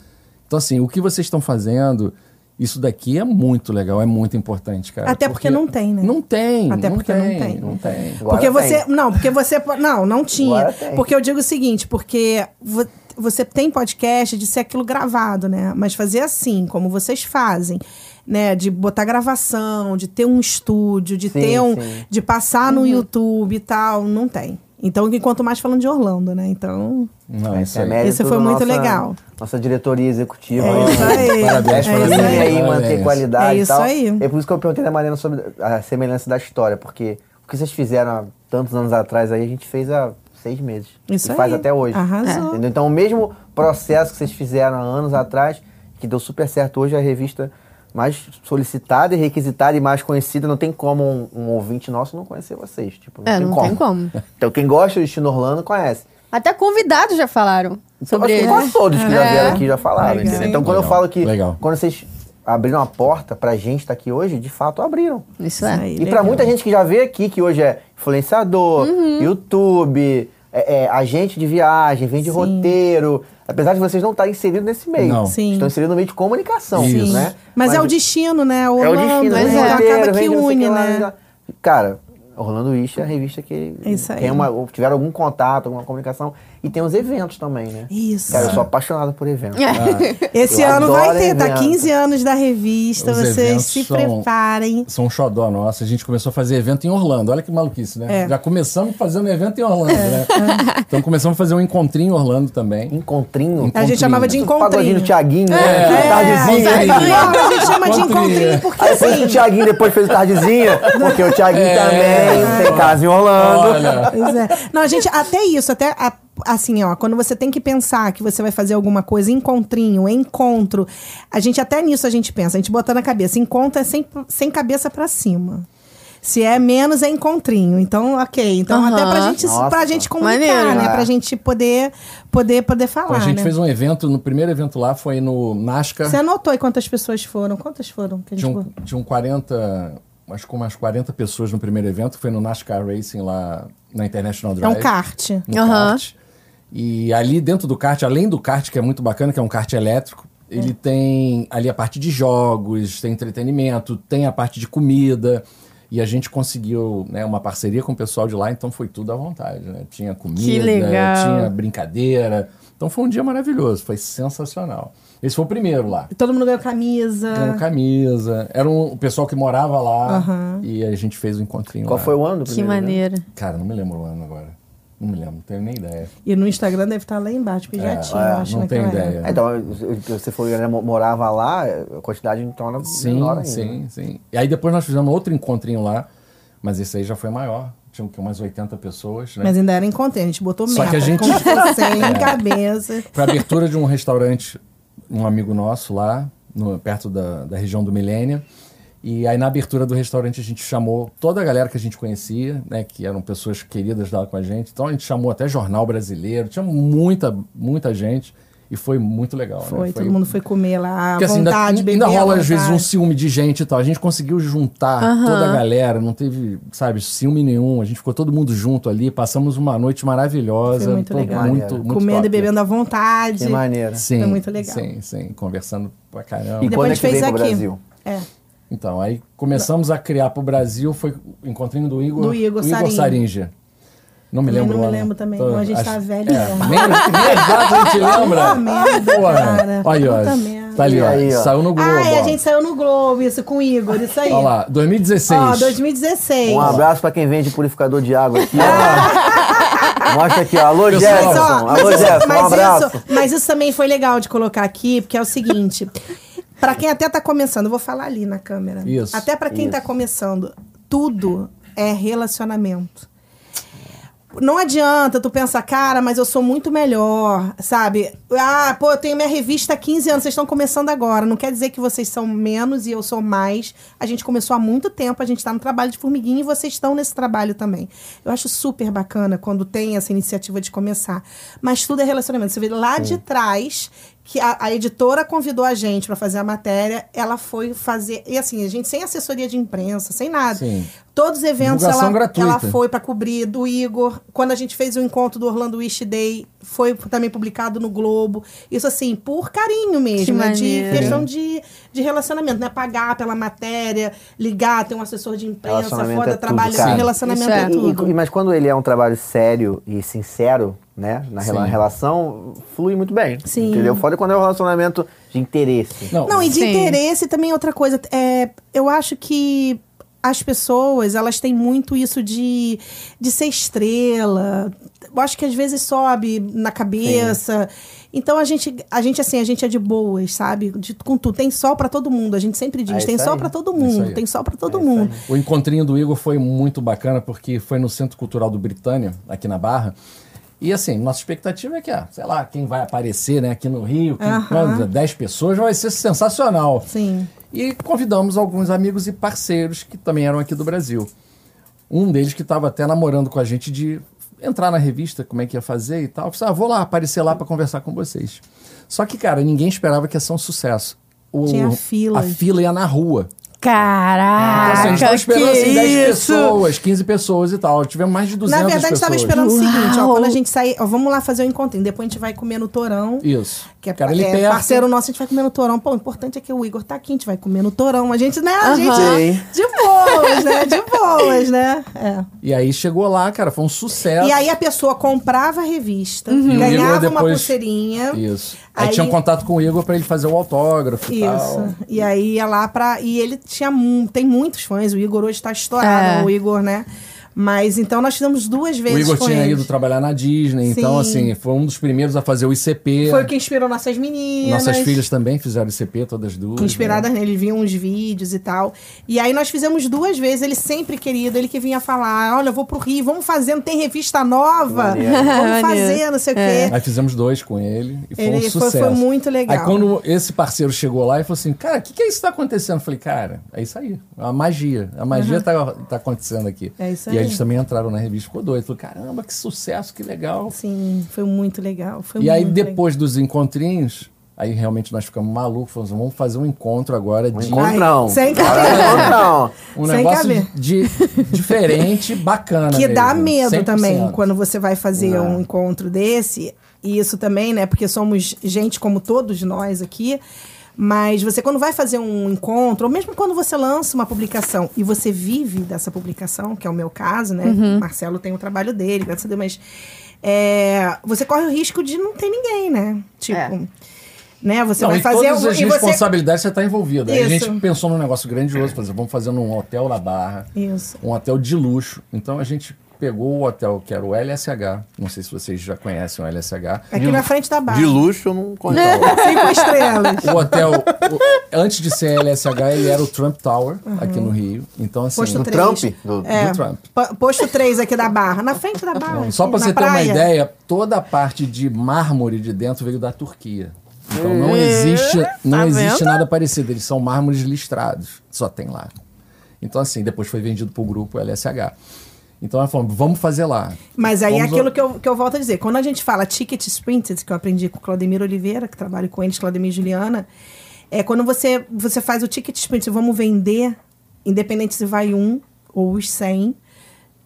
Então, assim, o que vocês estão fazendo, isso daqui é muito legal, é muito importante, cara. Até porque não tem, né? Não tem. Até não porque não tem, tem. Não tem. Agora porque tem. você. Não, porque você. po- Não, não tinha. Agora tem. Porque eu digo o seguinte, porque vo- você tem podcast de ser aquilo gravado, né? Mas fazer assim, como vocês fazem, né? De botar gravação, de ter um estúdio, de Sim, ter um. sim. De passar Uhum. no YouTube e tal, não tem. Então, e quanto mais falando de Orlando, né? Então. Não, isso é aí. mérito Esse foi da muito nossa- legal. Nossa diretoria executiva. É né? isso Parabéns, aí. É, parabéns. isso aí, Parabéns. manter qualidade É e isso tal. aí. É por isso que eu perguntei da Mariana sobre a semelhança da história, porque o que vocês fizeram há tantos anos atrás aí, a gente fez há seis meses. Isso e aí. faz até hoje. Arrasou. Entendeu? Então, o mesmo processo que vocês fizeram há anos atrás, que deu super certo hoje, é a revista mais solicitada e requisitada e mais conhecida. Não tem como um, um ouvinte nosso não conhecer vocês. Tipo, não É, tem não como. tem como. Então, quem gosta do estilo Orlando conhece. Até convidados já falaram sobre Acho que ele. quase todos que já É. vieram aqui já falaram. Legal. entendeu? Então, Sim. quando eu Legal, falo que legal. quando vocês abriram a porta pra gente estar aqui hoje, de fato abriram. Isso é. Aí, E pra legal. Uhum. muita gente que já veio aqui, que hoje é influenciador, YouTube, é, é, agente de viagem, vende roteiro. Apesar de vocês não estarem inseridos nesse meio. Não. Sim. Estão inseridos no meio de comunicação, Isso. né? Mas, é o destino, né? É o Orlando, destino, né? mas vende é. Então roteiro, acaba que vende não sei o une, lá, né? lá. Cara, Orlando Wish é a revista que Isso aí. tem uma, ou tiveram algum contato, alguma comunicação. E tem os eventos também, né? Isso. É. Cara, eu sou apaixonado por eventos. É. Ah, Esse Eu ano adoro vai ter, tá evento. 15 anos da revista, Os vocês eventos se são- preparem. São um xodó nosso. A gente começou a fazer evento em Orlando. Olha que maluquice, né? É. Já começamos fazendo evento em Orlando, né? Então começamos a fazer um encontrinho em Orlando também. Encontrinho. A gente Encontrinho. chamava de Pagodinho encontrinho. do Thiaguinho, né? É. Tardezinha. É. Não, Então, a gente chama de Encontrinho. encontrinho porque Aí depois o assim. Thiaguinho depois fez o Tardezinha, porque o Thiaguinho É. também tem casa em Orlando. Olha, Pois é. Não, a gente, até isso, até a- assim, ó, quando você tem que pensar que você vai fazer alguma coisa, encontrinho, encontro, a gente até nisso a gente pensa, a gente bota na cabeça, encontro é sem, sem cabeça pra cima. Se é menos, é encontrinho. Então, ok. Então, Aham. até pra gente, pra Nossa. gente comunicar, Maneiro. né? É. Pra gente poder, poder, poder falar, Então, a gente né? fez um evento, no primeiro evento lá foi no NASCAR. um Você é tipo? anotou aí quantas pessoas foram? Quantas foram? Que a gente Tinham, foi? tinham 40, acho que umas 40 pessoas no primeiro evento, foi no NASCAR Racing lá na International É Drive. um kart. no Aham. kart. E ali dentro do kart, além do kart, que é muito bacana, que é um kart elétrico, ele tem ali a parte de jogos, tem entretenimento, tem a parte de comida. E a gente conseguiu né, uma parceria com o pessoal de lá, então foi tudo à vontade. Né? Tinha comida, Que legal. tinha brincadeira. Então foi um dia maravilhoso, foi sensacional. Esse foi o primeiro lá. Todo mundo ganhou camisa. um Com camisa. Era um, o pessoal que morava lá Aham. e a gente fez o encontrinho Qual lá. foi o ano do Que né? primeiro evento? maneiro. Cara, não me lembro o ano agora. Não me lembro, não tenho nem ideia. E no Instagram deve estar lá embaixo, porque já É, tinha, é, eu acho, não naquela tenho ideia. época. É, Então, você falou que ela mo- morava lá, a quantidade então era Sim, menor ainda. né? sim, sim. E aí depois nós fizemos outro encontrinho lá, mas esse aí já foi maior. Tinha que umas 80 pessoas, né? Mas ainda era em container, a gente botou Só meta, que a gente- É. como se fosse sem cabeça. Pra abertura de um restaurante, um amigo nosso lá, no- perto da, da região do Milênio. E aí na abertura do restaurante a gente chamou toda a galera que a gente conhecia, né? Que eram pessoas queridas lá com a gente. Então a gente chamou até jornal brasileiro, tinha muita, muita gente. E foi muito legal, né? Foi, todo mundo foi comer lá, à Porque assim, ainda, vontade, beber ainda à rola às vezes um vontade. ciúme de gente e tal. A gente conseguiu juntar toda a galera, não teve, sabe, ciúme nenhum. A gente ficou todo mundo junto ali, passamos uma noite maravilhosa. Foi muito né? pô, legal. Muito, Maneiro. muito Comendo top. né? e bebendo à vontade. Que maneira. Sim, Foi muito legal. Sim, sim, conversando pra caramba. E Depois quando a é gente que fez veio pro aqui. Brasil? É. Então, aí começamos a criar pro Brasil, foi o encontrinho do Igor, Do Igor o Igor Saringe. Saringe. Não me Também lembro. não me o ano. lembro também, Tô- não, a gente tá velho, É, né? nem, nem as datas a gente lembra. Puta merda, Porra. cara. Olha, aí, ó, Puta merda. tá ali, ó, E aí, ó? saiu no Globo. Ah, e ó. a gente saiu no Globo, isso, com o Igor, isso aí. Ah, Olha lá, 2016. Ó, 2016. Um abraço pra quem vende purificador de água aqui. ó. Mostra aqui, ó. Alô, Pessoal, Mas, Jefferson. ó, Alô, mas, isso, Jefferson. Um mas abraço. isso- mas isso também foi legal de colocar aqui, porque é o seguinte: pra quem até tá começando, eu vou falar ali na câmera. Isso, Até pra quem tá começando, tudo é relacionamento. Não adianta tu pensar, cara, mas eu sou muito melhor, sabe? Ah, pô, eu tenho minha revista há 15 anos, vocês estão começando agora. Não quer dizer que vocês são menos e eu sou mais. A gente começou há muito tempo, a gente tá no trabalho de formiguinha e vocês estão nesse trabalho também. Eu acho super bacana quando tem essa iniciativa de começar. Mas tudo é relacionamento. Você vê lá de trás que a, a editora convidou a gente pra fazer a matéria, ela foi fazer. E assim, a gente sem assessoria de imprensa, sem nada. Sim. Todos os eventos Divulgação ela, gratuita. ela foi para cobrir do Igor. Quando a gente fez o encontro do Orlando Wish Day, foi também publicado no Globo. Isso assim, por carinho Que mesmo, né? de maneiro. questão de, de relacionamento, né? Pagar pela matéria, ligar, ter um assessor de imprensa, Relacionamento foda, é tudo, trabalho, cara. relacionamento Isso é, é. E- tudo. e- mas quando ele é um trabalho sério e sincero, né? Na rela- Sim. relação, flui muito bem. Sim. Entendeu? Foda quando é um relacionamento de interesse. Não, Não, e de Sim. interesse também é outra coisa. É, eu acho que as pessoas, elas têm muito isso de, de ser estrela. Eu acho que às vezes sobe na cabeça. Então a gente, a gente assim, a gente é de boas, sabe? De, com tudo. Tem sol pra todo mundo, a gente sempre diz. É tem isso sol aí. pra todo É isso mundo, aí. tem sol pra todo É isso mundo. O encontrinho do Igor foi muito bacana, porque foi no Centro Cultural do Britânia, aqui na Barra. E assim, nossa expectativa é que, ah, sei lá, quem vai aparecer né, aqui no Rio, quem, Aham. 10 pessoas, vai ser sensacional. Sim. E convidamos alguns amigos e parceiros que também eram aqui do Brasil. Um deles que estava até namorando com a gente de entrar na revista, como é que ia fazer e tal. Eu Falei, ah, vou lá, aparecer lá para conversar com vocês. Só que, cara, ninguém esperava que ia ser um sucesso. O- Tinha fila. A fila ia na rua. Então, assim, a gente Caraca, tava esperando que assim, 10 isso! pessoas, 15 pessoas e tal. Tivemos mais de 200 Na verdade, a gente pessoas. tava esperando o seguinte, ó, Uau! quando a gente sair, ó, vamos lá fazer o encontrinho, depois a gente vai comer no torão. Isso. Que é, Cara, ele é perto. parceiro nosso, a gente vai comer no torão. Pô, o importante é que o Igor tá aqui, a gente vai comer no torão. A gente, né? A Aham. gente. De boas, né? De boas, né? É. E aí chegou lá, cara, foi um sucesso. E aí a pessoa comprava a revista, Uhum. E o ganhava Igor uma depois- pulseirinha. Isso. Aí, Aí- tinha um contato com o Igor pra ele fazer o autógrafo e tal. Isso. E aí ia lá pra. E ele tinha. mu- Tem muitos fãs. O Igor hoje tá estourado, É. o Igor, né? Mas então nós fizemos duas vezes. O Igor com tinha eles. ido trabalhar na Disney, então Sim. assim, foi um dos primeiros a fazer o ICP. Foi o que inspirou nossas meninas. é. Nossas filhas também fizeram ICP, todas duas. né? inspiradas nele, viam uns vídeos e tal. E aí nós fizemos duas vezes, ele sempre querido, ele que vinha falar, olha, eu vou pro Rio, vamos fazendo, tem revista nova, Maneiro. vamos fazer, Maneiro. não sei o quê. Né? Aí fizemos dois com ele e foi um é. Ele foi- sucesso. foi muito legal. Aí quando esse parceiro chegou lá e falou assim, cara, o que, que é isso que tá acontecendo? Eu falei, cara, é isso aí, a magia. A magia tá, tá acontecendo aqui. É isso E aí. aí eles também entraram na revista, ficou doido. Falei, caramba, que sucesso, que legal. Sim, foi muito legal. Foi e aí muito depois dos encontrinhos, aí realmente nós ficamos malucos, falamos, vamos fazer um encontro agora de... legal. Encontro não. Ai, Sem Não, cabelo. não. Um Sem negócio caber. de, de- diferente, bacana. Que dá mesmo, 100%. medo também quando você vai fazer É. um encontro desse. E isso também, né? Porque somos gente como todos nós aqui. Mas você, quando vai fazer um encontro, ou mesmo quando você lança uma publicação e você vive dessa publicação, que é o meu caso, né? O Marcelo tem o trabalho dele, graças a Deus, mas é, você corre o risco de não ter ninguém, né? Tipo. É. Né? Você Não, vai e fazer todas um- as e você responsabilidades você está envolvida. Aí a Isso. gente pensou num negócio grandioso, por exemplo, vamos fazer num hotel na Barra, Isso. um hotel de luxo. Então a gente pegou o hotel que era o LSH. Não sei se vocês já conhecem o LSH. Aqui na frente da barra. De luxo eu não conheço. Cinco estrelas. O hotel, o- antes de ser LSH, ele era o Trump Tower, aqui no Rio. Então, assim, Posto Do três. Trump? Do- É, do Trump. po- Posto 3 aqui da barra. Na frente da barra. assim, Só pra na você ter uma praia. ideia, toda a parte de mármore de dentro veio da Turquia. Então não existe, não tá existe vendo? nada parecido. Eles são mármores listrados. Só tem lá. Então, assim, depois foi vendido pro grupo LSH. Então ela falou, vamos fazer lá. Mas aí é Vamos aquilo ao- que eu, que eu volto a dizer. Quando a gente fala ticket sprinted, que eu aprendi com o Claudemir Oliveira, que trabalho com eles, Claudemir e Juliana, é quando você, você faz o ticket sprint, vamos vender, independente se vai um ou os 100,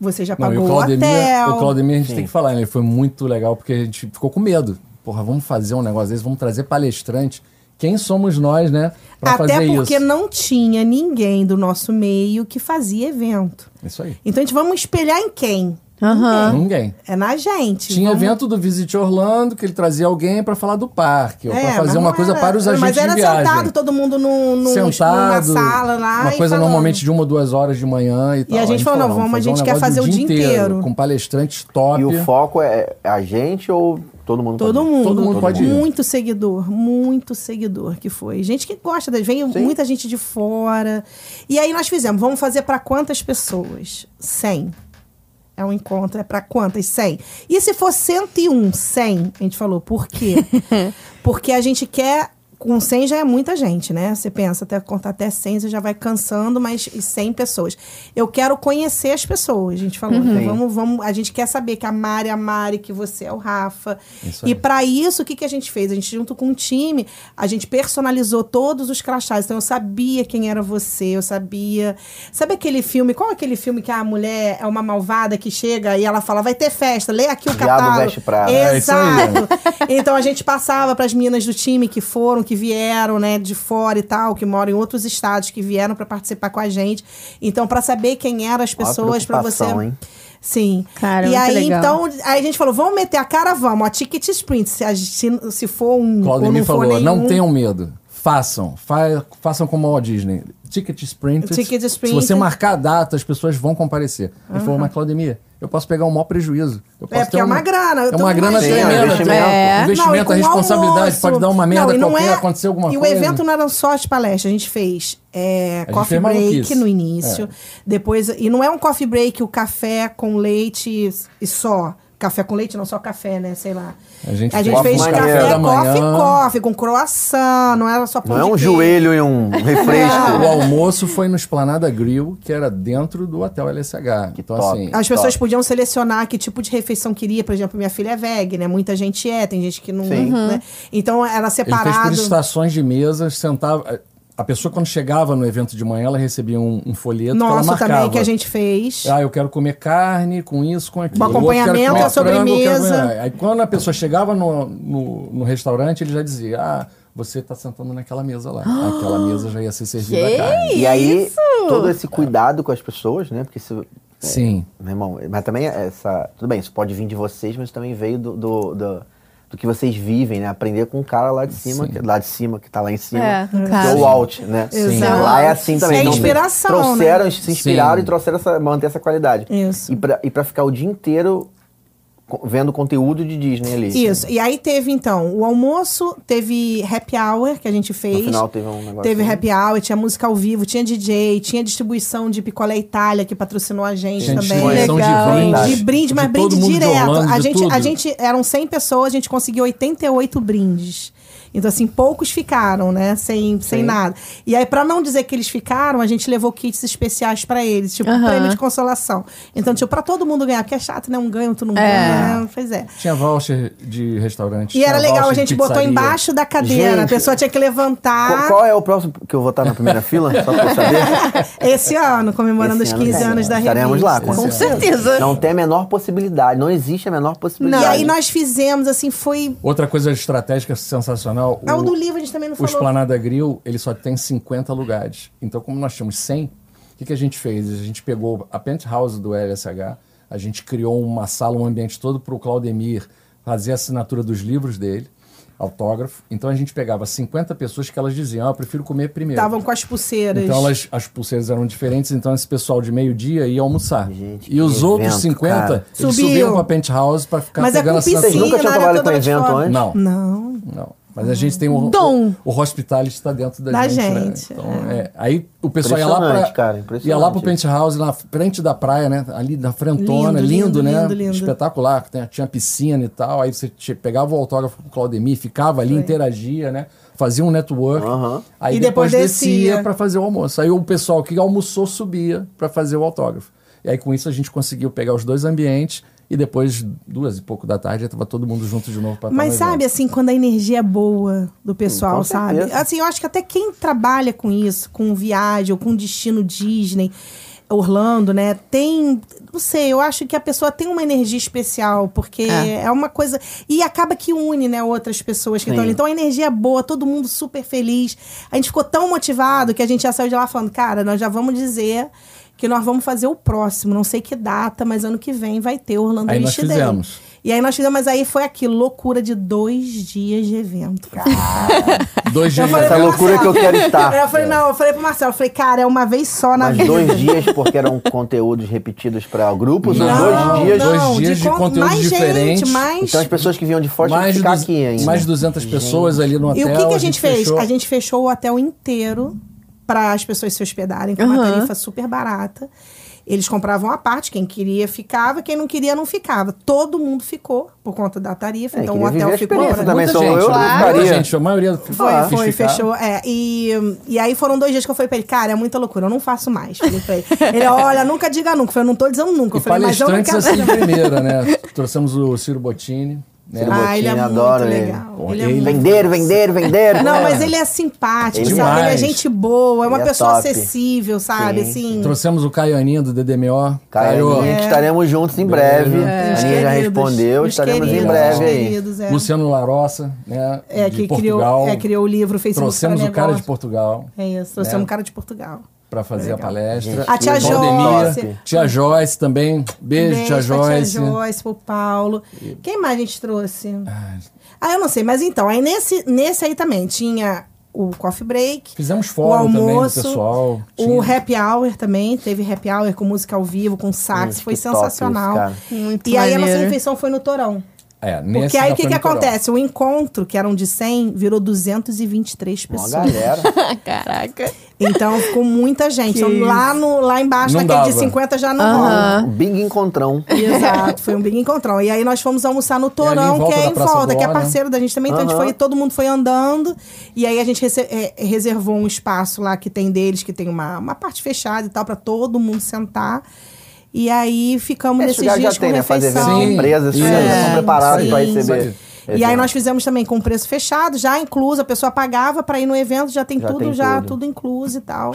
você já Não, e pagou o o, Claudemir, é- hotel. o Claudemir a gente tem que falar, ele foi muito legal porque a gente ficou com medo. Porra, vamos fazer um negócio desse, vamos trazer palestrante. Quem somos nós, né, pra Até fazer porque isso? não tinha ninguém do nosso meio que fazia evento. Isso aí. Então a gente vamos espelhar em quem? Aham. Ninguém. É na gente. Tinha Vamos- evento do Visit Orlando que ele trazia alguém pra falar do parque, ou pra É, mas fazer uma não coisa era- para os agentes Mas era de viagem. sentado todo mundo num, num, numa Sentado, sala lá. uma e coisa falando. normalmente de uma ou duas horas de manhã e tal. a gente falou, não, vamos, a fazer um gente quer negócio fazer do o dia inteiro. Com palestrantes top. E o foco é é a gente ou todo mundo? Todo pode ir? mundo. Todo mundo pode ir. Muito seguidor, muito seguidor que foi. Gente que gosta, das- vem muita gente de fora. E aí nós fizemos, vamos fazer para quantas pessoas? 100. É um encontro, é para quantas? 100. E se for 101, 100? A gente falou, por quê? Porque a gente quer. Com 100 já é muita gente, né? Você pensa, até contar até 100 você já vai cansando, mas e 100 pessoas. Eu quero conhecer as pessoas, a gente falou. né? Uhum. Sim. Vamos, vamos, a gente quer saber que a Mari é a Mari, que você é o Rafa. Isso e aí. para isso, o que, que a gente fez? A gente, junto com um time, a gente personalizou todos os crachás. Então, eu sabia quem era você, eu sabia. Sabe aquele filme? Qual é aquele filme que a mulher é uma malvada que chega e ela fala, vai ter festa, lê aqui o Diabo catálogo. veste Prada. É, isso aí. Exato. então, a gente passava para as meninas do time que foram, que vieram, né, de fora e tal, que moram em outros estados, que vieram para participar com a gente. Então, para saber quem eram as Ó a pessoas, para você. preocupação, hein? Sim. Cara, e muito aí, legal. então, aí a gente falou, vamos meter a cara, vamos. A ticket sprint, se, a gente- se, se for um ou Claudemir não falou, for nenhum, não tenham medo. Façam. Fa- façam como a Walt Disney. Ticket sprint. Ticket Se sprinted. você marcar a data, as pessoas vão comparecer. Ele falou, mas Claudemir, eu posso pegar um maior prejuízo. Eu posso porque ter é uma um- grana, eu É tô uma grana Sim, imaginando. é um tremenda. investimento. É. investimento, Ah, e a com responsabilidade almoço. pode dar uma merda não, e não qualquer, é- acontecer alguma e coisa. o evento não eram só as palestras, a gente fez é, gente coffee fez break maluquice. no início, É. depois, e não é um coffee break, o café com leite e só. Café com leite, não só café, né? Sei lá. A gente fez fez coffee café, maneiro. café, da coffee, manhã. coffee, com croissant, não era só pão Não é de um queijo. joelho e um refresco. Tipo, O almoço foi no Esplanada Grill, que era dentro do Hotel LSH. então, top. assim, As pessoas Top. podiam selecionar que tipo de refeição queria. Por exemplo, minha filha é veg, né? Muita gente é, tem gente que não. Sim. Né? Então era ele fez por separado. estações de mesas, sentava. A pessoa, quando chegava no evento de manhã, ela recebia um, um folheto que ela Nosso marcava. também, que a gente fez. Ah, eu quero comer carne com isso, com aquilo. Um O outro quer acompanhamento, comer a sobremesa. frango, eu quero- Aí quando a pessoa chegava no, no, no restaurante, ele já dizia, ah, você tá sentando naquela mesa lá. Ah. Aquela mesa já ia ser servida a carne. é E aí, todo esse cuidado com as pessoas, né? Porque isso. Sim. Meu irmão, mas também essa. Tudo bem, isso pode vir de vocês, mas também veio do, do, do, do que vocês vivem, né? Aprender com o cara lá de cima, que, lá de cima, que tá lá em cima. É, no que caso. o Walt, né? Exato. Lá é assim também. Isso é então, inspiração, Trouxeram, se inspiraram Sim. e trouxeram essa, manter essa qualidade. Isso. E pra, e pra ficar o dia inteiro co- vendo conteúdo de Disney ali. né? Isso. E aí teve, então, o almoço, teve happy hour que a gente fez. No final teve um negócio. É Teve assim. happy hour, tinha música ao vivo, tinha DJ, tinha distribuição de Picolé Itália, que patrocinou a gente Gente, também. distribuição Legal. de brinde. é De brinde, mas todo brinde mundo de direto. Orlando, a, de gente, tudo. a gente eram 100 pessoas, a gente conseguiu 88 brindes. Então, assim, poucos ficaram, né? Sem, sem nada. E aí, pra não dizer que eles ficaram, a gente levou kits especiais pra eles, tipo, Aham. prêmio de consolação. Então, tipo, pra todo mundo ganhar, porque é chato, né? Um ganha, outro não É. ganha, né? Pois é. Tinha voucher de restaurante. E era tinha legal, a voucher de gente botou pizzaria. embaixo da cadeira, né? a Gente, pessoa tinha que Qu- levantar. Qual, é o próximo que eu vou estar na primeira fila? Só pra eu saber. Esse ano, comemorando Esse os ano, 15 cara. anos da revista. Estaremos lá, com Com certeza. Não tem a menor possibilidade. Não existe a menor Não, possibilidade. e aí nós fizemos, assim, foi. Outra coisa estratégica sensacional. Ah, o do livro a gente também não O falou. Esplanada Grill, ele só tem 50 lugares. Então, como nós tínhamos 100, o que, que a gente fez? A gente pegou a penthouse do LSH, a gente criou uma sala, um ambiente todo para o Claudemir fazer a assinatura dos livros dele. autógrafo. Então a gente pegava 50 pessoas que elas diziam, ah, eu prefiro comer primeiro. Estavam com as pulseiras. Então elas, as pulseiras eram diferentes, então esse pessoal de meio-dia ia almoçar. Gente, e os que outros evento, 50, cara. eles Subiu. subiam pra penthouse pra ficar Mas é pegando com assinatura. Vocês nunca Sim, tinham na área trabalhado com toda de evento fora. antes? Não, Não. não. Mas a gente tem o, Dom. o, o hospitality está dentro da, Da né? gente, Então, é. Aí o pessoal ia lá pra, Impressionante, cara, impressionante. ia lá pro penthouse na frente da praia, né? Ali na frentona, lindo, Lindo, lindo, né? lindo, lindo. Espetacular, né? tinha piscina e tal. Aí você te- pegava o autógrafo com o Claudemir, ficava ali, interagia, né? Fazia um network. Aham. Aí E depois depois, descia. descia pra fazer o almoço. Aí o pessoal que almoçou subia pra fazer o autógrafo. E aí com isso a gente conseguiu pegar os dois ambientes e depois duas e pouco da tarde tava todo mundo junto de novo para Mas sabe, assim, quando a energia é boa do pessoal, Hum, com sabe? certeza. Assim, eu acho que até quem trabalha com isso, com viagem ou com destino Disney, Orlando, né? Tem. Não sei, eu acho que a pessoa tem uma energia especial, porque é, É. uma coisa. E acaba que une, né, outras pessoas que estão Sim. ali. Então a energia é boa, todo mundo super feliz. A gente ficou tão motivado que a gente já saiu de lá falando, cara, nós já vamos dizer. Que nós vamos fazer o próximo, não sei que data, mas ano que vem vai ter Orlando Aí nós Beach Day. fizemos. Um E aí nós fizemos, mas aí foi aquilo, loucura de dois dias de evento, cara. Dois dias. falei Essa pra loucura Marcelo. que eu quero estar. eu falei, não, eu falei pro Marcelo, eu falei, cara, é uma vez só na Mas vida. dois dias porque eram conteúdos repetidos para grupos Não, ou dois dias? não. dois dias de con- conteúdo mais diferente. Gente, mais... Então as pessoas que vinham de fora tinham que mais, ficar de, aqui ainda. mais de 200 pessoas ali Então no hotel. E o que, que a, gente fez? fechou- A gente fechou o hotel inteiro para as pessoas se hospedarem com uma Aham. tarifa super barata. Eles compravam a parte, quem queria ficava, quem não queria não ficava. Todo mundo ficou por conta da tarifa, É, então o queria viver hotel a ficou. experiência pra- também, Muita sou eu, gente, eu não muita ficaria. gente, a maioria Foi, Ah. quis foi, ficar. fechou. É, e, e aí foram dois dias que eu falei pra ele, cara, é muita loucura, eu não faço mais. Falei pra ele. Ele, olha, nunca diga nunca. Eu falei, eu não tô dizendo nunca. Eu E falei, mas eu não palestrantes quero. assim, primeira, né? Trouxemos o Ciro Bottini. Né? Ciro ah, ele é Bottini, muito adoro ele. legal. Pô, ele é ele- muito- Vender, vender, vender. Não, né? mas ele é simpático, Ele sabe? Ele é demais. gente boa, é uma Ele é pessoa top. acessível, sabe? Sim, Assim, Trouxemos o Caianinho do DDMO. Caio, Caio, Aninha, que estaremos juntos em breve. É. A Aninha já Queridos, respondeu, os estaremos queridos, em breve os aí. queridos, é. Luciano Larossa, né? É, de que Portugal. criou, é, criou o livro, fez Trouxemos o cara de Portugal É isso, trouxemos um cara de Portugal. para fazer a palestra. A tia Valdemir, Joyce. Tia Joyce também. Beijo, Beijo tia, pra Joyce. Tia Joyce, pro Paulo. Quem mais a gente trouxe? Ah, eu não sei, mas então, aí nesse, nesse aí também tinha o coffee break. Fizemos o fórum também do almoço, pessoal. o Tinha- happy hour também, teve happy hour com música ao vivo, com sax, Gente, foi que top isso, sensacional. cara. Muito e aí a nossa maneiro. refeição foi no Torão. É, nesse Porque aí já o que, foi que no Toró. acontece? O encontro, que eram de 100, virou 223 Uma pessoas. galera. Caraca. Então ficou muita gente. Então, Que lá, no, lá embaixo, Não naquele de dava. 50 já não rola. Aham. Um Big encontrão. Exato, foi um big encontrão. E aí nós fomos almoçar no ali em Torão, volta que é da em Praça volta, do que é Ó, né? parceiro da gente também. Então a gente Aham. foi, todo mundo foi andando. E aí a gente rece- é, reservou um espaço lá que tem deles, que tem uma, uma parte fechada e tal, pra todo mundo sentar. E aí ficamos Esse nesses lugar já dias com tem, né? Fazer evento refeição. de Sim. empresa, esses Isso. caras já É. estão preparados para Sim. receber. E aí evento. nós fizemos também com preço fechado, já incluso, a pessoa pagava pra ir no evento, já tem Já tudo, tem já tudo. tudo. incluso e tal.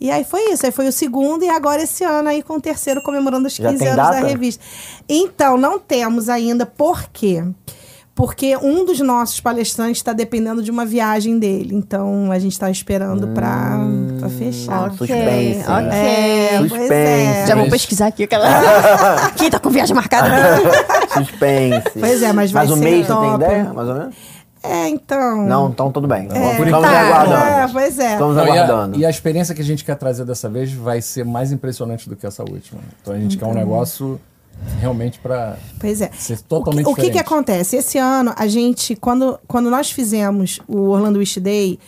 E aí foi isso, aí foi o segundo e agora esse ano aí com o terceiro comemorando os Já 15 tem anos da data? revista. Então, não temos ainda, por quê? Porque um dos nossos palestrantes está dependendo de uma viagem dele. Então, a gente está esperando pra para Hum. fechar. Ah, Nossa, Suspense, Ok, né? É, ok. pois é. Suspense. Já vou Mas- pesquisar aqui, galera. Aqui tá com viagem marcada. Suspense. Pois é, mas vai Mas o ser mês, você tem top. ideia, mais ou menos? É, então. Não, então tudo bem. por Estamos enquanto. É, aguardando. pois é. Estamos Não, Então, e, a, aguardando. e a experiência que a gente quer trazer dessa vez vai ser mais impressionante do que essa última. Então a gente quer um negócio realmente pra Pois é. ser O totalmente que- O que, que diferente. acontece? Esse ano, a gente, quando, quando nós fizemos o Orlando Wish Day,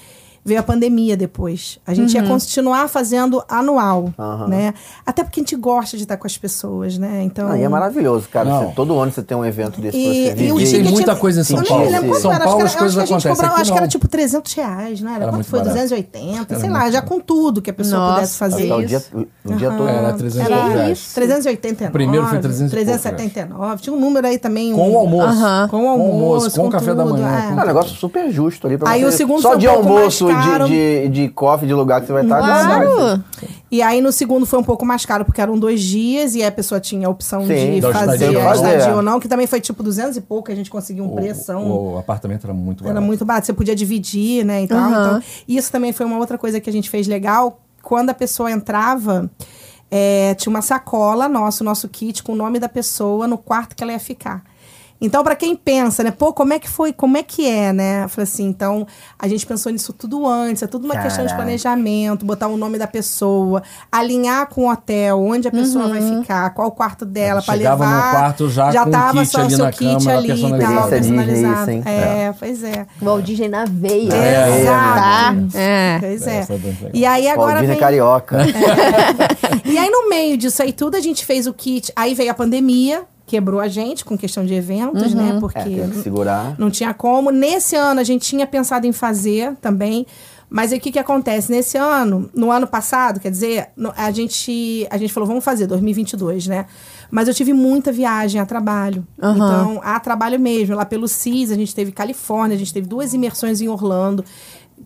veio a pandemia depois. A gente ia continuar fazendo anual, Aham. né? Até porque a gente gosta de estar com as pessoas, né? Então... Ah, Aí é maravilhoso, cara. Não. Você- todo ano você tem um evento desse pra E, você viver. e o Tem ticket... é muita coisa em São eu nem Paulo. me lembro quanto São era, acho Paulo que era- as coisas acho que a gente acontecem, cobrava- aqui Acho que era não. tipo 300 reais, não era? Era quanto muito foi? barato. 280, Era sei lá. muito Já barato. com tudo que a pessoa Nossa, pudesse fazer. Tá, o dia, o, o dia todo. Era 300 Então, Era reais. isso. 389. O primeiro foi 300 um e pouco, eu acho. 379. Tinha um número aí também. Com um- o almoço. Aham. Com o almoço, com, com o café da tudo, manhã. é. com É um negócio super justo ali pra Aí você. o segundo Só foi um de pouco mais almoço, caro. de, de, de coffee, de lugar que você vai Ah, estar. Claro. E aí no segundo foi um pouco mais caro, porque eram dois dias e aí a pessoa tinha a opção Sim, de da fazer estadia. a estadia Fazer. ou não, que também foi tipo 200 e pouco, a gente conseguiu um tudo. preção. O, o apartamento era muito Era barato. muito barato, você podia dividir, né, e tal. Aham. Então, isso também foi uma outra coisa que a gente fez legal. Quando a pessoa entrava, é, tinha uma sacola nossa, o nosso kit, com o nome da pessoa no quarto que ela ia ficar. Então, para quem pensa, né? Pô, como é que foi? Como é que é, né? Eu falei assim, então, a gente pensou nisso tudo antes. É tudo uma questão de Caraca. planejamento, botar o nome da pessoa, alinhar com o hotel, onde a pessoa vai ficar, qual o quarto dela, para levar. Chegava no quarto já com o tava kit só ali o seu na kit cama, ali e tal, Experiência personalizado. personalizado. Disney, isso, hein? é, pois é. Walt Disney na veia. É, é, tá? É. Pois É, é. foi bem legal. E aí agora É, Walt Disney vem... carioca. É, E aí, no meio disso aí tudo, a gente fez o kit. Aí veio a pandemia, quebrou a gente com questão de eventos, né? Porque É, tem que segurar. não tinha como. Nesse ano, a gente tinha pensado em fazer também. Mas aí, o que, que acontece? Nesse ano, no ano passado, quer dizer, no- a gente, a gente falou, vamos fazer 2022, né? Mas eu tive muita viagem a trabalho. Aham. Então, a trabalho mesmo. Lá pelo CIS, a gente teve Califórnia, a gente teve duas imersões em Orlando.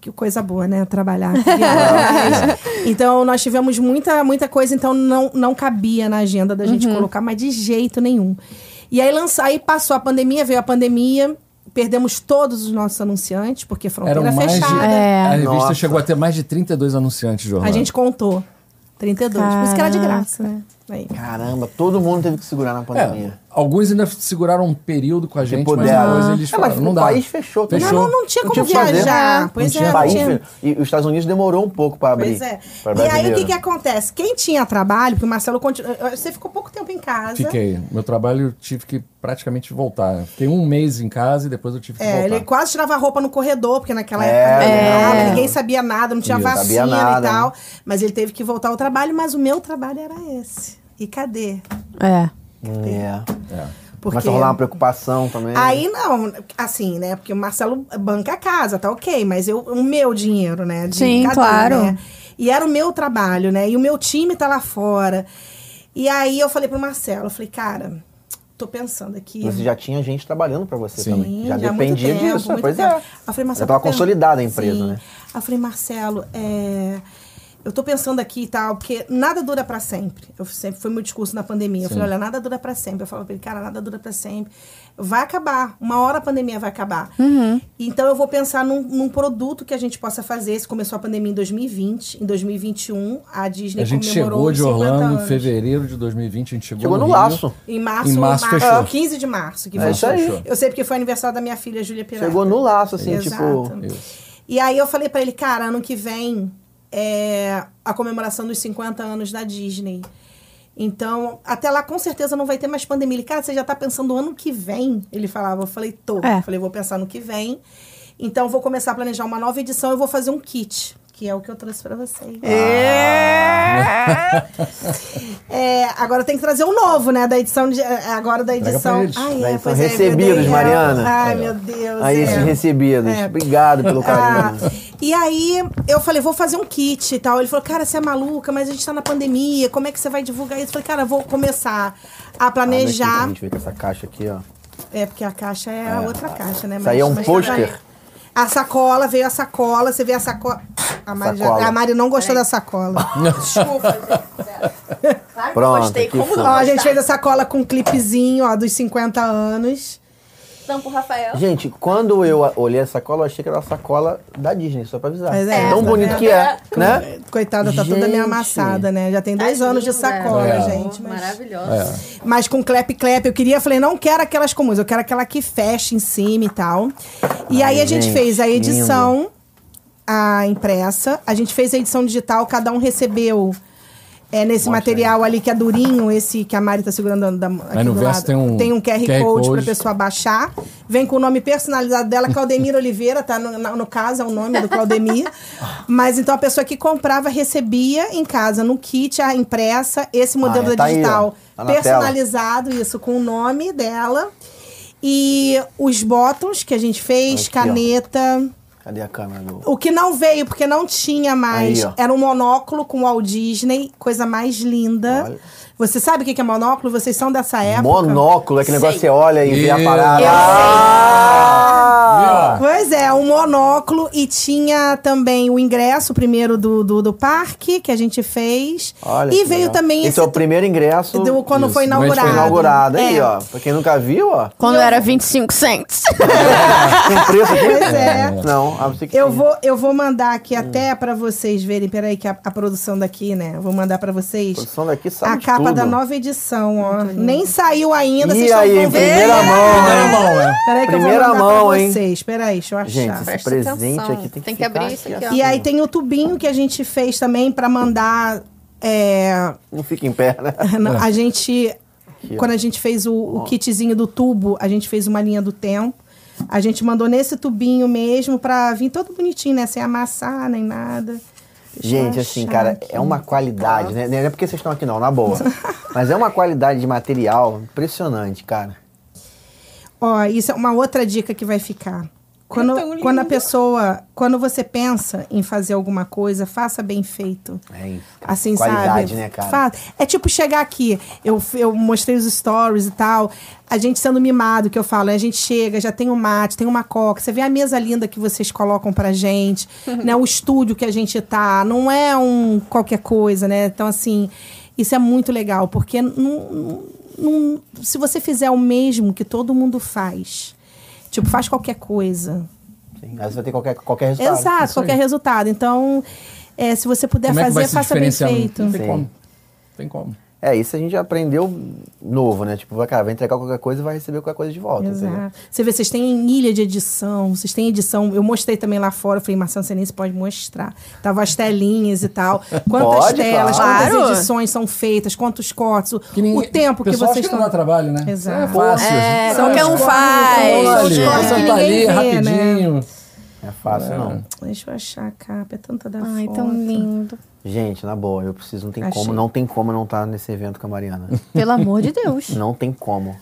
Que coisa boa, né? Trabalhar. Viagens. então, nós tivemos muita, muita coisa. Então, não, não cabia na agenda da gente colocar, mas de jeito nenhum. E aí, lança, aí passou a pandemia, veio a pandemia. Perdemos todos os nossos anunciantes, porque fronteira Eram mais de, fechada. É. A revista Nossa. chegou a ter mais de 32 anunciantes de A Orlando. gente contou. 32. Por Tipo, isso que era de Caraca. graça, né? Aí. Caramba, todo mundo teve que segurar na É, pandemia. alguns ainda seguraram um período com a gente, mas puderam. depois Ah. eles É, mas falaram, não o dá. país fechou, tá? Não, fechou. não, não tinha Não como tinha o que fazer. viajar. Não Pois tinha é, país, não tinha. E os Estados Unidos demorou um pouco pra abrir. Pois é. pra E aí o brasileiro. que, que acontece? Quem tinha trabalho, porque o Marcelo continua. Você ficou pouco tempo em casa. Fiquei. Meu trabalho eu tive que praticamente voltar. Fiquei um mês em casa e depois eu tive que É, voltar. ele quase tirava a roupa no corredor, porque naquela É, época é. não tava, ninguém sabia nada, não tinha Isso. Sabia vacina nada, e tal. Mas ele teve que voltar ao trabalho, mas o meu trabalho era esse. E cadê? É. É. É. Começa a rolar uma preocupação também. Aí não, assim, né? Porque o Marcelo banca a casa, tá ok, mas eu, o meu dinheiro, né? de Sim, cada um, claro. né? E era o meu trabalho, né? E o meu time tá lá fora. E aí eu falei pro Marcelo, eu falei, cara, tô pensando aqui. Você já tinha gente trabalhando pra você Sim. também. Já, há muito dependia tempo, disso, muito pois tempo. é. Aí eu falei, já Marcelo, tava tô pen- consolidada a empresa, Sim. né? Aí eu falei, Marcelo, é, eu tô pensando aqui e tal, porque nada dura pra sempre. Eu sempre foi meu discurso na pandemia. Eu Sim. falei, olha, nada dura pra sempre. Eu falo pra ele, cara, nada dura pra sempre. Vai acabar. Uma hora a pandemia vai acabar. Uhum. Então eu vou pensar num, num produto que a gente possa fazer. Se começou a pandemia em 2020, em 2021 a Disney A gente comemorou chegou de os 50 Orlando em anos. fevereiro de 2020, a gente chegou, Chegou no Rio. laço. Em março, Em março fechou. 15 de março que É foi. isso aí. Fechou. Eu sei porque foi aniversário da minha filha, Júlia Pirata. Chegou no laço, assim, Exato. tipo. E aí eu falei pra ele, cara, ano que vem é a comemoração dos 50 anos da Disney. Então, até lá com certeza não vai ter mais pandemia. Ele, cara, você já tá pensando ano que vem? Ele falava, eu falei, tô. É. Eu falei, vou pensar no que vem. Então, vou começar a planejar uma nova edição, eu vou fazer um kit, que é o que eu trouxe pra vocês. Ah. É, agora tem que trazer o novo, né? Da edição de, é, agora da Entrega edição. pra eles. Ai, Da é, edição pois é, Recebidos, meu Deus. Mariana. Ai, É. meu Deus. Aí, esses é. recebidos. É. Obrigado pelo carinho. é Ah, e aí eu falei, vou fazer um kit e tal. Ele falou, cara, você é maluca, mas a gente tá na pandemia, como é que você vai divulgar isso? Eu falei, cara, eu vou começar a Ah, planejar. A gente vê com essa caixa aqui, ó. é, porque a caixa é, a outra caixa, né? Isso aí é um tá pôster. bem. A sacola, veio a sacola, você vê a sacola. A Mari, já- Sacola. a Mari não gostou da sacola. Claro que eu Pronto, gostei. aqui Como foi. não ó, a gostar? gente fez a sacola com um clipezinho, ó, dos 50 anos. Não, pro Rafael. Gente, quando eu a- olhei a sacola, eu achei que era a sacola da Disney, só pra avisar. Pois é, Tão tá bonito vendo? que é, né? Coitada, tá toda meio Gente. amassada, né? Já tem dois Tá anos de linda. sacola, É. gente. mas- Maravilhosa. É. Mas com clap clap, eu queria, falei, não quero aquelas comuns, eu quero aquela que fecha em cima e tal. E Ai, aí a gente, gente, fez a edição, a impressa, a gente fez a edição digital, cada um recebeu é, nesse material ali que é durinho, esse que a Mari tá segurando da, aqui no do verso lado. tem um QR, QR Code pra Code. pessoa baixar. Vem com o nome personalizado dela, Claudemir Oliveira, tá? No, na- no caso, é o nome do Claudemir. Mas então a pessoa que comprava recebia em casa, no kit, a impressa, esse modelo Ah, é, da tá aí, digital ó. Tá na personalizado, isso, com o nome dela. E os botões que a gente fez, Aqui, ó. caneta. Cadê a câmera do. O que não veio, porque não tinha mais, Aí, ó. era um monóculo com Walt Disney, coisa mais linda. Olha. Você sabe o que que é monóculo? É Vocês são dessa época. Monóculo, aquele negócio que você olha e vê a Ih, parada. eu sei. Ah! lá. Pois é, um monóculo e tinha também o ingresso primeiro do, do, do parque que a gente fez. Olha e que veio legal. também Esse é o primeiro ingresso. do- quando Isso, foi quando a gente inaugurado. foi inaugurado. Aí, É. ó. Pra quem nunca viu, ó. Quando era 25 cents. Tem um preço aqui? Pois é. Não, a você que Eu tem. vou, eu vou mandar aqui Hum. até pra vocês verem. Peraí, que a, a produção daqui, né? Eu Vou mandar pra A vocês produção daqui sabe a de capa tudo. da nova edição, ó. Nem saiu ainda, E vocês estão aí, vão em ver. primeira mão, Primeira hein? mão, é. Peraí que Primeira eu vou mandar mão, pra hein? vocês. Peraí, deixa eu achar. Gente, esse Presta presente atenção. aqui tem que Tem que ficar abrir isso aqui, ó. E aí tem o tubinho que a gente fez também pra mandar. é, Não fica em pé, né? Não, A gente. Aqui, ó. quando a gente fez o, o kitzinho do tubo, a gente fez uma linha do tempo. A gente mandou nesse tubinho mesmo pra vir todo bonitinho, né? Sem amassar nem nada. Deixa eu Gente, assim, achar cara, aqui. é uma qualidade, né? Não é porque vocês estão aqui não, na boa. Mas é uma qualidade de material impressionante, cara. Ó, isso é uma outra dica que vai ficar. Quando, É tão lindo. quando a pessoa. Quando você pensa em fazer alguma coisa, faça bem feito. É isso. cara. Assim, qualidade, sabe? né, cara? Fa- É tipo chegar aqui, eu, eu mostrei os stories e tal, a gente sendo mimado, que eu falo, "É, a gente chega, já tem um mate, tem uma coca, você vê a mesa linda que vocês colocam pra gente, né? O estúdio que a gente tá, não é um qualquer coisa, né? Então, assim, isso é muito legal, porque não- não- se você fizer o mesmo que todo mundo faz, tipo, faz qualquer coisa, Sim, Aí você vai ter qualquer, qualquer resultado. Exato, qualquer resultado. Então, é, se você puder Como é que vai fazer, se faça bem diferenciar? Não feito. tem Sim. como. Não Tem como. É, isso a gente aprendeu novo, né? Tipo, vai, cara, vai entregar qualquer coisa e vai receber qualquer coisa de volta. né? entendeu? Exato. Você vê, vocês têm ilha de edição, vocês têm edição. Eu mostrei também lá fora, eu falei, Marcelo, você nem se pode mostrar. Tava as telinhas e tal. Quantas Pode, telas, claro. quantas Claro. edições são feitas, quantos cortes, o, Que ninguém- o tempo que pessoal acha vocês que não dá estão. trabalho, né? Exato. É fácil. É, São qualquer um os faz, corres, os olha, corres que senta ali, ninguém vê, né? rapidinho. Não é fácil, É. não. Deixa eu achar a capa, é tanta da Ai, foto. tão lindo. Gente, na boa, eu preciso, não tem Achei. como, não tem como eu não estar nesse evento com a Mariana. Pelo amor de Deus. não tem como.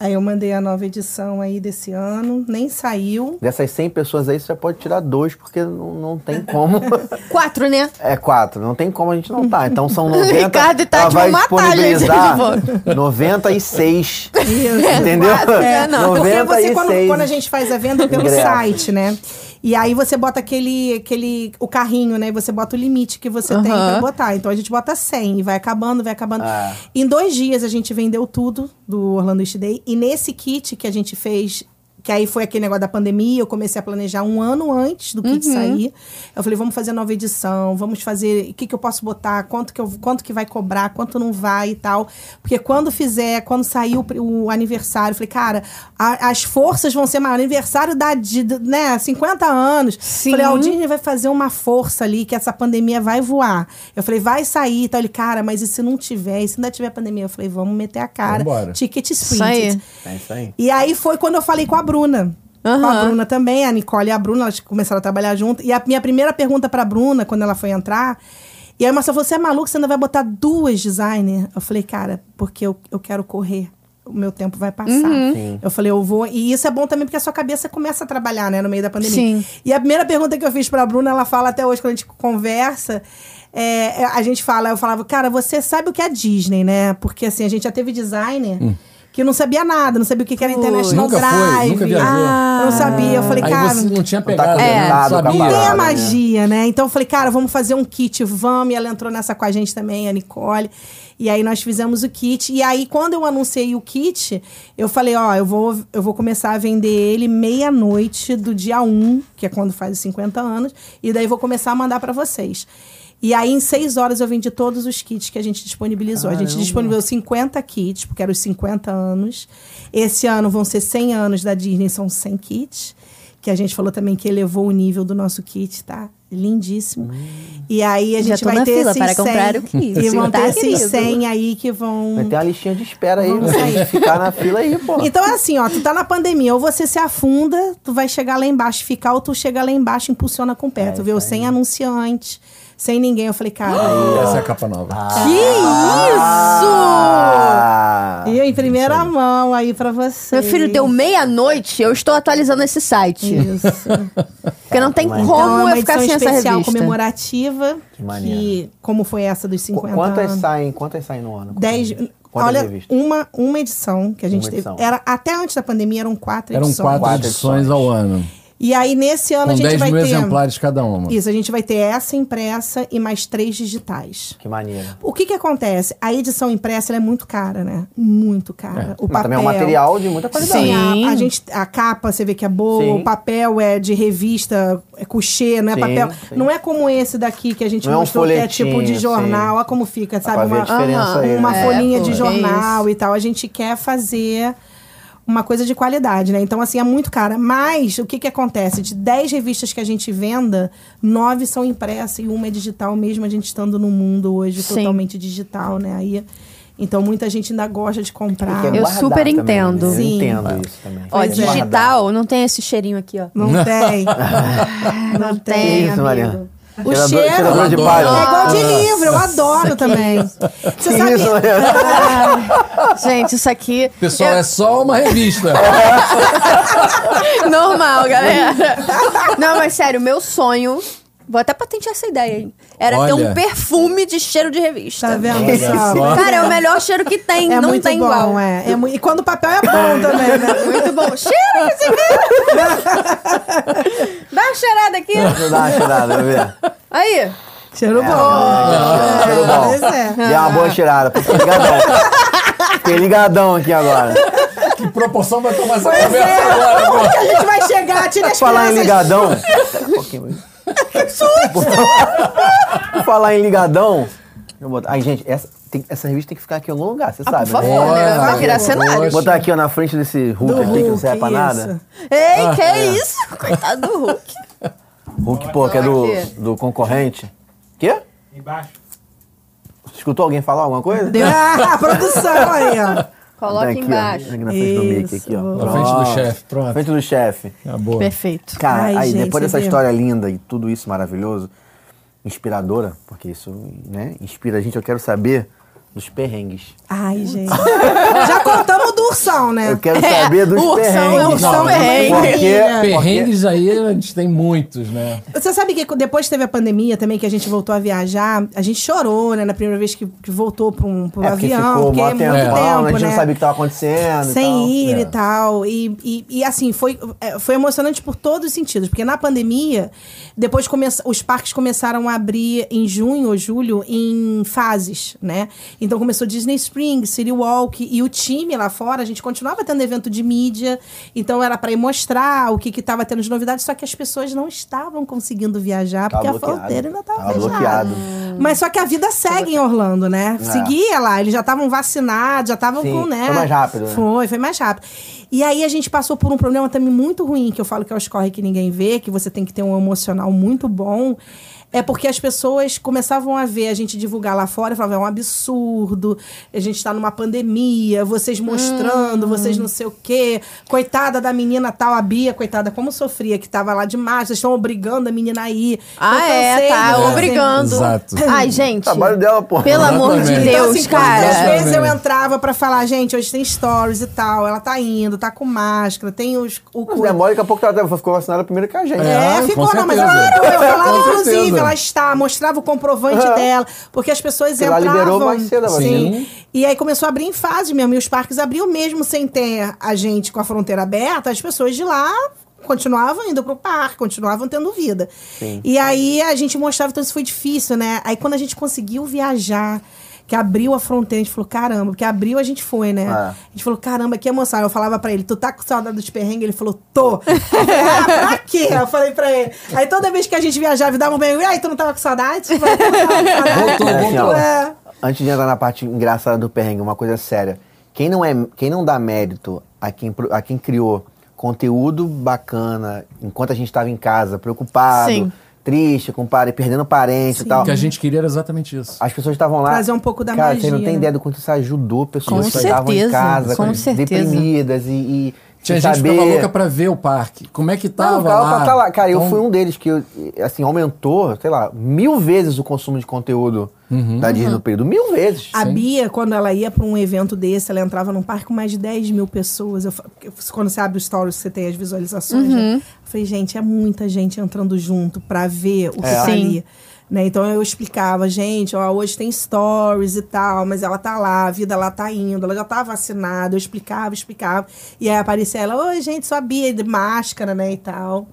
Aí eu mandei a nova edição aí desse ano, nem saiu. Dessas 100 pessoas aí, você já pode tirar dois, porque não, não tem como. Quatro, né? É quatro, não tem como a gente não tá. Então são 90. Ricardo tá ela de vai matar, disponibilizar gente, 96. Isso. Entendeu? quatro, é, né? Não. Porque você, quando, 96. quando a gente faz a venda é pelo Ingresso. site, né? E aí você bota aquele, aquele, o carrinho, né? E você bota o limite que você tem Aham. pra botar. Então a gente bota 100 e vai acabando, vai acabando. Ah. Em dois dias a gente vendeu tudo do Orlando East Day. E nesse kit que a gente fez... Que aí foi aquele negócio da pandemia, eu comecei a planejar um ano antes do kit sair. Eu falei, vamos fazer nova edição, vamos fazer o que, que eu posso botar, quanto que, eu, quanto que vai cobrar, quanto não vai e tal. Porque quando fizer, quando sair o, pri- o aniversário, eu falei, cara, a- as forças vão ser maiores. Aniversário da Di- do- né, 50 anos. Sim. Falei, ah, o Disney vai fazer uma força ali, que essa pandemia vai voar. Eu falei, vai sair. Então ele, cara, mas e se não tiver? E se ainda tiver pandemia? Eu falei, vamos meter a cara. Vambora. Tickets Isso aí. printed. É isso aí. E aí foi quando eu falei com a Bruna. Com a Aham. Bruna também, a Nicole e a Bruna, elas começaram a trabalhar junto. E a minha primeira pergunta pra Bruna, quando ela foi entrar, e aí, Marcelo, você é maluco, você ainda vai botar duas designer? Eu falei, cara, porque eu, eu quero correr. O meu tempo vai passar. Sim. Eu falei, eu vou. E isso é bom também porque a sua cabeça começa a trabalhar, né, no meio da pandemia. Sim. E a primeira pergunta que eu fiz pra Bruna, ela fala até hoje, quando a gente conversa, é, é, a gente fala, eu falava, cara, você sabe o que é Disney, né? Porque assim, a gente já teve designer que não sabia nada, não sabia o que, que era Putz. International Hum. Nunca foi, Drive. nunca viajou. Ah, eu não sabia. Eu falei, Aí cara. você não tinha tá pegado, conectado não com a sabia. parada. Tem a né? magia, né? Então eu falei, cara, vamos fazer um kit, vamos. E ela entrou nessa com a gente também, a Nicole. E aí nós fizemos o kit. E aí, quando eu anunciei o kit, eu falei, ó, eu vou, eu vou começar a vender ele meia-noite do dia 1, que é quando faz os 50 anos. E daí vou começar a mandar pra vocês. E aí, em seis horas, eu vendi todos os kits que a gente disponibilizou. A gente Caramba. disponibilizou 50 kits, porque eram os 50 anos. Esse ano vão ser 100 anos da Disney, são 100 kits. Que a gente falou também que elevou o nível do nosso kit, tá? Lindíssimo. Hum. E aí a Já gente tô vai na ter fila esses para 100, comprar o kit, E vão ter tá, esses querido? 100 aí que vão... Vai ter uma listinha de espera aí, Vamos pra sair. gente ficar na fila aí, pô. Então é assim, ó, tu tá na pandemia, ou você se afunda, tu vai chegar lá embaixo, ficar, ou tu chega lá embaixo, impulsiona com o É, pé. tu tá viu, sem anunciante, sem ninguém. Eu falei, cara. Essa é a capa nova. Ah! E eu em primeira mão aí pra você. Meu filho, deu meia-noite, eu estou atualizando esse site. Isso. Porque não tem Mas- Então, como é uma eu ficar edição sem essa especial revista. comemorativa. Que maneiro. como foi essa dos Qu- 50 Quantas anos. saem? Quantas saem no ano? Dez- Quantas Olha, um revistas? uma, uma edição que a gente Uma teve. edição. Era, até antes da pandemia eram quatro Eram edições. quatro, Quatro edições edições. ao ano. E aí, nesse ano, Com Então a gente 10 vai mil ter. exemplares cada uma. Isso, a gente vai ter essa impressa e mais três digitais. Que maneira. O que que acontece? A edição impressa ela é muito cara, né? Muito cara. O papel. Mas também é um material de muita qualidade. Sim, Sim. a, a gente, a capa você vê que é boa, Sim. o papel é de revista, é couchê, não é Sim, papel. sim. Não é como esse daqui que a gente Não é um mostrou, que é folhetim, tipo de sim. jornal, olha como fica, Dá sabe? pra ver a Uma, diferença aham, aí. né? uma É, folhinha pô, de é jornal e tal. A gente quer fazer uma coisa de qualidade, né? Então, assim, é muito cara. Mas, o que que acontece? De 10 revistas que a gente venda, nove são impressas e uma é digital, mesmo a gente estando num mundo hoje Sim. totalmente digital, né? Aí, então, muita gente ainda gosta de comprar. Tem que Eu guardar super também, né? entendo. Eu Sim. entendo isso também. É Ó, Tem que guardar. digital não tem esse cheirinho aqui, ó. Não tem. Ah, Não Que tem. isso, Mariana? É, O Cheirador- cheiro cheirador de Eu palha. é igual de Ah. livro, eu adoro também. Você Que sabe, isso, Mariana? Gente, isso aqui Pessoal, é só uma revista. é normal, galera. Não, mas sério, meu sonho. Vou até patentear essa ideia, hein? Era ter Olha. um perfume de cheiro de revista. tá vendo? Olha pessoal? só. Cara, é o melhor cheiro que tem. É não muito tem bom, igual. é. É mu- E quando o papel é bom também, né? Muito bom. Cheira esse aqui. Dá uma cheirada aqui. Não dá uma cheirada, tá eu ver. Aí. Cheiro bom. Ah, cheiro Pois é. bom. Deu uma boa cheirada. Fiquei ligadão. Fiquei ligadão aqui agora. que proporção vai tomar essa Pois é. conversa agora, pô? Onde a gente vai chegar? Tira as Falar em crianças. ligadão. Um pouquinho. Por Falar em ligadão. Deixa eu botar- Ai, gente, essa, tem- essa revista tem que ficar aqui em algum lugar, Ah, você sabe, Por favor, Olha, né? Vai virar poxa. cenário. Botar aqui, ó, na frente desse Hulk Do aqui, que não Hulk, serve pra nada. é isso. Ah, Ei, que é. isso? Coitado do Hulk. Hulk, pô, que é do, Aqui. do concorrente. Quê? Embaixo. Escutou alguém falar alguma coisa? Deu- Ah, a produção aí, ó. Coloca Aqui, ó, embaixo. aqui na frente do Isso. Mickey, aqui, ó. Na frente do Pronto. chefe, pronto. Frente do chefe. Acabou. Perfeito. Cara, Ai, aí gente, depois você dessa viu? história linda e tudo isso maravilhoso, inspiradora, porque isso, né, inspira a gente, eu quero saber dos perrengues. Ai, gente. Já contamos do ursão, né? Eu quero saber dos o Ursão é perrengues. Ursão porque- é perrengue. Perrengues aí a gente tem muitos, né? Você sabe que depois que teve a pandemia também, que a gente voltou a viajar, a gente chorou, né? Na primeira vez que, que voltou para um pro É porque avião, ficou porque mó é tempo, muito tempo, a gente né? não sabia o que tava acontecendo e Sem tal. ir É. e tal. E, e, e, assim, foi, é, foi emocionante por todos os sentidos. Porque na pandemia, depois começa, os parques começaram a abrir em junho ou julho em fases, né? Então começou Disney Springs, City Walk e o time lá fora, a gente continuava tendo evento de mídia. Então era para ir mostrar o que que tava tendo de novidade, só que as pessoas não estavam conseguindo viajar Tava porque bloqueado. a fronteira ainda tava, Tava fechada. bloqueado. É. Mas só que a vida segue em Orlando, né? Seguia lá, eles já estavam vacinados, já estavam Sim, com, né? foi mais rápido, né? Foi foi, foi mais rápido. E aí a gente passou por um problema também muito ruim, que eu falo que é os corre que ninguém vê, que você tem que ter um emocional muito bom. É porque as pessoas começavam a ver a gente divulgar lá fora e falavam, é um absurdo, a gente tá numa pandemia, vocês Hum. mostrando, vocês não sei o quê. Coitada da menina tal, a Bia, coitada, como sofria, que tava lá demais, vocês estão obrigando a menina a ir. Eu Ah, é, cansei tá. de fazer- Obrigando. Exato. Ai, gente. Trabalho dela, pô. Pelo amor de Exatamente. Deus, então, assim, quantas cara. vezes eu Exatamente. entrava pra falar, gente, hoje tem stories e tal, ela tá indo, tá com máscara, tem os, o... Mas é mole, daqui a pouco ela tava- ficou vacinada primeiro que a gente. É, Ah, ficou, com não, mas ela certeza. era, eu falava, Com certeza. inclusive, ela está, mostrava o comprovante Aham. dela, porque as pessoas Ela entravam. liberou mais cedo a vacina. Sim. Sim. E aí começou a abrir em fase mesmo, e os parques abriam mesmo sem ter a gente com a fronteira aberta, as pessoas de lá continuavam indo pro parque, continuavam tendo vida. E aí a gente mostrava, então isso foi difícil, né? Aí quando a gente conseguiu viajar, que abriu a fronteira, a gente falou, caramba, porque abriu a gente foi, né? Ah. A gente falou, caramba, que emoção. Eu falava pra ele, tu tá com saudade dos perrengues? Ele falou, tô. Eu falei, ah, pra quê? Eu falei pra ele. Aí toda vez que a gente viajava e dava um perrengue, ai, tu não tava com saudade? Tipo, Eu falei, "Não, não tava com saudade." Voltou, É, assim, voltou. ó, É. Antes de entrar na parte engraçada do perrengue, uma coisa séria. Quem não, é, quem não dá mérito a quem, pro- a quem criou conteúdo bacana enquanto a gente estava em casa, preocupado, Sim. triste, com pare, perdendo parente e tal. O que a gente queria era exatamente isso. As pessoas estavam lá. Trazer um pouco da cara, magia, você não tem né? ideia do quanto isso ajudou pessoas Com que estavam em certeza, casa, com certeza. deprimidas e. e Tinha sem gente que saber... ficava louca pra ver o parque. Como é que tava Não, ficava lá? pra tá lá. Cara, eu Então, fui um deles que, eu, assim, aumentou, sei lá, mil vezes o consumo de conteúdo Uhum. da Disney no período. Mil vezes. Uhum. A Bia, quando ela ia pra um evento desse, ela entrava num parque com mais de 10 mil pessoas. Eu fa- porque quando você abre os stories, você tem as visualizações, né? Eu falei, gente, é muita gente entrando junto pra ver o que É. tá Sim. ali. Né? Então eu explicava, gente, ó, hoje tem stories e tal, mas ela tá lá, a vida lá tá indo, ela já tá vacinada, eu explicava, explicava. E aí aparecia ela, oi, gente, só a Bia de máscara, né, e tal.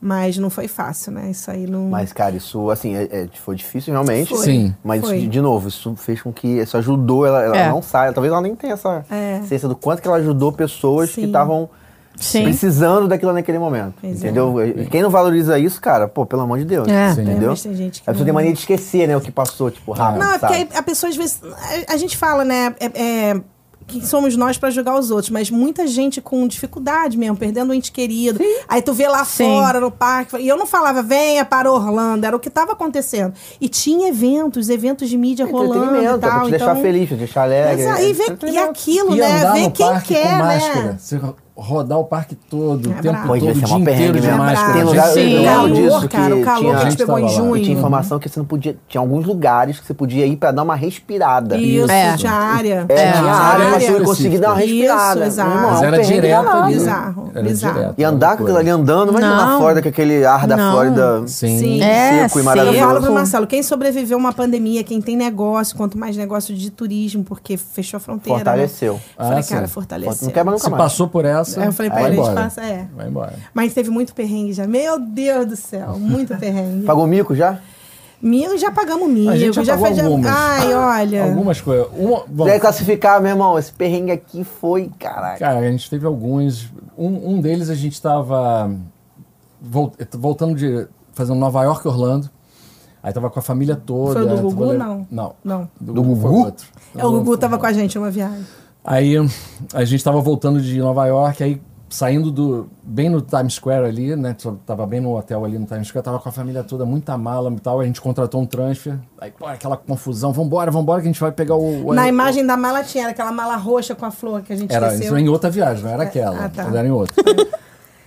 Mas não foi fácil, né? Isso aí não. Mas, cara, isso, assim, é- é- foi difícil realmente. Foi. Sim. Mas, isso, Foi. de, de novo, isso fez com que. Isso ajudou, ela, ela É. não sai. Talvez ela nem tenha essa É. ciência do quanto que ela ajudou pessoas que Sim. estavam Sim. precisando daquilo naquele momento. Pois é. entendeu? E Quem não valoriza isso, cara, pô, pelo amor de Deus. É. Sim. Entendeu? É, mas tem gente que a pessoa não- tem mania de esquecer, né, o que passou, tipo, rápido. Não, é porque sabe? aí a pessoa às vezes. A, a gente fala, né? É, é, quem somos nós pra julgar os outros, mas muita gente com dificuldade mesmo, perdendo um ente querido. Aí tu vê lá Sim. fora, no parque. E eu não falava, venha para Orlando, era o que tava acontecendo. E tinha eventos, eventos de mídia rolando Entretenimento, é e pra tal. te deixar Então, feliz, pra te deixar alegre. Tipo, Exato, e, vê- e Entretenimento. aquilo, E né? andar Vê no quem parque com quer, máscara. né? Você ro- rodar o parque todo, o É tempo todo, bravo. Pô, o devia ser dia mó inteiro perrengue de um mesmo. Tem máscara. um gente. lugar, Sim. eu lembro Calor, disso, que cara, o calor tinha, que a gente pegou em tava lá. E junho. tinha informação que você não podia. Tinha alguns lugares que você podia ir pra dar uma respirada. Isso, É. tinha área. É, tinha Ah, área pra área você conseguir dar uma específica. respirada. Isso, exato. Meu irmão, Mas é um era perrengue direto. danado. ali. né? Bizarro, Era bizarro. direto, E andar com aquilo ali é um andando, mas na Não. Flórida, com aquele ar da Não. Flórida Sim. Sim. É, seco e sim. Eu falo pro maravilhoso. Marcelo, quem sobreviveu a uma pandemia, quem tem negócio, quanto mais negócio de turismo, porque fechou a fronteira. Fortaleceu. Né? Falei, Ah, sim. cara, Não fortaleceu. quebra nunca Se mais. passou por essa, Aí eu falei pra vai ele, a gente embora. passa, é. Vai embora. Mas teve muito perrengue já. Meu Deus do céu, muito perrengue. Pagou mico já? Mil já pagamos mil. A gente já pagou fez- algumas. Ah, Ai, olha. Algumas coisas. Uma, bom, Deve classificar, meu irmão. Esse perrengue aqui foi, caralho. Cara, a gente teve alguns. Um, um deles a gente tava vol- voltando de. fazendo Nova York e Orlando. Aí tava com a família toda. Foi o do tava Gugu, le- não? Não. Não. Do, Gugu? foi outro. É, o Gugu né? tava com a gente numa viagem. Aí a gente tava voltando de Nova York, aí saindo do. bem no Times Square ali, né? Só Tava bem no hotel ali no Times Square, tava com a família toda, muita mala e tal. A gente contratou um transfer. Aí, pô, aquela confusão. Vambora, vambora, que a gente vai pegar o. o- Na imagem da mala tinha era aquela mala roxa com a flor que a gente Era esqueceu. isso em outra viagem, não era aquela. ah, tá. mas Era em outra.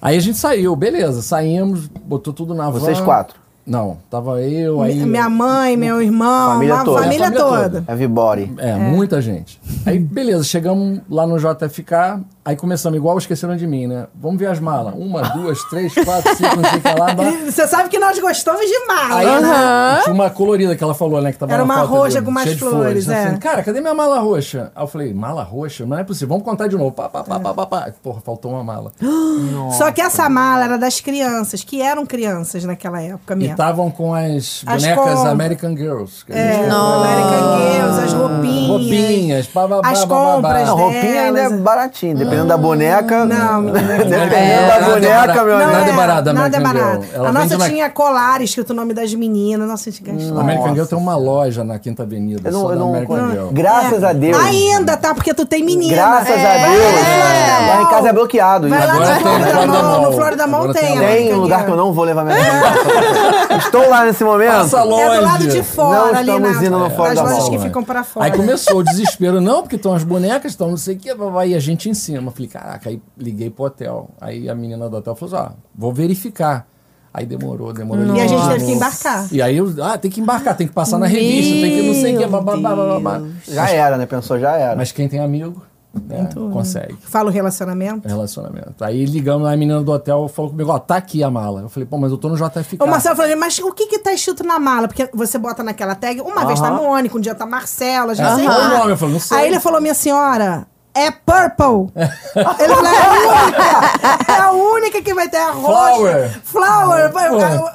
aí a gente saiu, beleza. Saímos, botou tudo na van. Vocês quatro. Não, tava eu, aí. Minha mãe, meu irmão, Família uma toda. família, É, família toda. toda. Everybody. É, muita gente. Aí, beleza, chegamos lá no JFK, aí começamos igual esqueceram de mim, né? Vamos ver as malas. Uma, duas, três, quatro, cinco, não sei o que lá. blá. E Você sabe que nós gostamos de mala. Aí né? tinha uma colorida que ela falou, né? Que tava na Era uma foto roxa dele, com umas cheia de né? flores, Eu falei, é. Cara, cadê minha mala roxa? Aí eu falei, mala roxa? Não é possível. Vamos contar de novo. Pá, pá, pá, pá, pá, pá. Porra, faltou uma mala. Só que essa mala era das crianças, que eram crianças naquela época E tá mesmo. estavam com as As bonecas com- American Girls. que a gente É, comprou. American Girls, Ah. as roupinhas. Roupinhas, pá, pá, pá, As pá, pá, compras, né? pá. Não, roupinha ainda é Delas. Hum, baratinho. Dependendo da boneca. Não, não. Dependendo É, da nada boneca, barato. meu Não, amigo. nada é barato, nada é American barato. Girl. Ela a vem nossa de uma- Hum. tinha colar escrito o nome das meninas. Nossa, a gente gastou. A American Girl tem uma Nossa. loja na Quinta Avenida. Eu só não, eu da não- American Girl. É. graças a Deus. Ainda, tá? Porque tu tem menina. É. Graças a Deus. Lá em casa é bloqueado. Vai isso. lá Agora tem no Florida Florida Mall. Mall. No Florida Mall Agora tem. tem a American Tem um lugar que eu não vou levar minha mãe. Estou lá nesse momento. Passa É longe. do lado de fora, Não ali estamos na, indo no Florida nas lojas Mall, que né? ficam pra fora. Aí começou o desespero, não, porque estão as bonecas, estão não sei o que, vai a gente em cima. Falei, caraca, aí liguei pro hotel. Aí a menina do hotel falou assim: ó, vou verificar. Aí demorou, demorou. E a gente demorou. teve que embarcar. E aí eu, ah, tem que embarcar, tem que passar na revista, tem que não sei o que, blá, blá, blá, blá, blá. Já era, né? Pensou, já era. Mas quem tem amigo, né, consegue. Fala o relacionamento. Relacionamento. Aí ligamos lá, a menina do hotel falou comigo, ó, tá aqui a mala. Eu falei, pô, mas eu tô no JFK. O Marcelo falou, mas o que que tá escrito na mala? Porque você bota naquela tag, uma vez tá Aham. Mônica, um dia tá Marcela, já Ah, sei qual lá. o nome? Eu falei, não sei. Aí ele falou, minha senhora, é purple. ele falou, é a única, é a única que vai ter a roxa. Flower. Ah, Flower.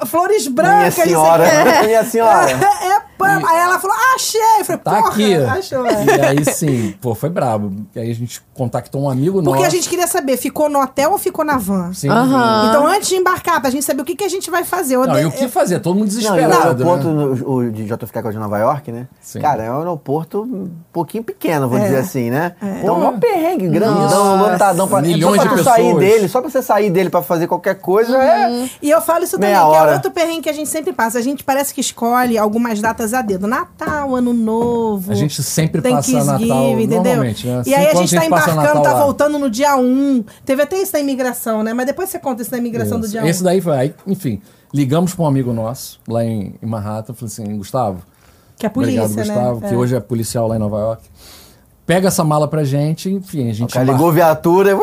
é, flores Minha brancas. não sei o senhora. quê. Minha senhora. É purple. Aí ela falou, achei. Eu falei, Tá porra, aqui. achou. é." E aí sim, pô, foi brabo. E aí a gente contactou um amigo nosso. assim, Porque a gente queria saber, ficou no hotel ou ficou na van? Sim. Aham. Então, antes de embarcar, pra gente saber o que, que a gente vai fazer. Eu Não, de- e o que fazer? Todo mundo Não, e o desesperado. aeroporto né? no- o de JFK que é o de Nova York, né? Sim. Cara, é um aeroporto um pouquinho pequeno, vou É. dizer assim, né? Então, Pô. um perrengue, grandão, Nossa. lotadão. Pra, Milhões só pra de tu sair pessoas. dele, só pra você sair dele pra fazer qualquer coisa, é... E eu falo isso também, Meia que hora. é outro perrengue que a gente sempre passa. A gente parece que escolhe algumas datas a dedo. Natal, Ano Novo. A gente sempre passa Thanksgiving, Natal, normalmente, né? E aí a Cinco anos gente tá a gente passa embarcando, Natal tá lá. voltando no dia 1. Teve até isso da imigração, né? Mas depois você conta isso da imigração do Isso. dia 1. Esse daí foi. Aí, enfim, ligamos pra um amigo nosso, lá em, em Manhattan, falei assim, Gustavo, Que é a polícia, obrigado, né? Gustavo, É. que hoje é policial lá em Nova York. Pega essa mala pra gente, enfim, Tipo, a gente Cara, ligou embarcou. viatura, uh,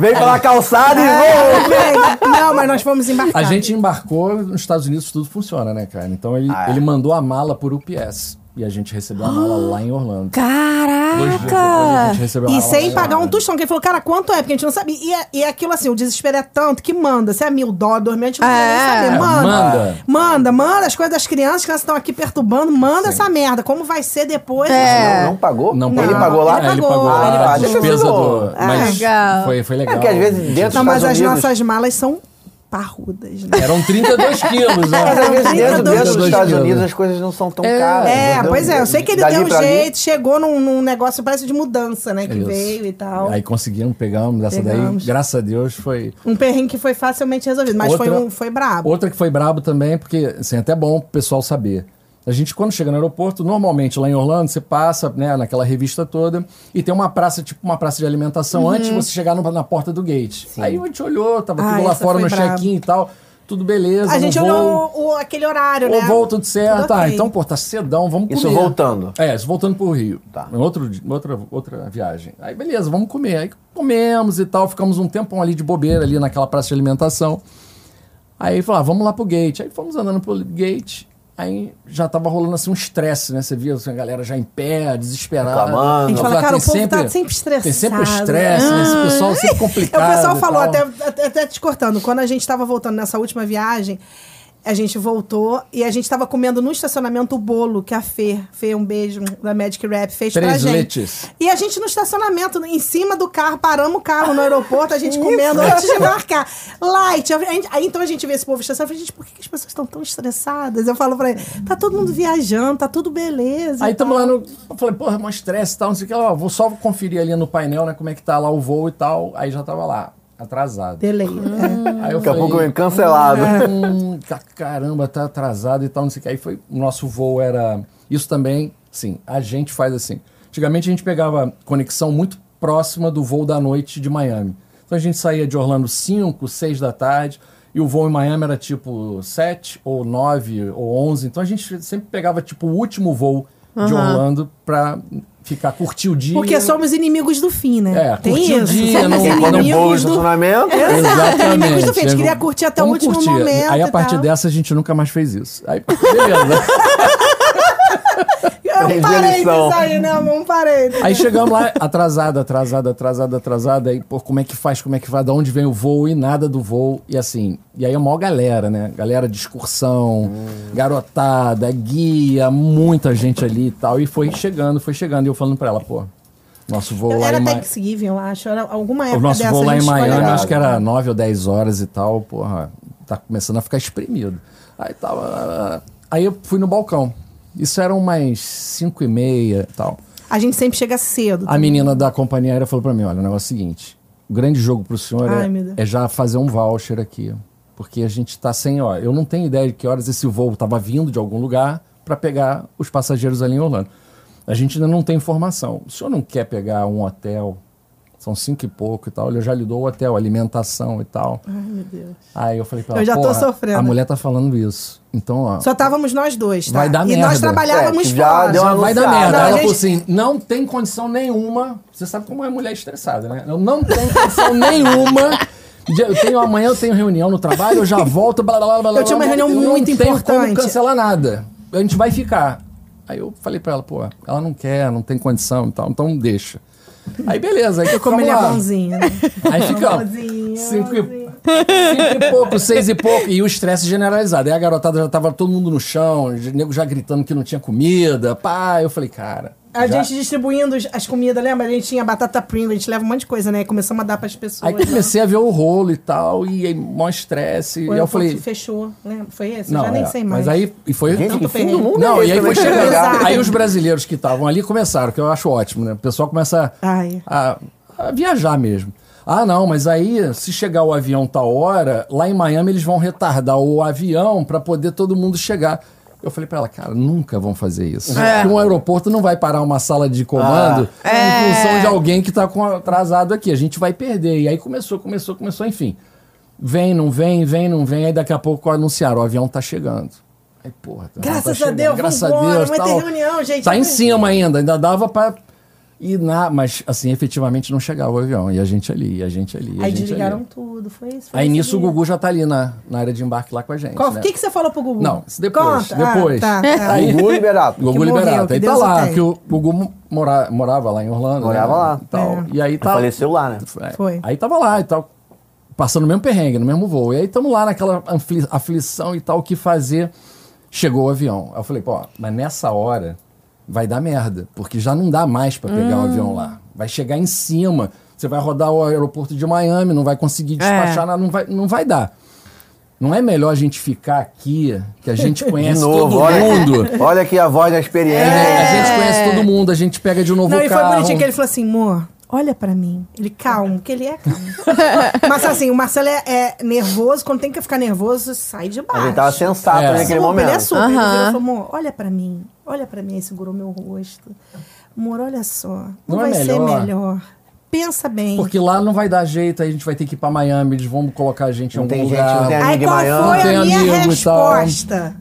Veio pela calçada e voou. Bem, É, Não, mas nós fomos embarcar. A gente embarcou nos Estados Unidos, tudo funciona, né, cara? Então ele, Ah, é. ele mandou a mala por UPS. E a gente recebeu Ah! a mala lá em Orlando. Dois dias depois a gente Caraca! recebeu a E mala lá sem em pagar um Orlando. tostão. Que ele falou, cara, quanto é? Porque a gente não sabia. E, é- e é aquilo assim, o desespero é tanto que manda. Se é mil dólares, dois mil, a gente não quer É. nem saber. Manda. Manda. Manda, manda as coisas das crianças, as crianças estão aqui perturbando, manda essa merda. Como vai ser depois? É. Não, não pagou? Não, Ele pagou. pagou lá? É, ele pagou Ah, ele lá a pagou. despesa do... Ah, Mas legal. foi, foi legal. É que às vezes dentro Não, dos mas as Estados Unidos- nossas malas são parrudas, né? Eram 32 quilos, é né? Mas às vezes dentro, dentro dos 32 Estados quilos. Unidos as coisas não são tão É. caras. um É, entendeu? pois é, eu sei que ele Dali deu um pra ali- jeito, chegou num, num negócio, parece de mudança, né? Que É Isso. veio e tal. Aí conseguimos, pegamos dessa Pegamos. daí. Graças a Deus foi. Um perrengue que foi facilmente resolvido, mas foi, Outra- um, foi brabo. Outra que foi brabo também, porque assim, até bom pro pessoal saber. A gente, quando chega no aeroporto, normalmente lá em Orlando, você passa né, naquela revista toda e tem uma praça, tipo uma praça de alimentação, Uhum. antes de você chegar no- na porta do gate. Aí a gente olhou, tava Ah, tudo lá essa fora no foi brabo. check-in e tal, tudo beleza. A gente no voo, olhou o- o- aquele horário, O né? voo tudo certo. Tudo Ah, ok. então, pô, tá cedão, vamos comer. Isso voltando. É, isso voltando pro Rio. Tá. Em outro di- outra, outra viagem. Aí, beleza, vamos comer. Aí comemos e tal, ficamos um tempão ali de bobeira, ali naquela praça de alimentação. Aí falou, ah, vamos lá pro gate. Aí fomos andando pro gate. Aí já tava rolando assim um estresse, né? Você via assim, a galera já em pé, desesperada. Reclamando. A gente Eu fala, falava, cara, tem o povo tá sempre estressado. Tem sempre o estresse, né? Esse pessoal sempre É, complicado. o pessoal e falou, tal. até, até, até te cortando, quando a gente tava voltando nessa última viagem, a gente voltou e a gente tava comendo no estacionamento o bolo que a Fê, Fê, um beijo da Magic Rap, fez pra Três gente. leites. E a gente no estacionamento, em cima do carro, paramos o carro no aeroporto, a gente comendo antes de marcar. Light. A gente- aí então a gente vê esse povo estressado. Eu falei, gente, por que que as pessoas estão tão estressadas? Eu falo pra ele, tá todo mundo viajando, tá tudo beleza. Aí então e estamos tal. lá no. Eu falei, porra, mó estresse e tal, não sei o que. Ela, ó, vou só conferir ali no painel, né, como é que tá lá o voo e tal. Aí já tava lá, atrasado. Delay. né? Aí eu Daqui a falei, pouco vem cancelado. É. Hum, ca- caramba, tá atrasado e tal, não sei o que. Aí foi. O nosso voo era. Isso também, sim, a gente faz assim. Antigamente a gente pegava conexão muito próxima do voo da noite de Miami. Então a gente saía de Orlando 5, 6 da tarde. E o voo em Miami era tipo 7 ou 9 ou 11. Então a gente sempre pegava tipo o último voo de Orlando pra ficar, curtir o dia. Porque é somos inimigos do fim, né? É, curtir o dia, Somos não- Quem Quando Inimigos um bolo no inimigos do estacionamento. É. Exatamente. Inimigos do fim, a gente queria curtir até o Vamos último momento Aí a e partir tal. dessa a gente nunca mais fez isso. Aí, beleza. É um Aprendi a É parênteses lição. aí, né? amor? Um parênteses. aí chegamos lá, atrasado, atrasado, atrasado, atrasado. Aí, pô, como é que faz? Como é que vai? Da onde vem o voo e nada do voo. E assim, e aí a maior galera, né? Galera de excursão, garotada, guia, muita gente ali e tal. E foi chegando, foi chegando. E eu falando pra ela, pô, nosso voo lá Era em Ma- Thanksgiving, eu acho. Era alguma época O nosso dessa. voo a lá em gente foi Miami, legal. acho que era 9 ou 10 horas e tal, porra, tá começando a ficar espremido. Aí tava. Aí eu fui no balcão. Isso eram umas 5 e meia e tal. A gente sempre chega cedo. tá? A menina da companhia aérea falou pra mim: olha, o negócio é o seguinte: o grande jogo pro senhor Ai, é- meu Deus. é, já fazer um voucher aqui. Porque a gente tá sem, ó. Eu não tenho ideia de que horas esse voo tava vindo de algum lugar pra pegar os passageiros ali em Orlando. A gente ainda não tem informação. O senhor não quer pegar um hotel? São cinco e pouco e tal. Ele já lhe dou o hotel, alimentação e tal. Ai, meu Deus. Aí eu falei pra ela, Eu já tô "Porra, sofrendo." A mulher tá falando isso. Então, ó. Só estávamos nós dois, tá? Vai dar e merda. nós trabalhávamos É, já fora. deu uma Vai dar Anunciado. merda. Não, Ela a falou gente- assim: não tem condição nenhuma. Você sabe como é mulher estressada, né? Eu não tenho condição nenhuma. de- Eu tenho amanhã, eu tenho reunião no trabalho, eu já volto, blá blá blá blá. Eu tinha uma blá, blá, reunião eu muito não tenho importante. como cancelar nada. A gente vai ficar. Aí eu falei pra ela, pô, ela não quer, não tem condição e tal, então deixa. Aí beleza, aí Como ficamos ele é lá. bonzinho. né? Aí ficamos. Bonzinho, Cinco e, cinco e pouco, seis e pouco. E o estresse generalizado. Aí a garotada já tava todo mundo no chão, o nego já gritando que não tinha comida. Pá, eu falei, cara. A já- gente distribuindo as- as comidas, lembra? A gente tinha batata prima, a gente leva um monte de coisa, né? E Começamos a dar pras pessoas. né? Aí que eu comecei a ver o rolo e tal, e aí mó estresse. E Foi um aí eu falei. Fechou, lembra? Foi esse? Não, eu já nem é, sei mais. Mas aí. E foi. Gente, que fim do mundo Não, é esse e aí também? foi chegando. Exato. Aí os brasileiros que estavam ali começaram, que eu acho ótimo, né? O pessoal começa Ai. a, a viajar mesmo. Ah, não, mas aí, se chegar o avião tal hora, lá em Miami eles vão retardar o avião pra poder todo mundo chegar. Eu falei pra ela, cara, nunca vão fazer isso. É. Porque um aeroporto não vai parar uma sala de comando Ah. em É. função de alguém que tá com atrasado aqui. A gente vai perder. E aí começou, começou, começou, enfim. Vem, não vem, vem, não vem. Aí daqui a pouco anunciaram, o avião tá chegando. Aí, porra, o avião Graças tá a Deus, graças a vambora, Deus. vai ter tal. reunião, gente. Tá em Vai- cima ainda, ainda dava pra E na, mas assim, efetivamente não chegava o avião. E a gente ali, e a gente ali. e a Aí gente desligaram um ali. tudo, foi isso? Foi Aí esse nisso o dia. Gugu já tá ali na, na área de embarque lá com a gente. Qual- O né? que, que você falou pro Gugu? Não, isso depois, Conta. Ah, depois. tá, tá. Aí- Gugu Liberato. Gugu morreu, Liberato. que Aí tá Deus o lá, tenha. porque o o Gugu mora, morava lá em Orlando. Morava né? lá. E, tal. É. e aí tá. Faleceu lá, né? É. Foi. Aí tava lá e tal, passando o mesmo perrengue, no mesmo voo. E aí tamo lá naquela afli- aflição e tal, o que fazer. Chegou o avião. Aí eu falei, pô, mas nessa hora vai dar merda, porque já não dá mais pra Hum. pegar o avião lá. Vai chegar em cima, você vai rodar o aeroporto de Miami, não vai conseguir É. despachar, nada, não, vai, não vai dar. Não é melhor a gente ficar aqui, que a gente De conhece novo, todo olha, mundo. olha aqui a voz da experiência. É, a gente conhece todo mundo, a gente pega de novo Não, o e foi carro. bonitinho que ele falou assim, amor, olha pra mim. Ele calmo, porque ele é calmo. Mas assim, o Marcelo é, é nervoso, quando tem que ficar nervoso, sai de A baixo. gente tava sensato É. naquele Amor, Ele é momento. super. Ele Aham. virou e falou, amor, olha pra mim, olha pra mim. Aí segurou meu rosto. Amor, olha só, não, Não é vai ser melhor? melhor. Pensa bem. Porque lá não vai dar jeito, aí a gente vai ter que ir pra Miami, eles vão colocar a gente em Não algum tem gente, lugar. não tem Aí amigo em qual Miami. foi Tem a minha amigo e tal. resposta?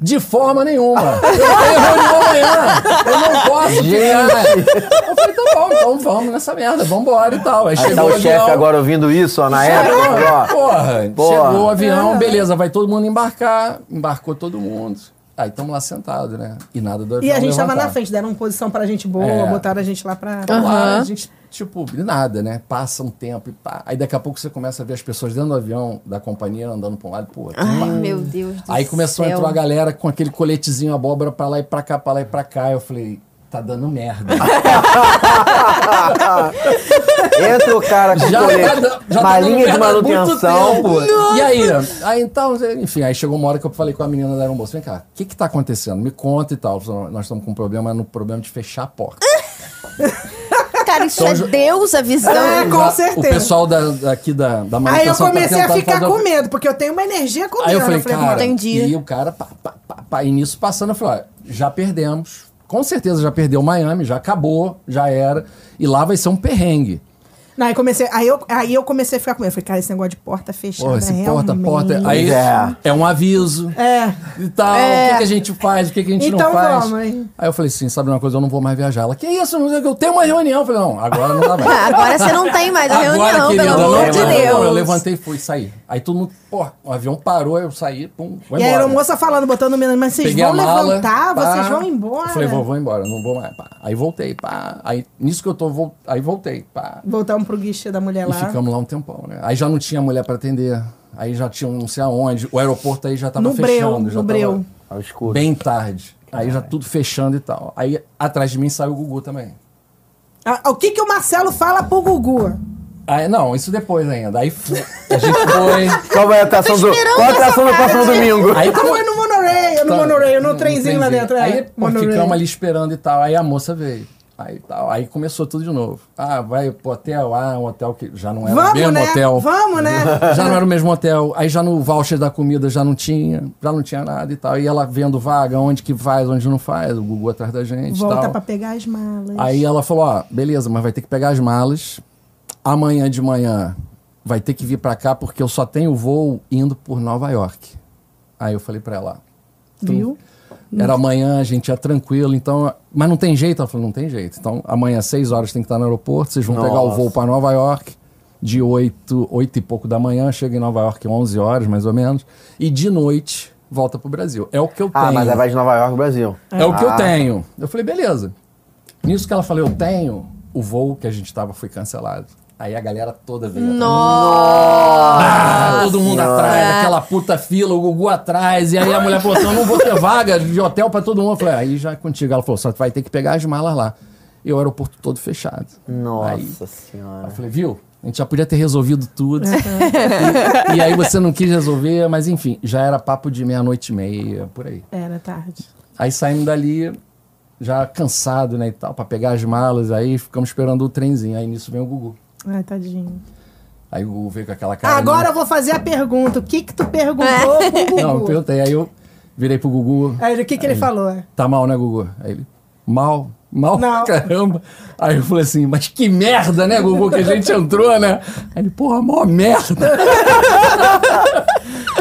De forma nenhuma. Eu tenho reunião amanhã. Eu não posso ficar. Eu falei, tá bom, então vamos nessa merda, vambora e tal. Aí Aí, tá chegou o chefe avião. agora ouvindo isso, ó, na época. tá. Porra, ó. porra, Porra. Chegou o É. avião, beleza, vai todo mundo embarcar. Embarcou todo mundo. Aí estamos lá sentados, né? E nada do avião. E a gente tava levantar. na frente, deram uma posição pra gente boa, É. botaram a gente lá pra. Então lá, Aham. a gente, tipo, nada, né? Passa um tempo e pá. Aí daqui a pouco você começa a ver as pessoas dentro do avião, da companhia, andando pra um lado e pro outro. Ai, Pá. meu Deus do Aí começou a céu. entrar a galera com aquele coletezinho abóbora pra lá e pra cá, pra lá e pra cá. Eu falei, tá dando merda. Entra o cara com Já, colete, tá dando- já tá dando malinha de merda há muito manutenção, tempo. pô. E aí, aí então, enfim, aí chegou uma hora que eu falei com a menina da aeromoça, vem cá, o que que tá acontecendo? Me conta e tal. Ela falou, Nós estamos com um problema, no problema de fechar a porta. Cara, isso Então, é jo- Deus a visão. É, com Já- certeza. O pessoal da, daqui da, da Aí eu manutenção tá comecei a tentando ficar fazer- com medo, porque né? eu tenho uma energia com Aí eu falei, "Mano, cara, entendi. e o cara, pá, pá, pá, pá, e nisso passando, eu falei, ó, já perdemos. Com certeza já perdeu Miami, já acabou, já era. E lá vai ser um perrengue. Não, aí, comecei, aí, eu, aí eu comecei a ficar com medo. Eu Falei, cara, esse negócio de porta fechada Porra, esse porta, é realmente. porta. Aí É. é, um aviso. É. E tal, o que que, a gente faz, o que, que a gente Então não faz. vamos, hein? Aí eu falei assim, sabe uma coisa, eu não vou mais viajar. Ela, que isso, não sei o que, eu tenho uma reunião. Eu falei, não, agora não dá mais. Ah, agora você não tem mais a reunião, querida, pelo amor não, de não, Deus. não, Eu levantei e fui sair. Aí todo mundo, porra, o avião parou, eu saí, pum, foi E um a embora. aeromoça falando, botando o menino, mas vocês Peguei vão a mala, levantar, pá. vocês vão embora. Eu falei, vou, vou embora, não vou mais. pá. Aí voltei, pá. Aí, nisso que eu tô, vol- aí voltei, pá. Voltamos pro guichê da E mulher lá. ficamos lá um tempão, né? Aí já não tinha mulher pra atender. Aí já tinha um não sei aonde. O aeroporto aí já tava No breu, fechando. já tava no breu. Ao Tá escuro. Bem tarde. Aí já tudo fechando e tal. Aí atrás de mim saiu o Gugu também. Ah, O que que o Marcelo fala pro Gugu? Aí, não, isso depois ainda. Aí fu- a gente foi. Qual vai a atração Tá do. Qual a atração do próximo domingo? Aí Ah, foi no monorail, no Tá, monorail, no trenzinho lá dentro. é. Aí pô, Monorail. ficamos ali esperando e tal. Aí a moça veio. Aí, tal, aí começou tudo de novo. Ah, vai pro hotel, ah, um hotel que já não era o Vamos, mesmo né? hotel. Vamos, né? Já não era o mesmo hotel. Aí já no voucher da comida já não tinha, já não tinha nada e tal. E ela vendo vaga, onde que faz, onde não faz, o Gugu atrás da gente e Volta tal. pra pegar as malas. Aí ela falou, ó, beleza, mas vai ter que pegar as malas. Amanhã de manhã vai ter que vir pra cá porque eu só tenho voo indo por Nova York. Aí eu falei pra ela, ó, tu- Viu? Era amanhã, a gente ia tranquilo, então... Mas não tem jeito? Ela falou, não tem jeito. Então, amanhã às 6 horas tem que estar no aeroporto, vocês vão pegar o Nossa. voo pra Nova York de 8, 8 e pouco da manhã, chega em Nova York 11 horas, mais ou menos, e de noite volta pro Brasil. É o que eu tenho. Ah, mas aí vai de Nova York pro Brasil. É o que eu Ah. tenho. Eu falei, beleza. Nisso que ela falou, eu tenho, o voo que a gente tava foi cancelado. Aí a galera toda veio. atrás. Ah, todo mundo atrás, aquela puta fila, o Gugu atrás. E aí a mulher falou assim, eu não vou ter vaga de hotel pra todo mundo. Eu falei, aí já é contigo. Ela falou, só vai ter que pegar as malas lá. E o aeroporto todo fechado. Aí, Nossa senhora. eu falei, viu? A gente já podia ter resolvido tudo. e, e aí você não quis resolver, mas enfim, já era papo de meia-noite e meia, por aí. Era tarde. Aí saímos dali, já cansado, né, e tal, pra pegar as malas, aí ficamos esperando o trenzinho. Aí nisso vem o Gugu. Ai, tadinho. Aí o Gugu veio com aquela cara. né? Agora eu vou fazer a pergunta. O que que tu perguntou pro Gugu? Não, eu perguntei. Aí eu virei pro Gugu. Aí ele, o que que ele falou? Tá mal, né, Gugu? Aí ele, mal, mal Não. pra caramba. Aí eu falei assim, mas que merda, né, Gugu, que a gente entrou, né? Aí ele, porra, mó merda.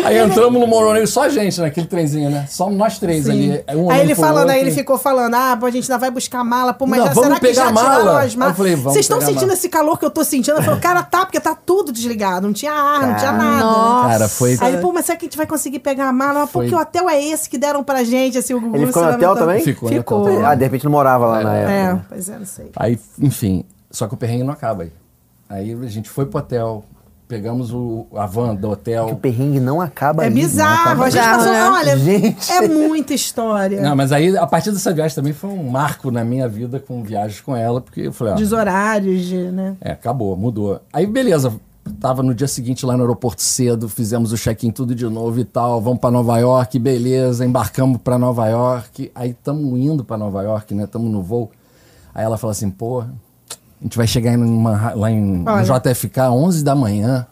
Aí entramos no Moronei só a gente naquele trenzinho, né? Só nós três ali. um olhando aí ele pro falando, aí outro. ele ficou falando, ah, pô, a gente ainda vai buscar mala, pô, mas Não, já, vamos será que pegar já a mala? tiraram as malas? Eu falei, vamos Vocês estão pegar a sentindo mala. esse calor que eu tô sentindo? Eu falei, cara, tá, porque tá tudo desligado, não tinha ar, não tinha nada. né?" Nossa. Cara, foi. Aí ele, pô, mas será que a gente vai conseguir pegar a mala? Mas, pô, Foi. que hotel é esse que deram pra gente? Assim, o Gugu Ele ficou no se hotel lamentando. também? Ficou no Ficou. hotel Ah, de repente não morava lá na época. É, né? pois é, não sei. Aí, enfim, só que o perrengue não acaba aí. Aí a gente foi pro hotel, pegamos o, a van do O hotel. perrengue não acaba É aí, né? bizarro. A gente Bizarro, passou, né? olha, Gente. é muita história. Não, mas aí, a partir dessa viagem também foi um marco na minha vida com viagens com ela, porque eu falei, ó, Dos horários, de, né? É, acabou, mudou. Aí, beleza. Tava no dia seguinte lá no aeroporto cedo, fizemos o check-in tudo de novo e tal. Vamos pra Nova York, beleza. Embarcamos pra Nova York. Aí tamo indo pra Nova York, né? Tamo no voo. Aí ela fala assim, pô, a gente vai chegar em Manha- lá em Olha. JFK 11 da manhã.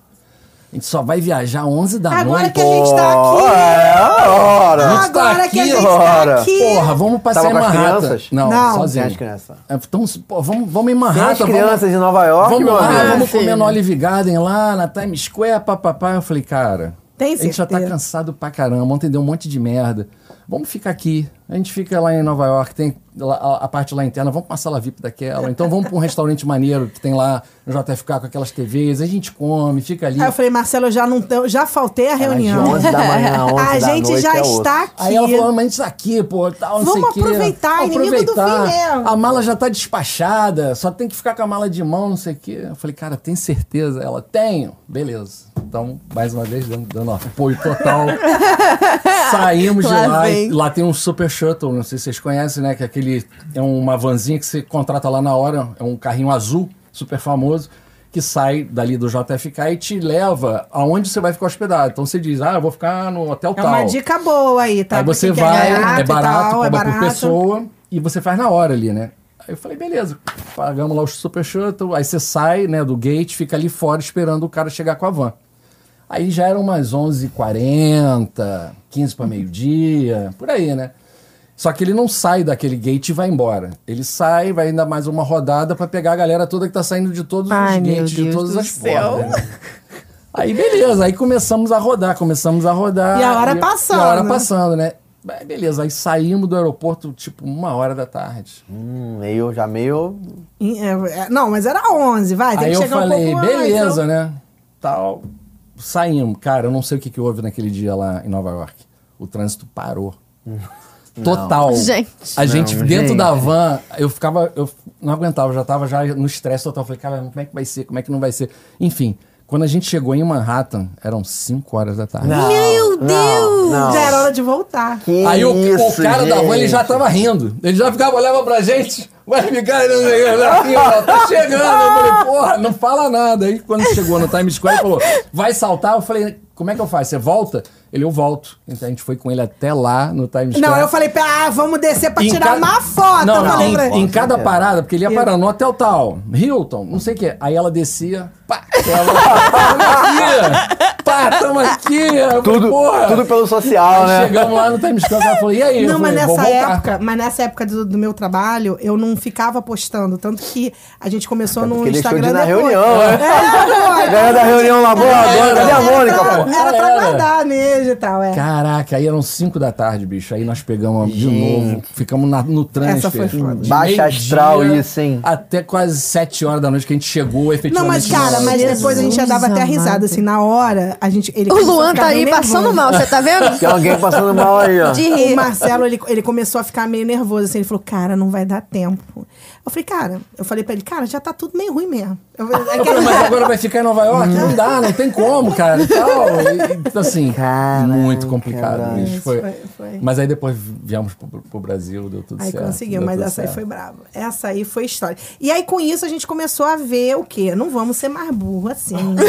A gente só vai viajar 11 da Agora noite. que a gente tá aqui. É, A ora. gente tá Agora que a aqui, gente tá ora. aqui. Porra, vamos passear Tava em com as Manhattan. crianças? Não, Não. sozinho. Sem as crianças. É, Então, pô, vamos, vamos em Tem Manhattan. as vamos- crianças de Nova York, vamos, meu lá, amigo. Ah, vamos filho. comer no Olive Garden lá na Times Square, papapá. Eu falei, cara, Tem a gente já tá certeza. cansado pra caramba, ontem deu um monte de merda. Vamos ficar aqui. A gente fica lá em Nova York, tem lá- a, a parte lá interna, vamos pra uma sala VIP daquela. Então vamos pra um restaurante maneiro que tem lá no JFK com aquelas TVs, a gente come, fica ali. Aí eu falei, Marcelo, eu já não tô, já faltei a reunião. Às 11 da manhã, 11 a da gente noite já é osso. está aqui. Aí ela falou, "Ah, mas isso aqui, pô, tal, não sei Vamos o quê. aproveitar, Vamos inimigo do fim mesmo. A mala já tá despachada, só tem que ficar com a mala de mão, não sei o quê. Eu falei, cara, tem certeza? Ela, tenho. Beleza. Então, mais uma vez, dando, dando apoio total. Saímos Lá de lá. e vem. Lá tem um super shuttle, não sei se vocês conhecem, né? Que é aquele. É uma vanzinha que você contrata lá na hora, é um carrinho azul, super famoso. Que sai dali do JFK e te leva aonde você vai ficar hospedado. Então você diz, ah, eu vou ficar no hotel É tal. uma dica boa aí, tá? Aí Pra você quem quer vai, é e barato, tal, cobra por pessoa e você faz na hora ali, né? Aí eu falei, beleza, pagamos lá o super shuttle, aí você sai, né, do gate, fica ali fora esperando o cara chegar com a van. Aí já eram umas 11h40, 15 para meio-dia, por aí, né? Só que ele não sai daquele gate e vai embora. Ele sai, vai ainda mais uma rodada pra pegar a galera toda que tá saindo de todos Ai, os meu gates, de Deus todas do as céu. portas. né? Aí beleza, aí começamos a rodar, começamos a rodar. E a hora E passando. a hora passando, né? Aí, Beleza, aí saímos do aeroporto tipo uma hora da tarde. Hum, meio, já meio... Em- é, é, Não, mas era 11, vai, tem aí que eu chegar falei, um pouco antes, beleza, então. né? Tal. Saímos. Cara, eu não sei o que, que houve naquele dia lá em Nova York. O trânsito parou. Total. Gente. A gente Hum. Não, dentro gente. da van, eu ficava, eu não aguentava, já tava já no estresse total. Falei, cara, como é que vai ser? Como é que não vai ser? Enfim, quando a gente chegou em Manhattan, eram 5 horas da tarde. Meu Deus! Já era hora de voltar. Que Aí o, o isso, cara da van, gente. ele já tá- tava rindo. Ele já ficava, olhava pra gente, vai ficar aí, não sei o que, lá, aqui, ó, tá chegando. Eu falei, porra, não fala nada. Aí quando chegou no Times Square, ele falou, vai saltar? Eu falei, como é que eu faço? Você volta? Ele, eu volto. Então a gente foi com ele até lá no Times Square. Não, eu falei, ah, vamos descer pra né? Em tirar ca- uma foto. Não, eu falei em, pra ele. em cada Certeza. parada, porque ele ia parar no hotel tal, Hilton, não sei o quê. Aí ela descia, pá, ela, tamo aqui, pá, tamo aqui. Eu falei, Tudo, porra. tudo pelo social, Aí né? Chegamos lá no Times Square, ela falou, e aí? Eu Não, mas falei, "Vou nessa voltar." época, né? mas nessa época do, do meu trabalho, eu não ficava postando. Tanto que a gente É, começou Tanto no que ele deixou de Instagram ir na depois. reunião, né? É, A galera da reunião lá, boa, agora, cadê a Era Mônica, pra- pô? Era pra Era. guardar mesmo e tal, é. Caraca, aí eram 5 da tarde, bicho. Aí nós pegamos de Gente. novo, ficamos na- no trânsito. Essa foi foda. Baixa astral isso, hein? Até quase 7 horas da noite que a gente chegou Não, mas efetivamente. cara, na- mas depois a gente já dava até amado. risada, assim, na hora, a gente... Ele O começou a Luan ficar tá aí meio passando nervoso. mal, você tá vendo? Tem alguém passando mal aí, ó. De O rir. Marcelo, ele, ele começou a ficar meio nervoso, assim. Ele falou, cara, não vai dar tempo. Eu falei, cara... Eu falei pra ele, cara, já tá tudo meio ruim mesmo. Eu, é Eu que- falei, mas agora vai ficar em Nova York? Não dá, não tem como, cara. E tal. E, e, assim, Caraca, muito complicado. brother. bicho. Foi- Foi- foi. Mas aí depois viemos pro, pro Brasil, deu tudo Aí certo. conseguiu, deu mas tudo essa aí certo. foi brava. Essa aí foi história. E aí, com isso, a gente começou a ver o quê? Não vamos ser mais burro assim. né?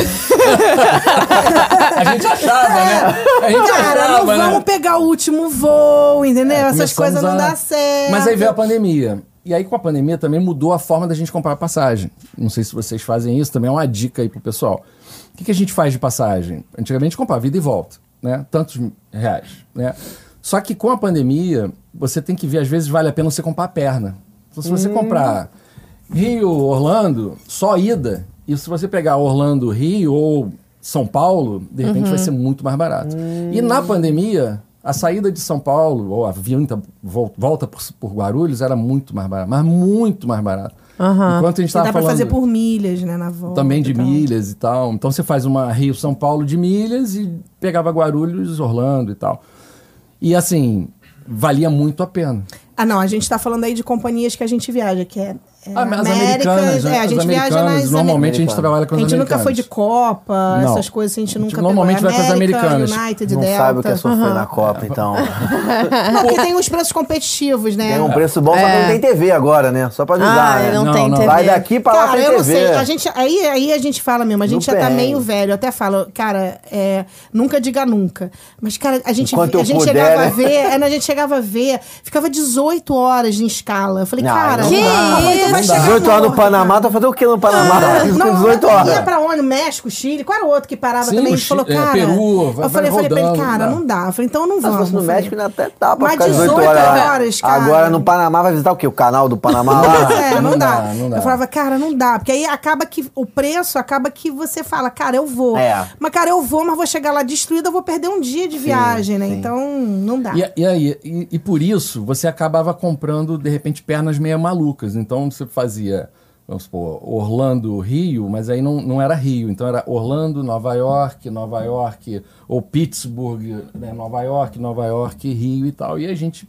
A gente achava, né? A gente Cara, não achava, né? vamos pegar o último voo, entendeu? É, Essas começamos coisas não a- dá certo. Mas aí veio a pandemia. E aí, com a pandemia, também mudou a forma da gente comprar passagem. Não sei se vocês fazem isso, também é uma dica aí pro pessoal. O que, que a gente faz de passagem? Antigamente comprava vida e volta, né? Tantos reais, né? Só que com a pandemia, você tem que ver, às vezes vale a pena você comprar a perna. Então, se Hum. você comprar Rio, Orlando, só ida, e se você pegar Orlando, Rio ou São Paulo, de repente Uhum. vai ser muito mais barato. E Hum. na pandemia, a saída de São Paulo, ou a vinda, vol- volta por, por Guarulhos, era muito mais barato, mas muito mais barato. Enquanto a gente Dá estava pra falando fazer por milhas, né, na volta. também de então. milhas e tal. Então você faz uma Rio-São Paulo de milhas e pegava Guarulhos, Orlando e tal. E assim, valia muito a pena. Ah, não, a gente tá falando aí de companhias que a gente viaja, que é, é Ah, mas as Américas, americanas, é, né? a As gente viaja americanas, nas normalmente a gente Americanas. trabalha com A as gente americanas. nunca foi de Copa, Não. essas coisas a gente A gente nunca normalmente vai com as americanas. United, Não Delta. sabe o que é sofrer na Copa, então. Não, porque tem uns preços competitivos, né? Tem um preço bom, só que não É. tem TV agora, né? Só pra avisar, Ah, né? não, Não, tem não. TV. Vai daqui pra lá Cara, tem eu não TV. sei. A gente, aí, aí a gente fala mesmo, a No gente já tá perrengue. meio velho. Eu até falo, cara, é, nunca diga nunca. Mas, cara, a gente, Enquanto a eu gente puder, chegava né? a ver, é, a gente chegava a ver, ficava 18 horas em escala. Eu falei, Não, cara, não Que uma coisa isso? vai chegar 18 horas outra, no Panamá, cara. tu vai fazer o que no Panamá? Ah, Não, Com não, 18 Ia horas. pra onde? México, Chile, qual era o outro que parava Sim, também? o Ele falou, Chi- é, cara. Peru, vai- eu falei, vai eu falei pra ele, rodando, cara, não dá. não dá. Eu falei, então não Se vamos. fosse no Eu falei, México, né? ainda até dá pra Mas ficar 18 18 horas. lá. horas, cara. Agora no Panamá vai visitar o quê? O canal do Panamá lá? É, não, Não dá. dá, não dá. Eu falava, cara, não dá. Porque aí acaba que o preço acaba que você fala, cara, eu vou. É. Mas, cara, eu vou, mas vou chegar lá destruída, eu vou perder um dia de viagem, né? Então, não dá. E, e aí, e, e por isso, você acabava comprando, de repente, pernas meio malucas. Então você fazia, vamos supor, Orlando, Rio, mas aí não, não era Rio. Então era Orlando, Nova York, Nova York, ou Pittsburgh, né? Nova York, Nova York, Rio e tal. E a gente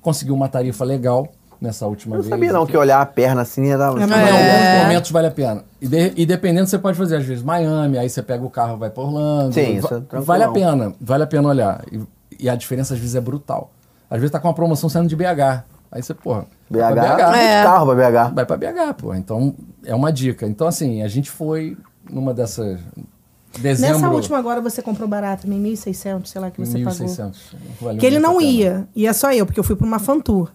conseguiu uma tarifa legal nessa última Eu não vez. sabia não aqui. que olhar a perna assim ia dar... Mas em É. alguns momentos vale a pena. E, de- e dependendo, você pode fazer, às vezes, Miami, aí você pega o carro e vai para Orlando. Sim, isso é Va- tranquilão. Vale a pena, vale a pena olhar. E, e a diferença, às vezes, é brutal. Às vezes tá com uma promoção saindo de BH. Aí você, porra, BH, vai pra é. muito carro pra BH. Vai pra BH, pô. Então, é uma dica. Então, assim, a gente foi numa dessas. Dezembro. Nessa última agora você comprou barato né? também, 1.600, sei lá, que você pagou. 1600. Valeu Que ele muito a não pena. ia. Ia só eu, porque eu fui pra uma fantour.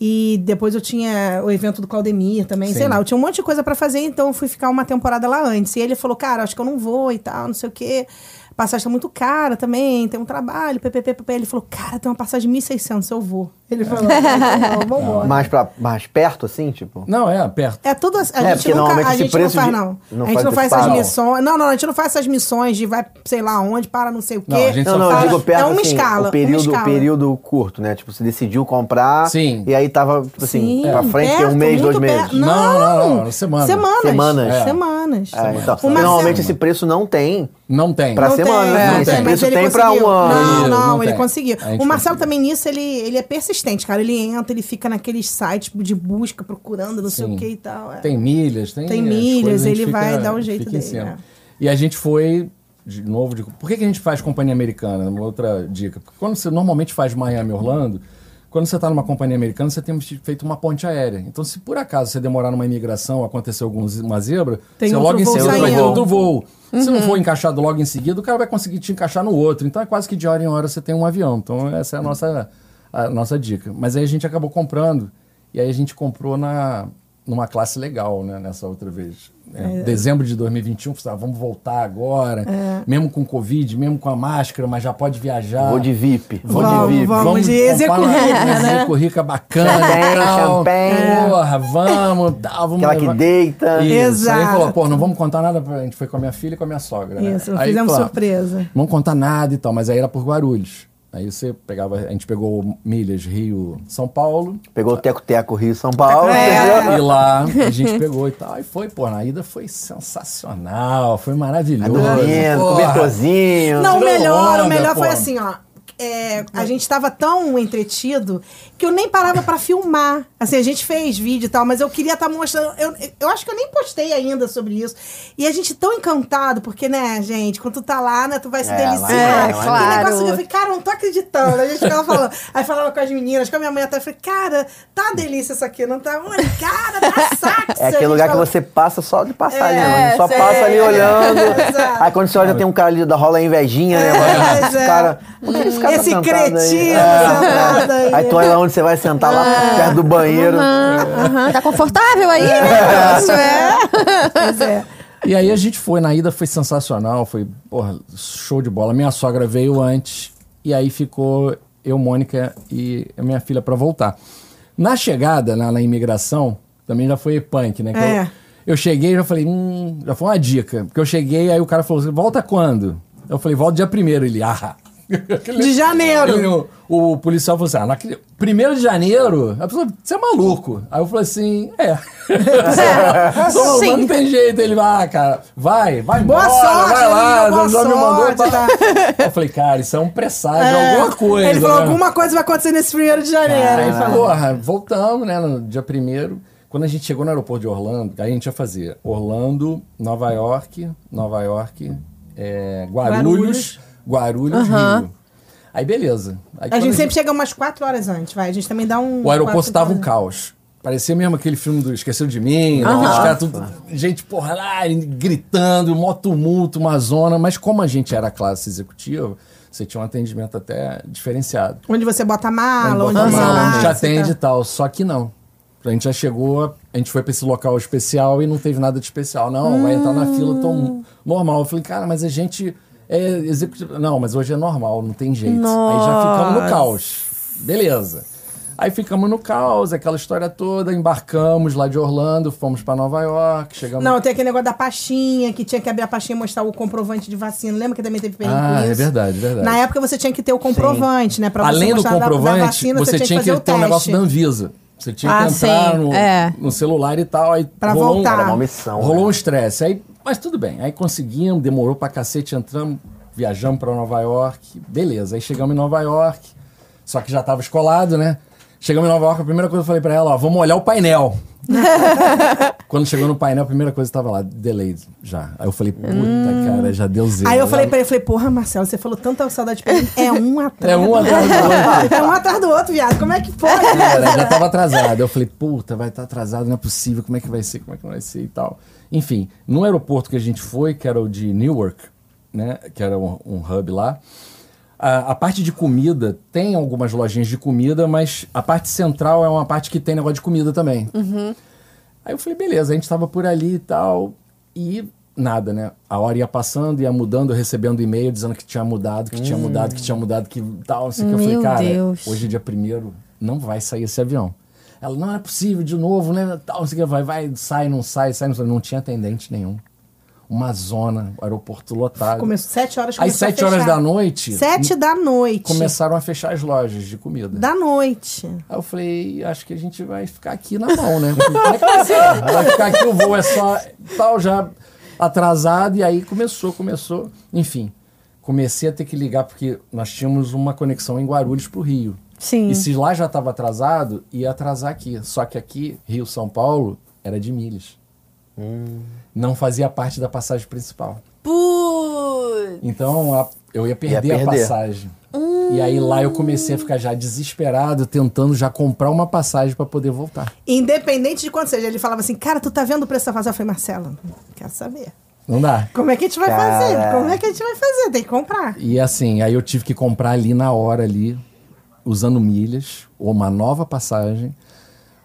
E depois eu tinha o evento do Claudemir também, Sim. sei lá. Eu tinha um monte de coisa pra fazer, então eu fui ficar uma temporada lá antes. E ele falou, cara, acho que eu não vou e tal, não sei o quê. A Passagem tá muito cara também, tem um trabalho, ppp. Ele falou, cara, tem uma passagem de 1.600, eu vou. Ele falou, "Ah, então vamos embora. Mais, pra, mais perto assim, tipo? Não, é, perto. É tudo. A É, gente porque nunca. normalmente A esse gente não preço faz, de- não não. A gente faz não faz essas antecipado. missões. Não, não, a gente não faz essas missões de vai, sei lá onde, para não sei o quê. Não, a gente Não, só não, eu fala- digo perto É uma assim, escala. o período, uma escala. período curto, né? Tipo, você decidiu comprar Sim. e aí tava, tipo assim, Sim, pra frente, que é um perto, mês, muito dois meses. perto. Não, não, não, não, semana. Semanas. Semanas. É. É. Semanas. É, então, Uma normalmente se- esse preço não tem Não tem. pra Não tem, semana, né? não Esse tem, mas preço ele tem pra um conseguiu. ano. Não, Isso, não, não ele tem. conseguiu. A gente O Marcelo conseguiu. também nisso, ele, ele é persistente, cara. Ele entra, ele fica naqueles sites de busca, procurando, não sei Sim. o que e tal. é. Tem milhas, tem. Tem as milhas, coisas, a gente ele vai dar um fica jeito em dele, cima. né? E a gente foi de novo de. Por que, que a gente faz companhia americana? Uma outra dica. Porque quando você normalmente faz Miami Orlando, quando você está numa companhia americana, você tem um feito uma ponte aérea. Então, se por acaso você demorar numa imigração, acontecer algum, ze- uma zebra, Tem você outro logo em voo seguida vai ter saindo. outro voo. Se não for encaixado logo em seguida, o cara vai conseguir te encaixar no outro. Então é quase que de hora em hora você tem um avião. Então essa é a nossa, a nossa dica. Mas aí a gente acabou comprando. E aí a gente comprou na, numa classe legal, né? Nessa outra vez. É, Dezembro de 2021, falei, ah, vamos voltar agora. Mesmo com Covid, mesmo com a máscara, mas já pode viajar. Vou de VIP. Vou Vamos, de VIP. vamos. de comprar uma execurrica, coisa né? Execurrica bacana. Champanhe, tal. champanhe. Porra, vamos. Tá, vamos Aquela que levar- deita. Isso. Aí Exato. falou, pô, não vamos contar nada. pra- A gente foi com a minha filha e com a minha sogra. né? Isso, Aí, fizemos claro, surpresa. Não contar nada e tal, mas aí era por Guarulhos. Aí você pegava, a gente pegou milhas Rio, São Paulo. É. Pegou o Teco-Teco Rio São Paulo. É. E lá a gente pegou e tal. E foi, pô, na ida foi sensacional, foi maravilhoso. Dormindo, porra. cobertorzinho. Não, o Tirou melhor, o onda, melhor foi pô. assim, ó. é, a gente tava tão entretido que eu nem parava pra filmar. Assim, a gente fez vídeo e tal, mas eu queria estar mostrando. Eu, eu acho que eu nem postei ainda sobre isso. E a gente tão encantado, porque, né, gente, quando tu tá lá, né, tu vai se É, deliciar. lá é, Que claro. negócio que eu falei, cara, eu não tô acreditando. A gente ficava falando. Aí falava com as meninas, com a minha mãe até, eu falei, cara, tá uma delícia isso aqui, não tá? Olha, cara, tá saco. É aquele lugar que você passa só de passar ali, né? Só sei. passa ali olhando. Exato. Aí quando você olha, tem um cara ali da rola a invejinha, né? É, Esse é. cara. Por que esse cara Esse tá sentado aí? cretino sentado aí. Aí Ah. tu olha onde você vai sentar lá, perto do banheiro. Aham, tá confortável aí, né? Isso é. Pois é. E aí a gente foi, na ida foi sensacional, foi, porra, show de bola. Minha sogra veio antes, e aí ficou eu, Mônica e a minha filha pra voltar. Na chegada, na, na imigração, também já foi punk, né? que É. eu- Eu cheguei e já falei, hum, já foi uma dica. Porque eu cheguei, aí o cara falou assim, volta quando? Eu falei, volta dia primeiro. Ele, ah. De janeiro. Aí o, o policial falou assim: ah, naquele, primeiro de janeiro, a pessoa, você é maluco. Aí eu falei assim: é. É. Sou maluco, não tem jeito. Ele vai, ah, cara, vai, vai Boa embora, sorte, vai lá, amigo, boa já me mandou. sorte, tá? pra- Eu falei, cara, isso é um presságio, alguma coisa. Ele falou, né? alguma coisa vai acontecer nesse primeiro de janeiro. Aí Ele falou. porra, voltamos, né? No dia primeiro. Quando a gente chegou no aeroporto de Orlando, aí a gente ia fazer Orlando, Nova York, Nova York, é, Guarulhos, Guarulhos, Rio. Aí beleza. Aí A É quando gente sempre chega umas quatro horas antes, vai. A gente também dá um... O aeroporto quatro tava um horas. caos. Parecia mesmo aquele filme do Esqueceu de Mim, né? Os caras tudo, gente, porra, lá, gritando, mó tumulto, uma zona. Mas como a gente era classe executiva, você tinha um atendimento até diferenciado. Onde você bota a mala, onde Bota você a mala, vai, a gente você atende e tá- tal. Só que não. A gente já chegou, a gente foi pra esse local especial e não teve nada de especial. Não, vai entrar na fila tão normal. Eu falei, cara, mas a gente é executivo. Não, mas hoje é normal, não tem jeito. Aí já ficamos no caos. Beleza. Aí ficamos no caos, aquela história toda, embarcamos lá de Orlando, fomos pra Nova York, chegamos. Não, tem aquele negócio da pastinha, que tinha que abrir a pastinha e mostrar o comprovante de vacina. Lembra que também teve perigo Ah, com é isso? verdade, verdade. Na época você tinha que ter o comprovante, né? Pra você Além do mostrar da- comprovante, da vacina, você, tinha que, fazer o ter um negócio da teste. Anvisa. Você tinha Ah, que entrar sim, no, é. no celular e tal. Aí Pra rolou um- voltar. Era uma missão. Rolou um né? estresse. Aí, mas tudo bem. Aí conseguimos, demorou pra cacete, entramos, viajamos pra Nova York. Beleza. Aí chegamos em Nova York. Só que já tava escolado, né? Chegamos em Nova York, a primeira coisa que eu falei pra ela, ó, vamos olhar o painel. Quando chegou no painel, a primeira coisa que tava lá, delay já. Aí eu falei, puta, cara, já deu zero. Hum. Aí eu falei Já- pra ele, falei, porra, Marcelo, você falou tanta saudade de perigo. É um atrás É um atrás do outro. É um atrás do outro, viado. Como é que pode? Cara, Né, já tava atrasado. Eu falei, puta, vai estar atrasado, não é possível, como é que vai ser, como é que não vai ser e tal. Enfim, no aeroporto que a gente foi, que era o de Newark, né, que era um, um hub lá, a, a parte de comida, tem algumas lojinhas de comida, mas a parte central é uma parte que tem negócio de comida também. Uhum. Aí eu falei, beleza, a gente tava por ali e tal, e nada, né? A hora ia passando, ia mudando, eu recebendo e-mail dizendo que tinha mudado, que tinha mudado, que tinha mudado, que tal, não sei o que. Eu falei, Meu cara, Deus. hoje dia primeiro não vai sair esse avião. Ela, não é possível, de novo, né? Tal, não sei o que, vai, vai, sai, não sai, sai, não sai. Não tinha atendente nenhum. Uma zona, o aeroporto lotado. Começou sete horas, Aí, começou a sete horas fechar. da noite, Sete da noite. começaram a fechar as lojas de comida. Da noite. Aí eu falei, acho que a gente vai ficar aqui na mão, né? Como é que vai ser? Vai ficar aqui, o voo é só tal, já atrasado. E aí começou, começou. Enfim, comecei a ter que ligar, porque nós tínhamos uma conexão em Guarulhos pro Rio. Sim. E se lá já estava atrasado, ia atrasar aqui. Só que aqui, Rio-São Paulo, era de milhas. Não fazia parte da passagem principal. Putz. Então a- eu ia perder, Ia perder. a passagem. E aí lá eu comecei a ficar já desesperado, tentando já comprar uma passagem pra poder voltar. Independente de quanto seja. Ele falava assim, cara, tu tá vendo o preço da vacina? Eu falei, Marcelo, quero saber. Não dá. Como é que a gente vai Cara. fazer? Como é que a gente vai fazer? Tem que comprar. E assim, aí eu tive que comprar ali na hora ali, usando milhas, uma nova passagem.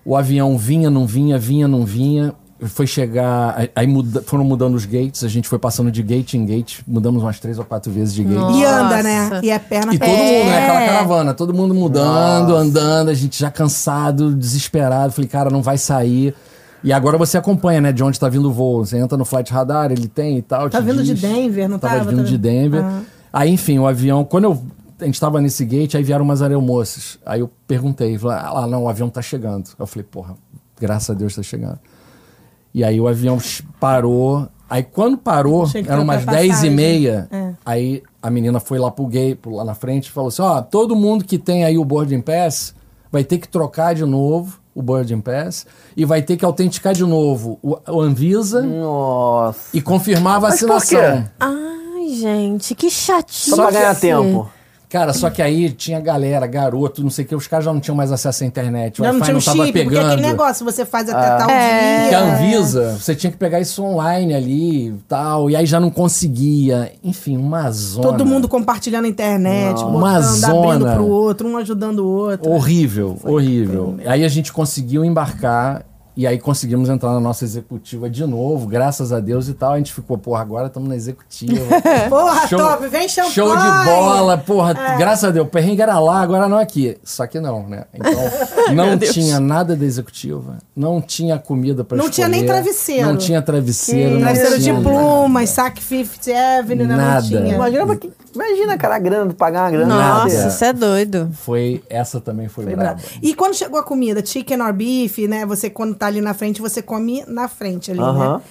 O avião vinha, não vinha, vinha, não vinha. Foi chegar, aí- aí muda- foram mudando os gates, a gente foi passando de gate em gate, mudamos umas três ou quatro vezes de gate. E Nossa. anda, né? E é perna É. E todo perna. mundo, né? Aquela caravana, todo mundo mudando, andando, a gente já cansado, desesperado. Falei, cara, não vai sair. E agora você acompanha, né? De onde tá vindo o voo. Você entra no flight radar, ele tem e tal. Tá te vindo de diz. Denver, não tava? tava? vindo Tá de vindo- Denver. Ah. Aí, enfim, o avião... Quando eu... A gente tava nesse gate, aí vieram umas aeromoças. Aí eu perguntei, falei, ah lá, não, o avião tá chegando. Eu falei, porra, graças a Deus tá chegando. E aí o avião sh- parou. Aí quando parou, Tinha que eram trocar umas 10 e passagem. meia. É. Aí a menina foi lá pro gay, pro- lá na frente, e falou assim: ó, todo mundo que tem aí o boarding pass vai ter que trocar de novo o boarding pass e vai ter que autenticar de novo o, o Anvisa Nossa. e confirmar a Mas por vacinação. quê? Ai, gente, que chatinho. Só assim, pra ganhar tempo. Cara, só que aí tinha galera, garoto, não sei o que, os caras já não tinham mais acesso à internet, o Já não Wi-Fi tinha não um tava chip, porque pegando. Ah. aquele negócio você faz até tal Que dia. a Anvisa, você tinha que pegar isso online ali e tal, e aí já não conseguia. Enfim, uma zona. Todo mundo compartilhando a internet, Uma botando, abrindo zona. pro outro, um ajudando o outro. Horrível, horrível. Aí a gente conseguiu embarcar. E aí conseguimos entrar na nossa executiva de novo, graças a Deus e tal. A gente ficou, porra, agora estamos na executiva. Porra, top, vem champanhe! É. Show de bola, porra, graças a Deus. O perrengue era lá, agora não aqui. Só que não, né? Então, não tinha nada da executiva, não tinha comida pra Não escolher. tinha nem travesseiro. Não tinha travesseiro. não Travesseiro de tinha plumas, sac Fifth Avenue, né? Nada. não tinha. Mas- Imagina, que- imagina, cara, a grana, pagar uma grana. né? Nossa, Nada. isso é doido. Foi, essa também foi, Foi braba. brabo. E quando chegou a comida, chicken or beef, né? Você, quando tá ali na frente, você come na frente ali, Aham. né?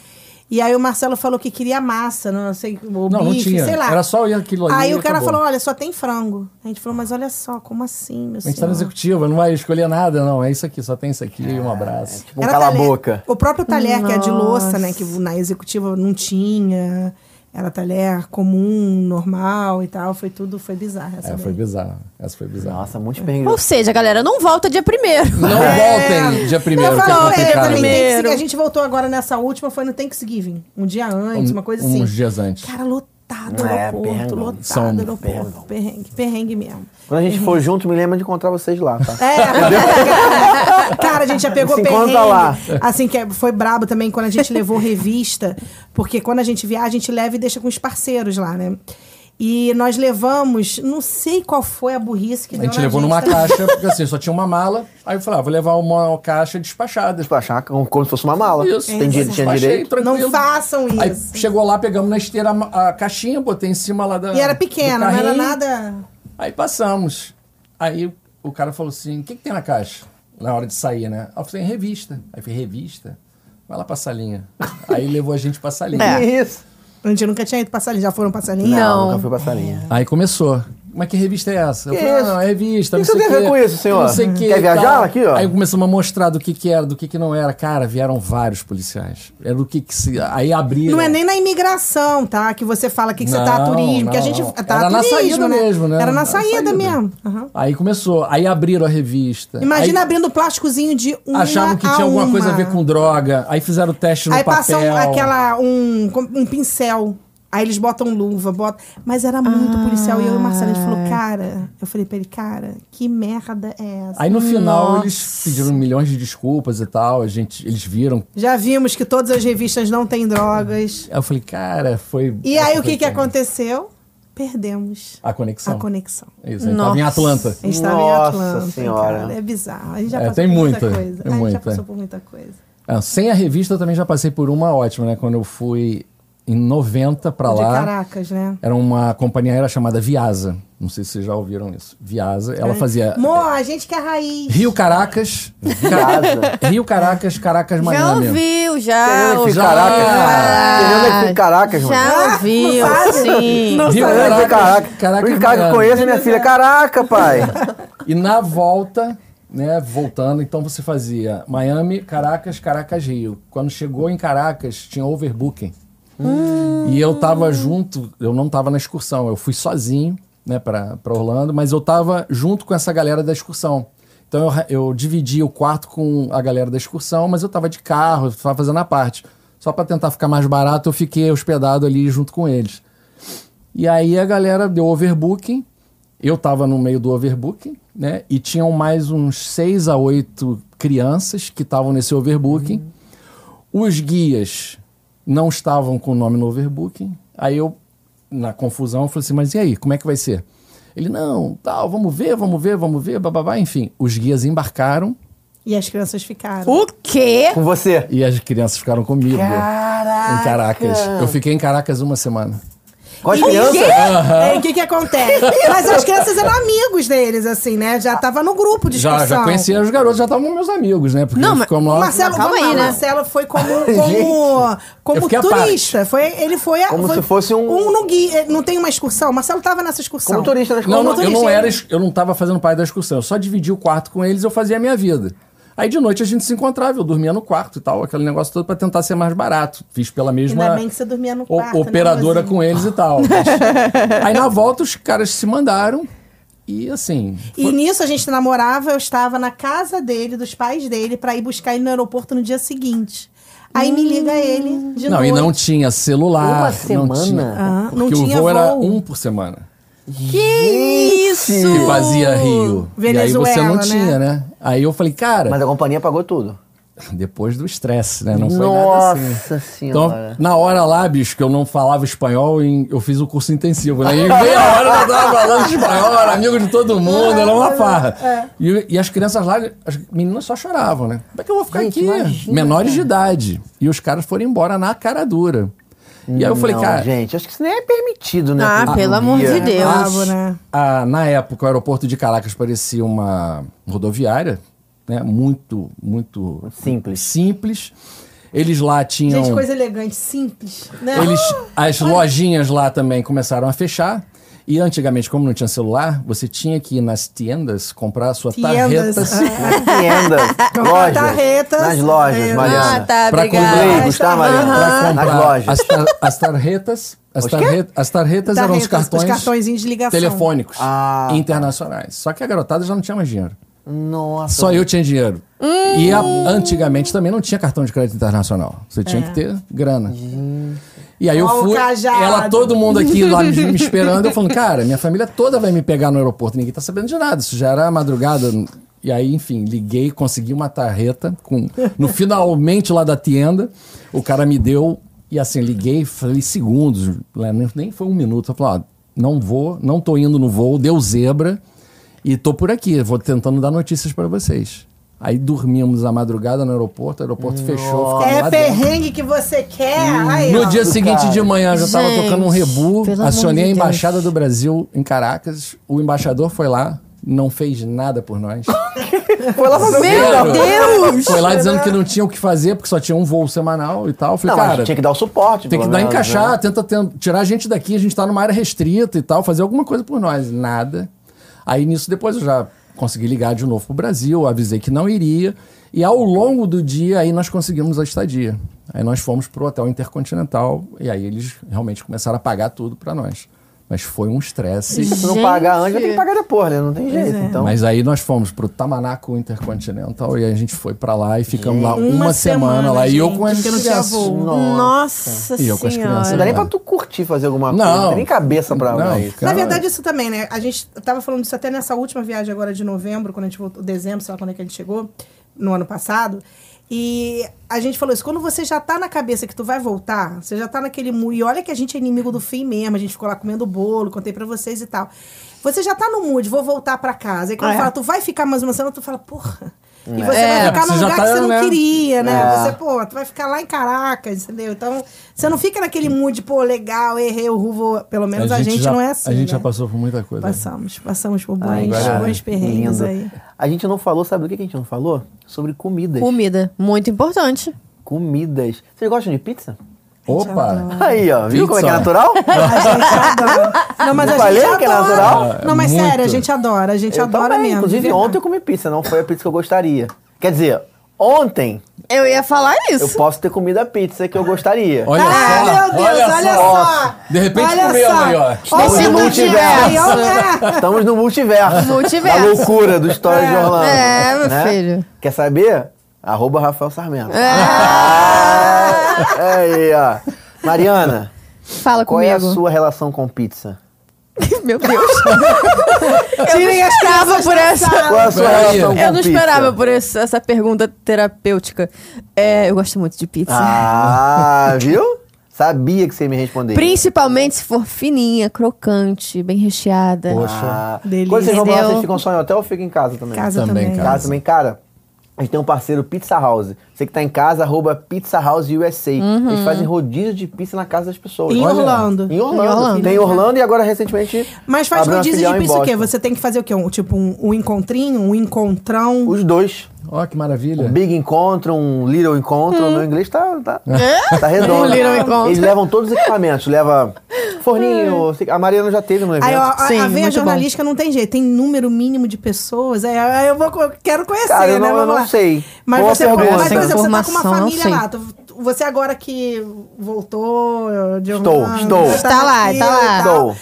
E aí o Marcelo falou que queria massa, não sei, o Não, não bife, tinha. sei lá. Era só aquilo ali Aí e o cara acabou. falou, olha, só tem frango. A gente falou, mas olha só, como assim, meu A gente tá na senhor? executiva, não vai escolher nada, não. É isso aqui, só tem isso aqui. Um É, abraço. Tipo, um cala a talher- boca. O próprio talher, que é de louça, né? Que na executiva não tinha. Era talher comum, normal e tal. Foi tudo, foi bizarro essa É, daí. foi bizarro. Essa foi bizarra. Nossa, muitos perrengues. Ou seja, galera, não volta dia primeiro. Não É. voltem dia primeiro, Eu que é falo, é, complicado. também né? Thanksgiving, a gente voltou agora nessa última, foi no Thanksgiving. Um dia antes, uma coisa assim. Uns dias antes. Cara, lotado o É, aeroporto, perrengão. lotado São aeroporto. perrengão. Perrengue, perrengue mesmo. Quando a gente for junto, me lembra de encontrar vocês lá, tá? É, cara, a gente já pegou Se perrengue. encontra lá. Assim, que é- foi brabo também quando a gente levou revista, porque quando a gente viaja, a gente leva e deixa com os parceiros lá, né? E nós levamos, não sei qual foi a burrice que A deu gente na levou gente, numa tá? caixa, porque assim, só tinha uma mala. Aí eu falei, ah, vou levar uma caixa despachada. "Ah, Tipo, achar como, como se fosse uma mala. Isso. Tem dinheiro, tinha Despachei, direito. tranquilo. É, Não façam Aí isso. chegou lá, pegamos na esteira a, a caixinha, botei em cima lá da. E era do pequena, não era carrinho. nada. Aí passamos. Aí o cara falou assim: o que, que tem na caixa? Na hora de sair, né? Aí eu falei, revista. Aí eu falei, revista? Vai lá pra salinha. Aí levou a gente pra salinha. Que Isso. A gente nunca tinha ido pra salinha, já foram pra salinha? Não, nunca fui passarinha. Aí começou. Mas que revista é essa? Que eu falei, isso? ah, não, é revista, O não que sei você o tem a ver quê. com isso, senhor? Uhum. Não sei o quê Quer e viajar tal. aqui, ó? Aí começamos a mostrar do que que era, do que que não era. Cara, vieram vários policiais. Era do que que se... Aí abriram. Não é nem na imigração, tá? Que você fala que, que você tá Não, turismo, que a não. gente tá Era na turismo, saída né? mesmo, né? Era na Era na saída, saída. mesmo. Aham. Aí começou. Aí abriram a revista. Imagina Aí abrindo o plásticozinho de uma Achavam que a tinha alguma uma. coisa a ver com droga. Aí fizeram teste no Aí papel. passam aquela um, com- um pincel. Aí eles botam luva, botam. Mas era muito policial. E eu e o Marcelo, a gente Ah. falou, cara. Eu falei pra ele, cara, que merda é essa? Aí no final eles pediram milhões de desculpas e tal. A gente, eles viram. Já vimos que todas as revistas não têm drogas. Aí eu falei, cara, foi. E essa aí o foi que, que terrível. aconteceu? Perdemos A conexão. a conexão. Isso, a gente tava em Nossa. Atlanta. A gente tava Nossa em Atlanta. Senhora. cara, é bizarro. A gente já É, passou tem por muita, coisa. tem a gente muita, já passou é. por muita coisa. Ah, sem a revista eu também já passei por uma ótima, né? Quando eu fui em 90 pra De lá. Caracas, né? Era uma companhia aérea chamada Viasa. Não sei se vocês já ouviram isso. Viasa. Ela fazia Mô, a gente que é raiz. Rio Caracas. Viasa. Rio Caracas, Caracas, Já Miami. ouviu, Você já lembra é de ouviu. Caracas? Ah, Você lembra de Caracas, mano? Já ouviu, sim. Rio Você lembra é de Caracas? Caracas, Por causa que eu Miami. conheço minha filha. Caraca, pai. E na volta, né, voltando, então você fazia Miami, Caracas, Caracas, Rio. Quando chegou em Caracas, tinha overbooking. E eu tava junto, eu não tava na excursão, eu fui sozinho, né, pra, pra Orlando, mas eu tava junto com essa galera da excursão. Então eu, ra- eu dividi o quarto com a galera da excursão, mas eu tava de carro, eu tava fazendo a parte. Só pra tentar ficar mais barato, eu fiquei hospedado ali junto com eles. E aí a galera deu overbooking. Eu tava no meio do overbooking, né? E tinham mais uns seis a oito crianças que estavam nesse overbooking. Os guias não estavam com o nome no overbooking. Aí eu, na confusão, eu falei assim: mas e aí, como é que vai ser? Ele, não, tal, vamos ver, vamos ver, vamos ver, bababá. Enfim, os guias embarcaram E as crianças ficaram. Uh! O quê? Com você. e as crianças ficaram comigo. Caraca. Em Caracas. Eu fiquei em Caracas uma semana. Com as E o crianças? quê? É, O que que acontece? Mas as crianças eram amigos deles, assim, né? Já tava no grupo de Já, discussão. já conhecia os garotos, já estavam meus amigos, né? Porque Não, nós mas- ficamos lá. Marcelo, Calma vamos lá, aí, né? Marcelo foi como, Gente, como, eu como fiquei à turista. Foi, ele foi a- Como foi se fosse um- no guia. Não tem uma excursão? Marcelo tava nessa excursão. Como turista na escola. Não, não, Como eu não turista, era, hein? ex- eu não tava fazendo parte da excursão. Eu só dividi o quarto com eles, eu fazia a minha vida. Aí de noite a gente se encontrava, eu dormia no quarto e tal, aquele negócio todo pra tentar ser mais barato. Fiz pela mesma Ainda bem que você dormia no o- quarto, né, operadora Rosinha? com eles e tal. Mas- Aí na volta os caras se mandaram e assim, E nisso a gente namorava, eu estava na casa dele, dos pais dele, pra ir buscar ele no aeroporto no dia seguinte. Aí me liga ele de Hum. não, noite. e não tinha celular, Uma não semana? tinha, Ah, não porque tinha o voo era voo. um por semana. Que isso? Que fazia Rio. e aí você Venezuela, não né? tinha, né? Aí eu falei, cara, Mas a companhia pagou tudo. Depois do estresse, né? Não foi nada assim. Nossa Então, senhora. na hora lá, bicho, que eu não falava espanhol, em- eu fiz o curso intensivo, né? E em meia hora eu tava falando espanhol, era amigo de todo mundo, era É. uma farra. E, e as crianças lá, as meninas só choravam, né? Como é que eu vou ficar Gente, aqui? imagina, Menores de cara. idade. E os caras foram embora na cara dura. E aí eu falei, Não, cara, Gente, acho que isso nem é permitido, né? Ah, por pelo rodovia. amor de É Deus. brabo, né? Ah, na época, o aeroporto de Caracas parecia uma rodoviária, né? Muito, muito é Simples. simples. Eles lá tinham. Gente, coisa elegante, simples, né? Eles, as lojinhas lá também começaram a fechar. E antigamente, como não tinha celular, você tinha que ir nas tiendas comprar a sua Tiendas. tarreta Entenda. Tarretas. lojas. Nas lojas, É. Mariana. Ah, tá, Pra obrigada. concluir. Leigos, tá, pra Mariana? Nas comprar lojas. as, tar, as tarretas. As, Os quê? tarre- as tarretas eram os Tarretas, cartões os cartõezinhos de ligação. telefônicos Ah, tá. internacionais. Só que a garotada já não tinha mais dinheiro. Nossa. Só eu tinha dinheiro. Hum. E a- antigamente também não tinha cartão de crédito internacional. Você tinha que ter grana. E aí eu Ó É. o fui, cajado. ela, todo mundo aqui lá me me esperando, eu falando, cara, minha família toda vai me pegar no aeroporto, ninguém tá sabendo de nada, isso já era madrugada. E aí, enfim, liguei, consegui uma tarreta, com, no finalmente lá da tienda, o cara me deu, e assim, liguei, falei segundos, né, nem- nem foi um minuto, eu falei, ó, não vou, não tô indo no voo, deu zebra, e tô por aqui, vou tentando dar notícias para vocês. Aí dormimos a madrugada no aeroporto, o aeroporto fechou, ficamos É lá dentro. perrengue que você quer. Aí, No ó. dia seguinte cara. de manhã, eu já estava Gente, tocando um rebu, pelo amor acionei de a Deus. Embaixada do Brasil em Caracas, o embaixador foi lá, não fez nada por nós. Foi lá fazer o quê? Zero. Meu Deus! Foi lá dizendo que não tinha o que fazer, porque só tinha um voo semanal e tal. Eu Não, Falei, mas cara, tinha que dar o suporte, tem que pelo dar menos, encaixar, né? tenta, ten- tirar a gente daqui, a gente tá numa área restrita e tal, fazer alguma coisa por nós. Nada. Aí nisso depois eu já consegui ligar de novo pro Brasil, avisei que não iria. E ao longo do dia aí nós conseguimos a estadia. Aí nós fomos pro hotel Intercontinental e aí eles realmente começaram a pagar tudo pra nós. Mas foi um estresse. Se não Gente. pagar antes, tem que pagar depois, né? Não tem jeito, então. Mas aí nós fomos pro Tamanaco Intercontinental e a gente foi pra lá e ficamos lá uma, semana, Uma semana, lá. e eu gente, com as porque não tinha crianças. voo. Nossa E eu com as crianças. Não senhora. dá nem pra tu curtir fazer alguma é. Não. coisa. Não tem nem cabeça pra Não, pra isso. cara. Na verdade, isso também, né? A gente tava falando disso até nessa última viagem agora de novembro, quando a gente voltou, dezembro, sei lá quando é que a gente chegou, no ano passado. E a gente falou isso, quando você já tá na cabeça que tu vai voltar, você já tá naquele mu e olha que a gente é inimigo do fim mesmo, a gente ficou lá comendo bolo, contei pra vocês e tal. Você já tá no mood, vou voltar pra casa. E quando Ah, é? fala, tu vai ficar mais uma semana, tu fala, porra. E você vai ficar você num já lugar tá, que você não né? queria, né? É. Você, pô, tu vai ficar lá em Caracas, entendeu? Então, você não fica naquele mood, pô, legal, errei, eu vou. Pelo menos a gente, já, não é assim. A gente já né? passou por muita coisa. Passamos, passamos por bons, Ai, cara, bons perrengues Ah, é lindo. aí. A gente não falou, sabe do que que a gente não falou? Sobre comidas. Comida, muito importante. Comidas. Vocês gostam de pizza? Opa! Aí, ó. Viu como é que é Pizza. natural? A gente adora. Não, mas Não a gente falei que é adora. natural? Não, mas Muito. sério, a gente adora, a gente Eu adora também. mesmo. de Inclusive, verdade. ontem eu comi pizza. Não foi a pizza que eu gostaria. Quer dizer, ontem Eu ia falar eu isso. posso ter comido a pizza que eu gostaria. Olha só! Ah, meu Deus, olha, só. De repente olha comeu só. aí, ó. Olha Estamos o no multiverso. Aí, olha. é. Estamos no multiverso. Multiverso. Da loucura do História de Orlando. né? é, meu filho. Quer saber? Arroba Rafael Sarmento. É. Ah, aí, ó. Mariana, Fala qual é a comigo. sua relação com pizza? Meu Deus. Tirem as travas por essa. Qual é a sua Peraí. relação com pizza? Eu não esperava por esse- essa pergunta terapêutica. É, eu gosto muito de pizza. Ah, viu? Sabia que você ia me responder. Principalmente se for fininha, crocante, bem recheada. Poxa. Ah, Delícia. quando vocês vão pra lá, Entendeu? vocês ficam só em hotel ou ficam em casa também? Casa Também, também. Em cara. casa também, cara. A gente tem um parceiro, Pizza House. Você que tá em casa, arroba Pizza House USA. Eles fazem rodízio de pizza na casa das pessoas. Uhum. Em Orlando. Em Orlando. Em Orlando. Tem em Orlando e agora recentemente. Mas faz abriu uma rodízio filial de em pizza o quê? Boston. Você tem que fazer o quê? Um, tipo um, um encontrinho, um encontrão. Os dois. Ó, que maravilha. Um Big Encontro, um Little Encontro. Hum. Meu inglês tá, tá, É? tá redondo. Um little encontro. Eles levam todos os equipamentos. Leva forninho. A Mariana já teve no evento. Hum. Aí, ó, a- Sim, a, veia muito jornalística não tem jeito, tem número mínimo de pessoas. Aí, aí eu vou, eu quero conhecer, Cara, eu né? não- eu Vamos não lá. sei. Mas Boa você, mas, pergunta. assim, por exemplo, você tá com uma Informação, não família sei. lá. tu- tu- você agora que voltou de Estou, Orlando, estou. já Tá lá, aqui tá lá. e tal. Estou.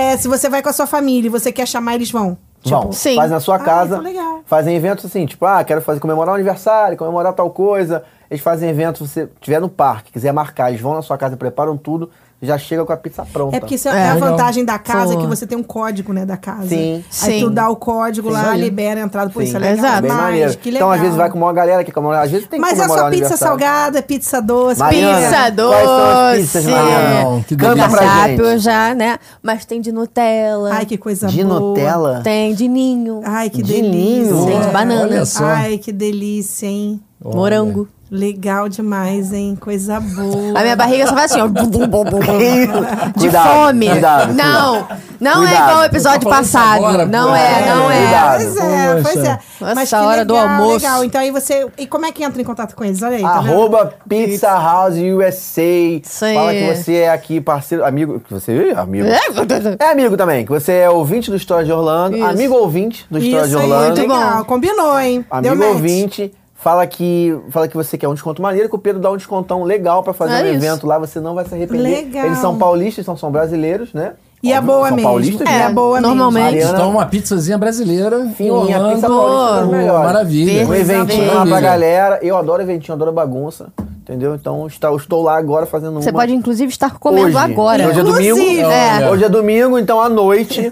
É, se você vai com a sua família e você quer chamar, eles vão. Bom, sim. faz na sua Ah, casa, então legal. fazem eventos assim, tipo, ah, quero fazer comemorar o aniversário, comemorar tal coisa. Eles fazem eventos, você tiver no parque, quiser marcar, eles vão na sua casa, preparam tudo, já chega com a pizza pronta. É porque isso é, é a legal. vantagem da casa, Boa. que você tem um código, né, da casa. Sim. Aí Sim. tu dá o código lá, libera a entrada. Pô, Sim. isso é legal Exato. Bem demais, maneiro. que Então, às legal. vezes vai com uma galera que comemorar. Às vezes tem que Mas é comemorar só o pizza aniversário. salgada, pizza doce. Mariana, Pizza Quais são as pizzas, doce. Mariana? Não, que É. Canta delícia. pra Cardápio gente. já, né? Mas tem de Nutella. Ai, que coisa De boa. Nutella? Tem de ninho. Ai, que De delícia. ninho. Tem de banana. Olha só. Ai, que delícia, hein? Olha. Morango. Legal demais, hein? Coisa boa. A minha barriga só faz assim, ó. bum, bum, bum, bum, bum. Cuidado, De fome. Cuidado, não, não é Cuidado. igual o Tu episódio tá falando isso passado. agora, não pô. é, não é. Cuidado. Pois é, pois é. Nossa, Mas que a hora legal, do almoço. Legal. Então aí você. E como é que entra em contato com eles? Olha aí. tá vendo? Arroba Pizza House USA. Isso aí. Fala que você é aqui parceiro, amigo, que você é amigo. É amigo também, que você é ouvinte do História de Orlando, Isso. amigo ouvinte do História de Isso aí, Orlando. muito legal. bom. Combinou, hein? Amigo match. ouvinte, fala que, fala que você quer um desconto maneiro, que o Pedro dá um descontão legal pra fazer É um isso. evento lá, você não vai se arrepender. Legal. Eles são paulistas, são, são brasileiros, né? E é Óbvio, boa são mesmo. paulistas, É, né? é boa mesmo. normalmente. Mariana- Então, uma pizzazinha brasileira. em Fininha, pizza Orlando. paulista das Pô, melhores. Maravilha. Um Coisa eventinho lá pra maravilha. galera. Eu adoro eventinho, adoro bagunça. Entendeu? Então estou, estou lá agora fazendo uma. Você pode, inclusive, estar comendo hoje. agora. Hoje é domingo. Inclusive. É. Hoje é domingo, então à noite.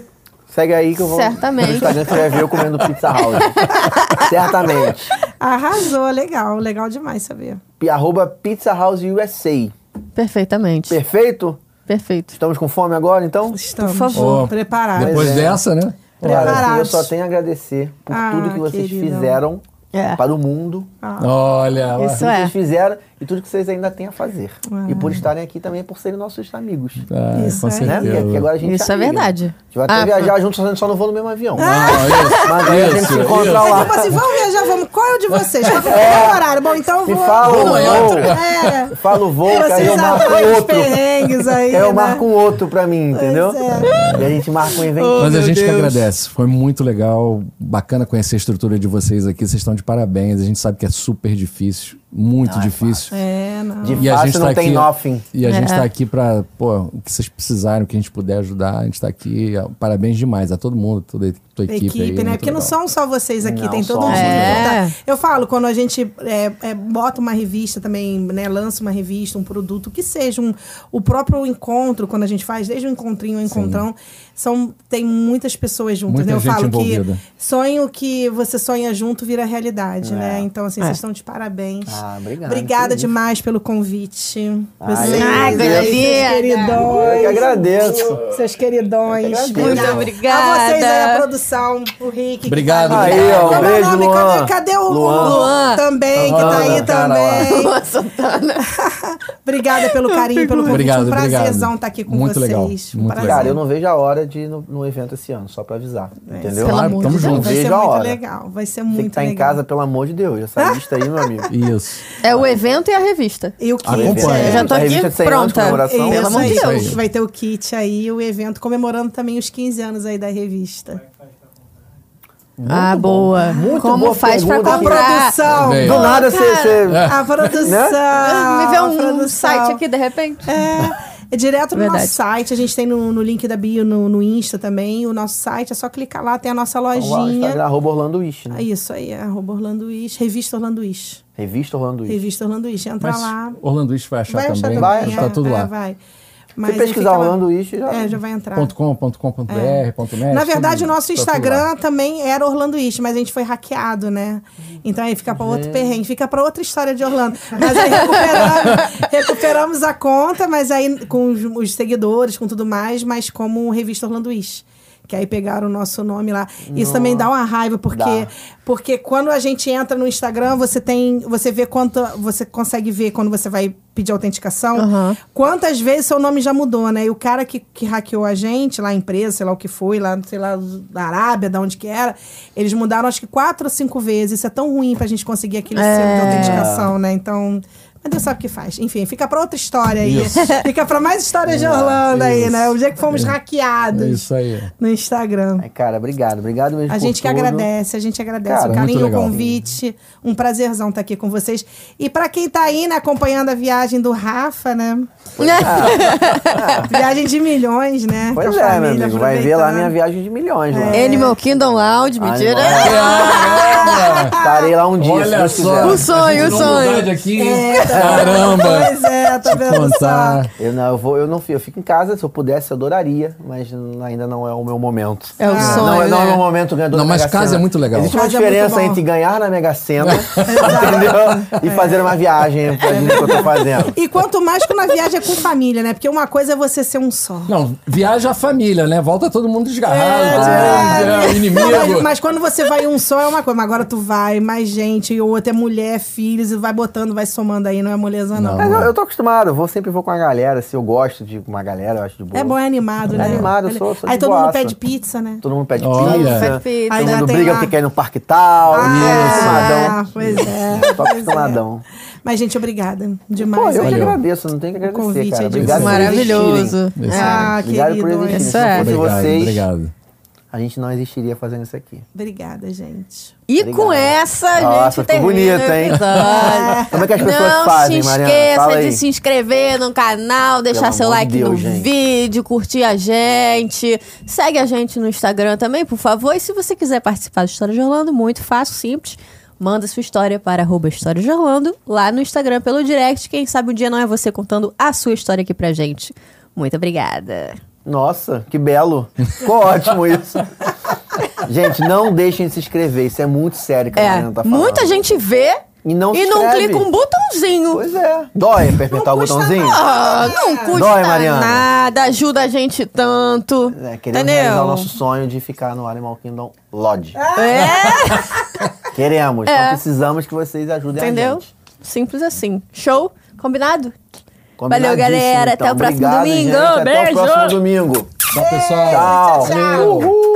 Segue aí que eu vou. Certamente. No Instagram que você vai ver eu comendo pizza house. Certamente. Arrasou, legal. Legal demais saber. P- Arroba Pizza House USA. Perfeitamente. Perfeito? Perfeito. Estamos com fome agora, então? Estamos Por favor. Ó, preparados. Depois Pois é. dessa, né? Cara, assim, eu Preparados. só tenho a agradecer por Ah, tudo que vocês queridão. fizeram É. para o mundo. Olha. lá. Isso Tudo que é. vocês fizeram e tudo que vocês ainda têm a fazer. E por estarem aqui também, por serem nossos amigos. Ah, Isso é. com aí. Né? certeza. Porque aqui agora a gente Isso é amiga. verdade. A gente vai até Ah, viajar juntos, só- só não vou no mesmo avião. Ah, Mas aí a isso, gente se isso, encontra isso. lá. Tipo assim, vamos viajar, vamos. Qual é o de vocês? Qual é o horário? Bom, então eu Me vou. fala o vou. voo. É. Fala o voo, que aí eu Vocês marco um adoram os outro. perrengues aí. Que aí eu né? marco um outro pra mim, entendeu? E a gente marca um evento. Mas a gente que agradece. Foi muito legal. Bacana conhecer a estrutura de vocês aqui. Vocês estão de parabéns. A gente sabe que é super difícil. Muito um. difícil. É, não. De E a gente fácil tá Ah, não aqui, tem nothing. E a gente É. tá aqui pra, pô, o que vocês precisarem, o que a gente puder ajudar, a gente tá aqui. Parabéns demais a todo mundo, toda a tua equipe. equipe, aí, é né? muito Porque não legal. são só vocês aqui, Não tem todo só. mundo. É. Tá? Eu falo, quando a gente é, é, bota uma revista também, né? Lança uma revista, um produto, o que seja, um, o próprio encontro, quando a gente faz, desde o encontrinho ao encontrão, são, tem muitas pessoas juntas, Muita né? Eu gente falo envolvida. que sonho que você sonha junto vira realidade, né? Então, assim, É. vocês estão de parabéns. É. Ah, obrigado, Ah, que Obrigada isso. demais pelo convite. Ai, Vocês, Ai, coisa vocês linda. Eu que queridões. agradeço. Seus queridões. agradeço. Muito A vocês aí, a obrigada. produção, o Rick. que Obrigado, tá Aí, ó, um Como é o beijo, nome? Luan. Cadê, cadê o Luan. o Luan. também, que tá aí Luan, cara, também? Luan tá. Santana. Obrigada pelo carinho, pelo convite. Obrigado, um obrigado. prazerzão estar aqui com Muito vocês. legal, Um muito prazer. legal. Cara, eu não vejo a hora de ir no, no evento esse ano, só pra avisar. É. entendeu? pelo Claro, amor tamo de junto. Deus. Vai ser vejo a muito hora. legal. Vai ser Tem que muito estar em legal. casa, pelo amor de Deus. Essa lista aí, meu amigo. Isso. É o evento e a revista. E o kit. Acompanha. Eu já tô É, A aqui revista de 100 anos de pronta. É comemoração. Pelo isso amor de aí. Deus. Vai ter o kit aí, o evento, comemorando também os 15 anos aí da revista. ah, boa. Muito Como boa faz pra pergunta. A comprar? produção! Bem. Do Pô, nada você. você- é. A produção! Ah, Me vê a um, produção. site aqui, de repente. É direto no Verdade. nosso site, a gente tem no, no link da bio, no, no Insta também. O nosso site é só clicar lá, tem a nossa Vamos lá, Instagram, lojinha. arroba Orlando Wish, né? É isso aí, é arroba Orlando Is, Revista Orlando Is. Revista Orlando Wish. Revista Orlando Is, entra Mas lá. Orlando Wish vai achar Vai achar também. também. Vai é, Tá tudo é, lá. vai. Se pesquisar fica lá. Orlando Wish, já. É, já vai entrar. Ponto .com, ponto .com, ponto .br, ponto .net. É. Na verdade, o nosso tudo- tá tudo lá. Instagram também era Orlando East, mas a gente foi hackeado, né? Então aí fica pra outro perrengue, fica pra outra história de Orlando. Mas aí recuperamos, recuperamos a conta, mas aí com os, os seguidores, com tudo mais, mas como revista Orlando East. Que aí pegaram o nosso nome lá. Isso também dá uma raiva, porque, Dá. porque quando a gente entra no Instagram, você tem. Você vê quanto. Você consegue ver quando você vai pedir autenticação. Então, Quantas vezes seu nome já mudou, né? E o cara que, que hackeou a gente, lá a empresa, sei lá o que foi, lá, sei lá, da Arábia, da onde que era, eles mudaram acho que quatro ou cinco vezes. Isso é tão ruim pra gente conseguir aquele selo de autenticação, né? Então. Mas Deus sabe o que faz. Enfim, fica pra outra história aí. Isso. Fica pra mais histórias de Orlando aí, isso. né? O dia que fomos hackeados É Isso É aí. no Instagram. Ai, cara, obrigado. Obrigado mesmo. A por gente que tudo. agradece, a gente agradece Cara, o muito carinho, o legal. convite. Um prazerzão estar aqui com vocês. E pra quem tá aí, né, acompanhando a viagem do Rafa, né? viagem de milhões, né? Pois Com a é, meu família, amigo. Vai ver lá aproveitando. minha viagem de milhões. É. lá. Animal Kingdom Lounge, Ai, mentira. mano. Ah, Estarei lá um dia. Olha se Deus só. quiser. O sonho, A gente o não mudar sonho. de aqui. Caramba! É, tá. Pois é, tá Te vendo só? contar. Eu não, eu vou, eu não fico, eu fico em casa, se eu pudesse, eu adoraria, mas n- ainda não é o meu momento. É o não, sonho, Não, é- não é né? o meu momento ganhador Não, da mas Mega casa Sena. é muito legal. Existe uma Casa é muito diferença bom. entre ganhar na Mega Sena, entendeu? E fazer uma viagem É. pra gente que eu tô fazendo. E quanto mais quando a viagem é com família, né? Porque uma coisa é você ser um só. Não, viaja a família, né? Volta todo mundo É, desgarrado, né? é. inimigo. Não, mas, mas quando você vai um só é uma coisa, mas agora tu vai, mais gente, e outra é mulher, filhos, e vai botando, vai somando aí, não é moleza não. Mas eu, eu tô acostumado, eu vou, sempre vou com a galera, se eu gosto de uma galera, eu acho de boa. É bom, é animado, É né? animado, eu sou- sou Aí de todo boaça. mundo pede pizza, né? Todo mundo pede Olha. pizza, Pede pizza. todo Ainda mundo né? tem briga lá. porque quer ir no parque tal, Ah, isso, pois é. Tô pois é. acostumadão. Mas, gente, obrigada demais. Pô, eu que Valeu. agradeço, não tenho que agradecer, convite cara. aí de Obrigado por existirem. Maravilhoso. Isso. Ah, Obrigado por querido. existir. Isso Se não é. fosse Obrigado, vocês, obrigado. a gente não existiria fazendo isso aqui. Obrigada, gente. E Obrigado. com essa, a Nossa, gente ficou termina bonito, o hein? episódio. Como é que as pessoas Não fazem, se Mariana? esqueça Fala aí. de se inscrever no canal, deixar Pelo seu amor de like Deus, no gente. vídeo, curtir a gente. Segue a gente no Instagram também, por favor. E se você quiser participar do História de Orlando, muito fácil, simples. Manda sua história para arroba História de Orlando, lá no Instagram, pelo direct. Quem sabe um dia não é você contando a sua história aqui pra gente. Muito obrigada. Nossa, que belo. Ficou ótimo isso. Gente, não deixem de se inscrever. Isso é muito sério que a É, Mariana tá falando. muita gente vê E não se e não inscreve. clica um botãozinho. Pois é. Dói apertar o custa botãozinho? Ah, não custa Dói, Mariana. nada, ajuda a gente tanto. É, queremos realizar entendeu? o nosso sonho de ficar no Animal Kingdom Lodge. É, Queremos. Então precisamos que vocês ajudem a entendeu? gente. Simples assim. Show? Combinado? Combinadíssimo, Então, galera. Até o próximo Obrigado, domingo. Gente. Até o Beijo. próximo domingo. Tchau, pessoal. Tchau. Valeu. Uhul.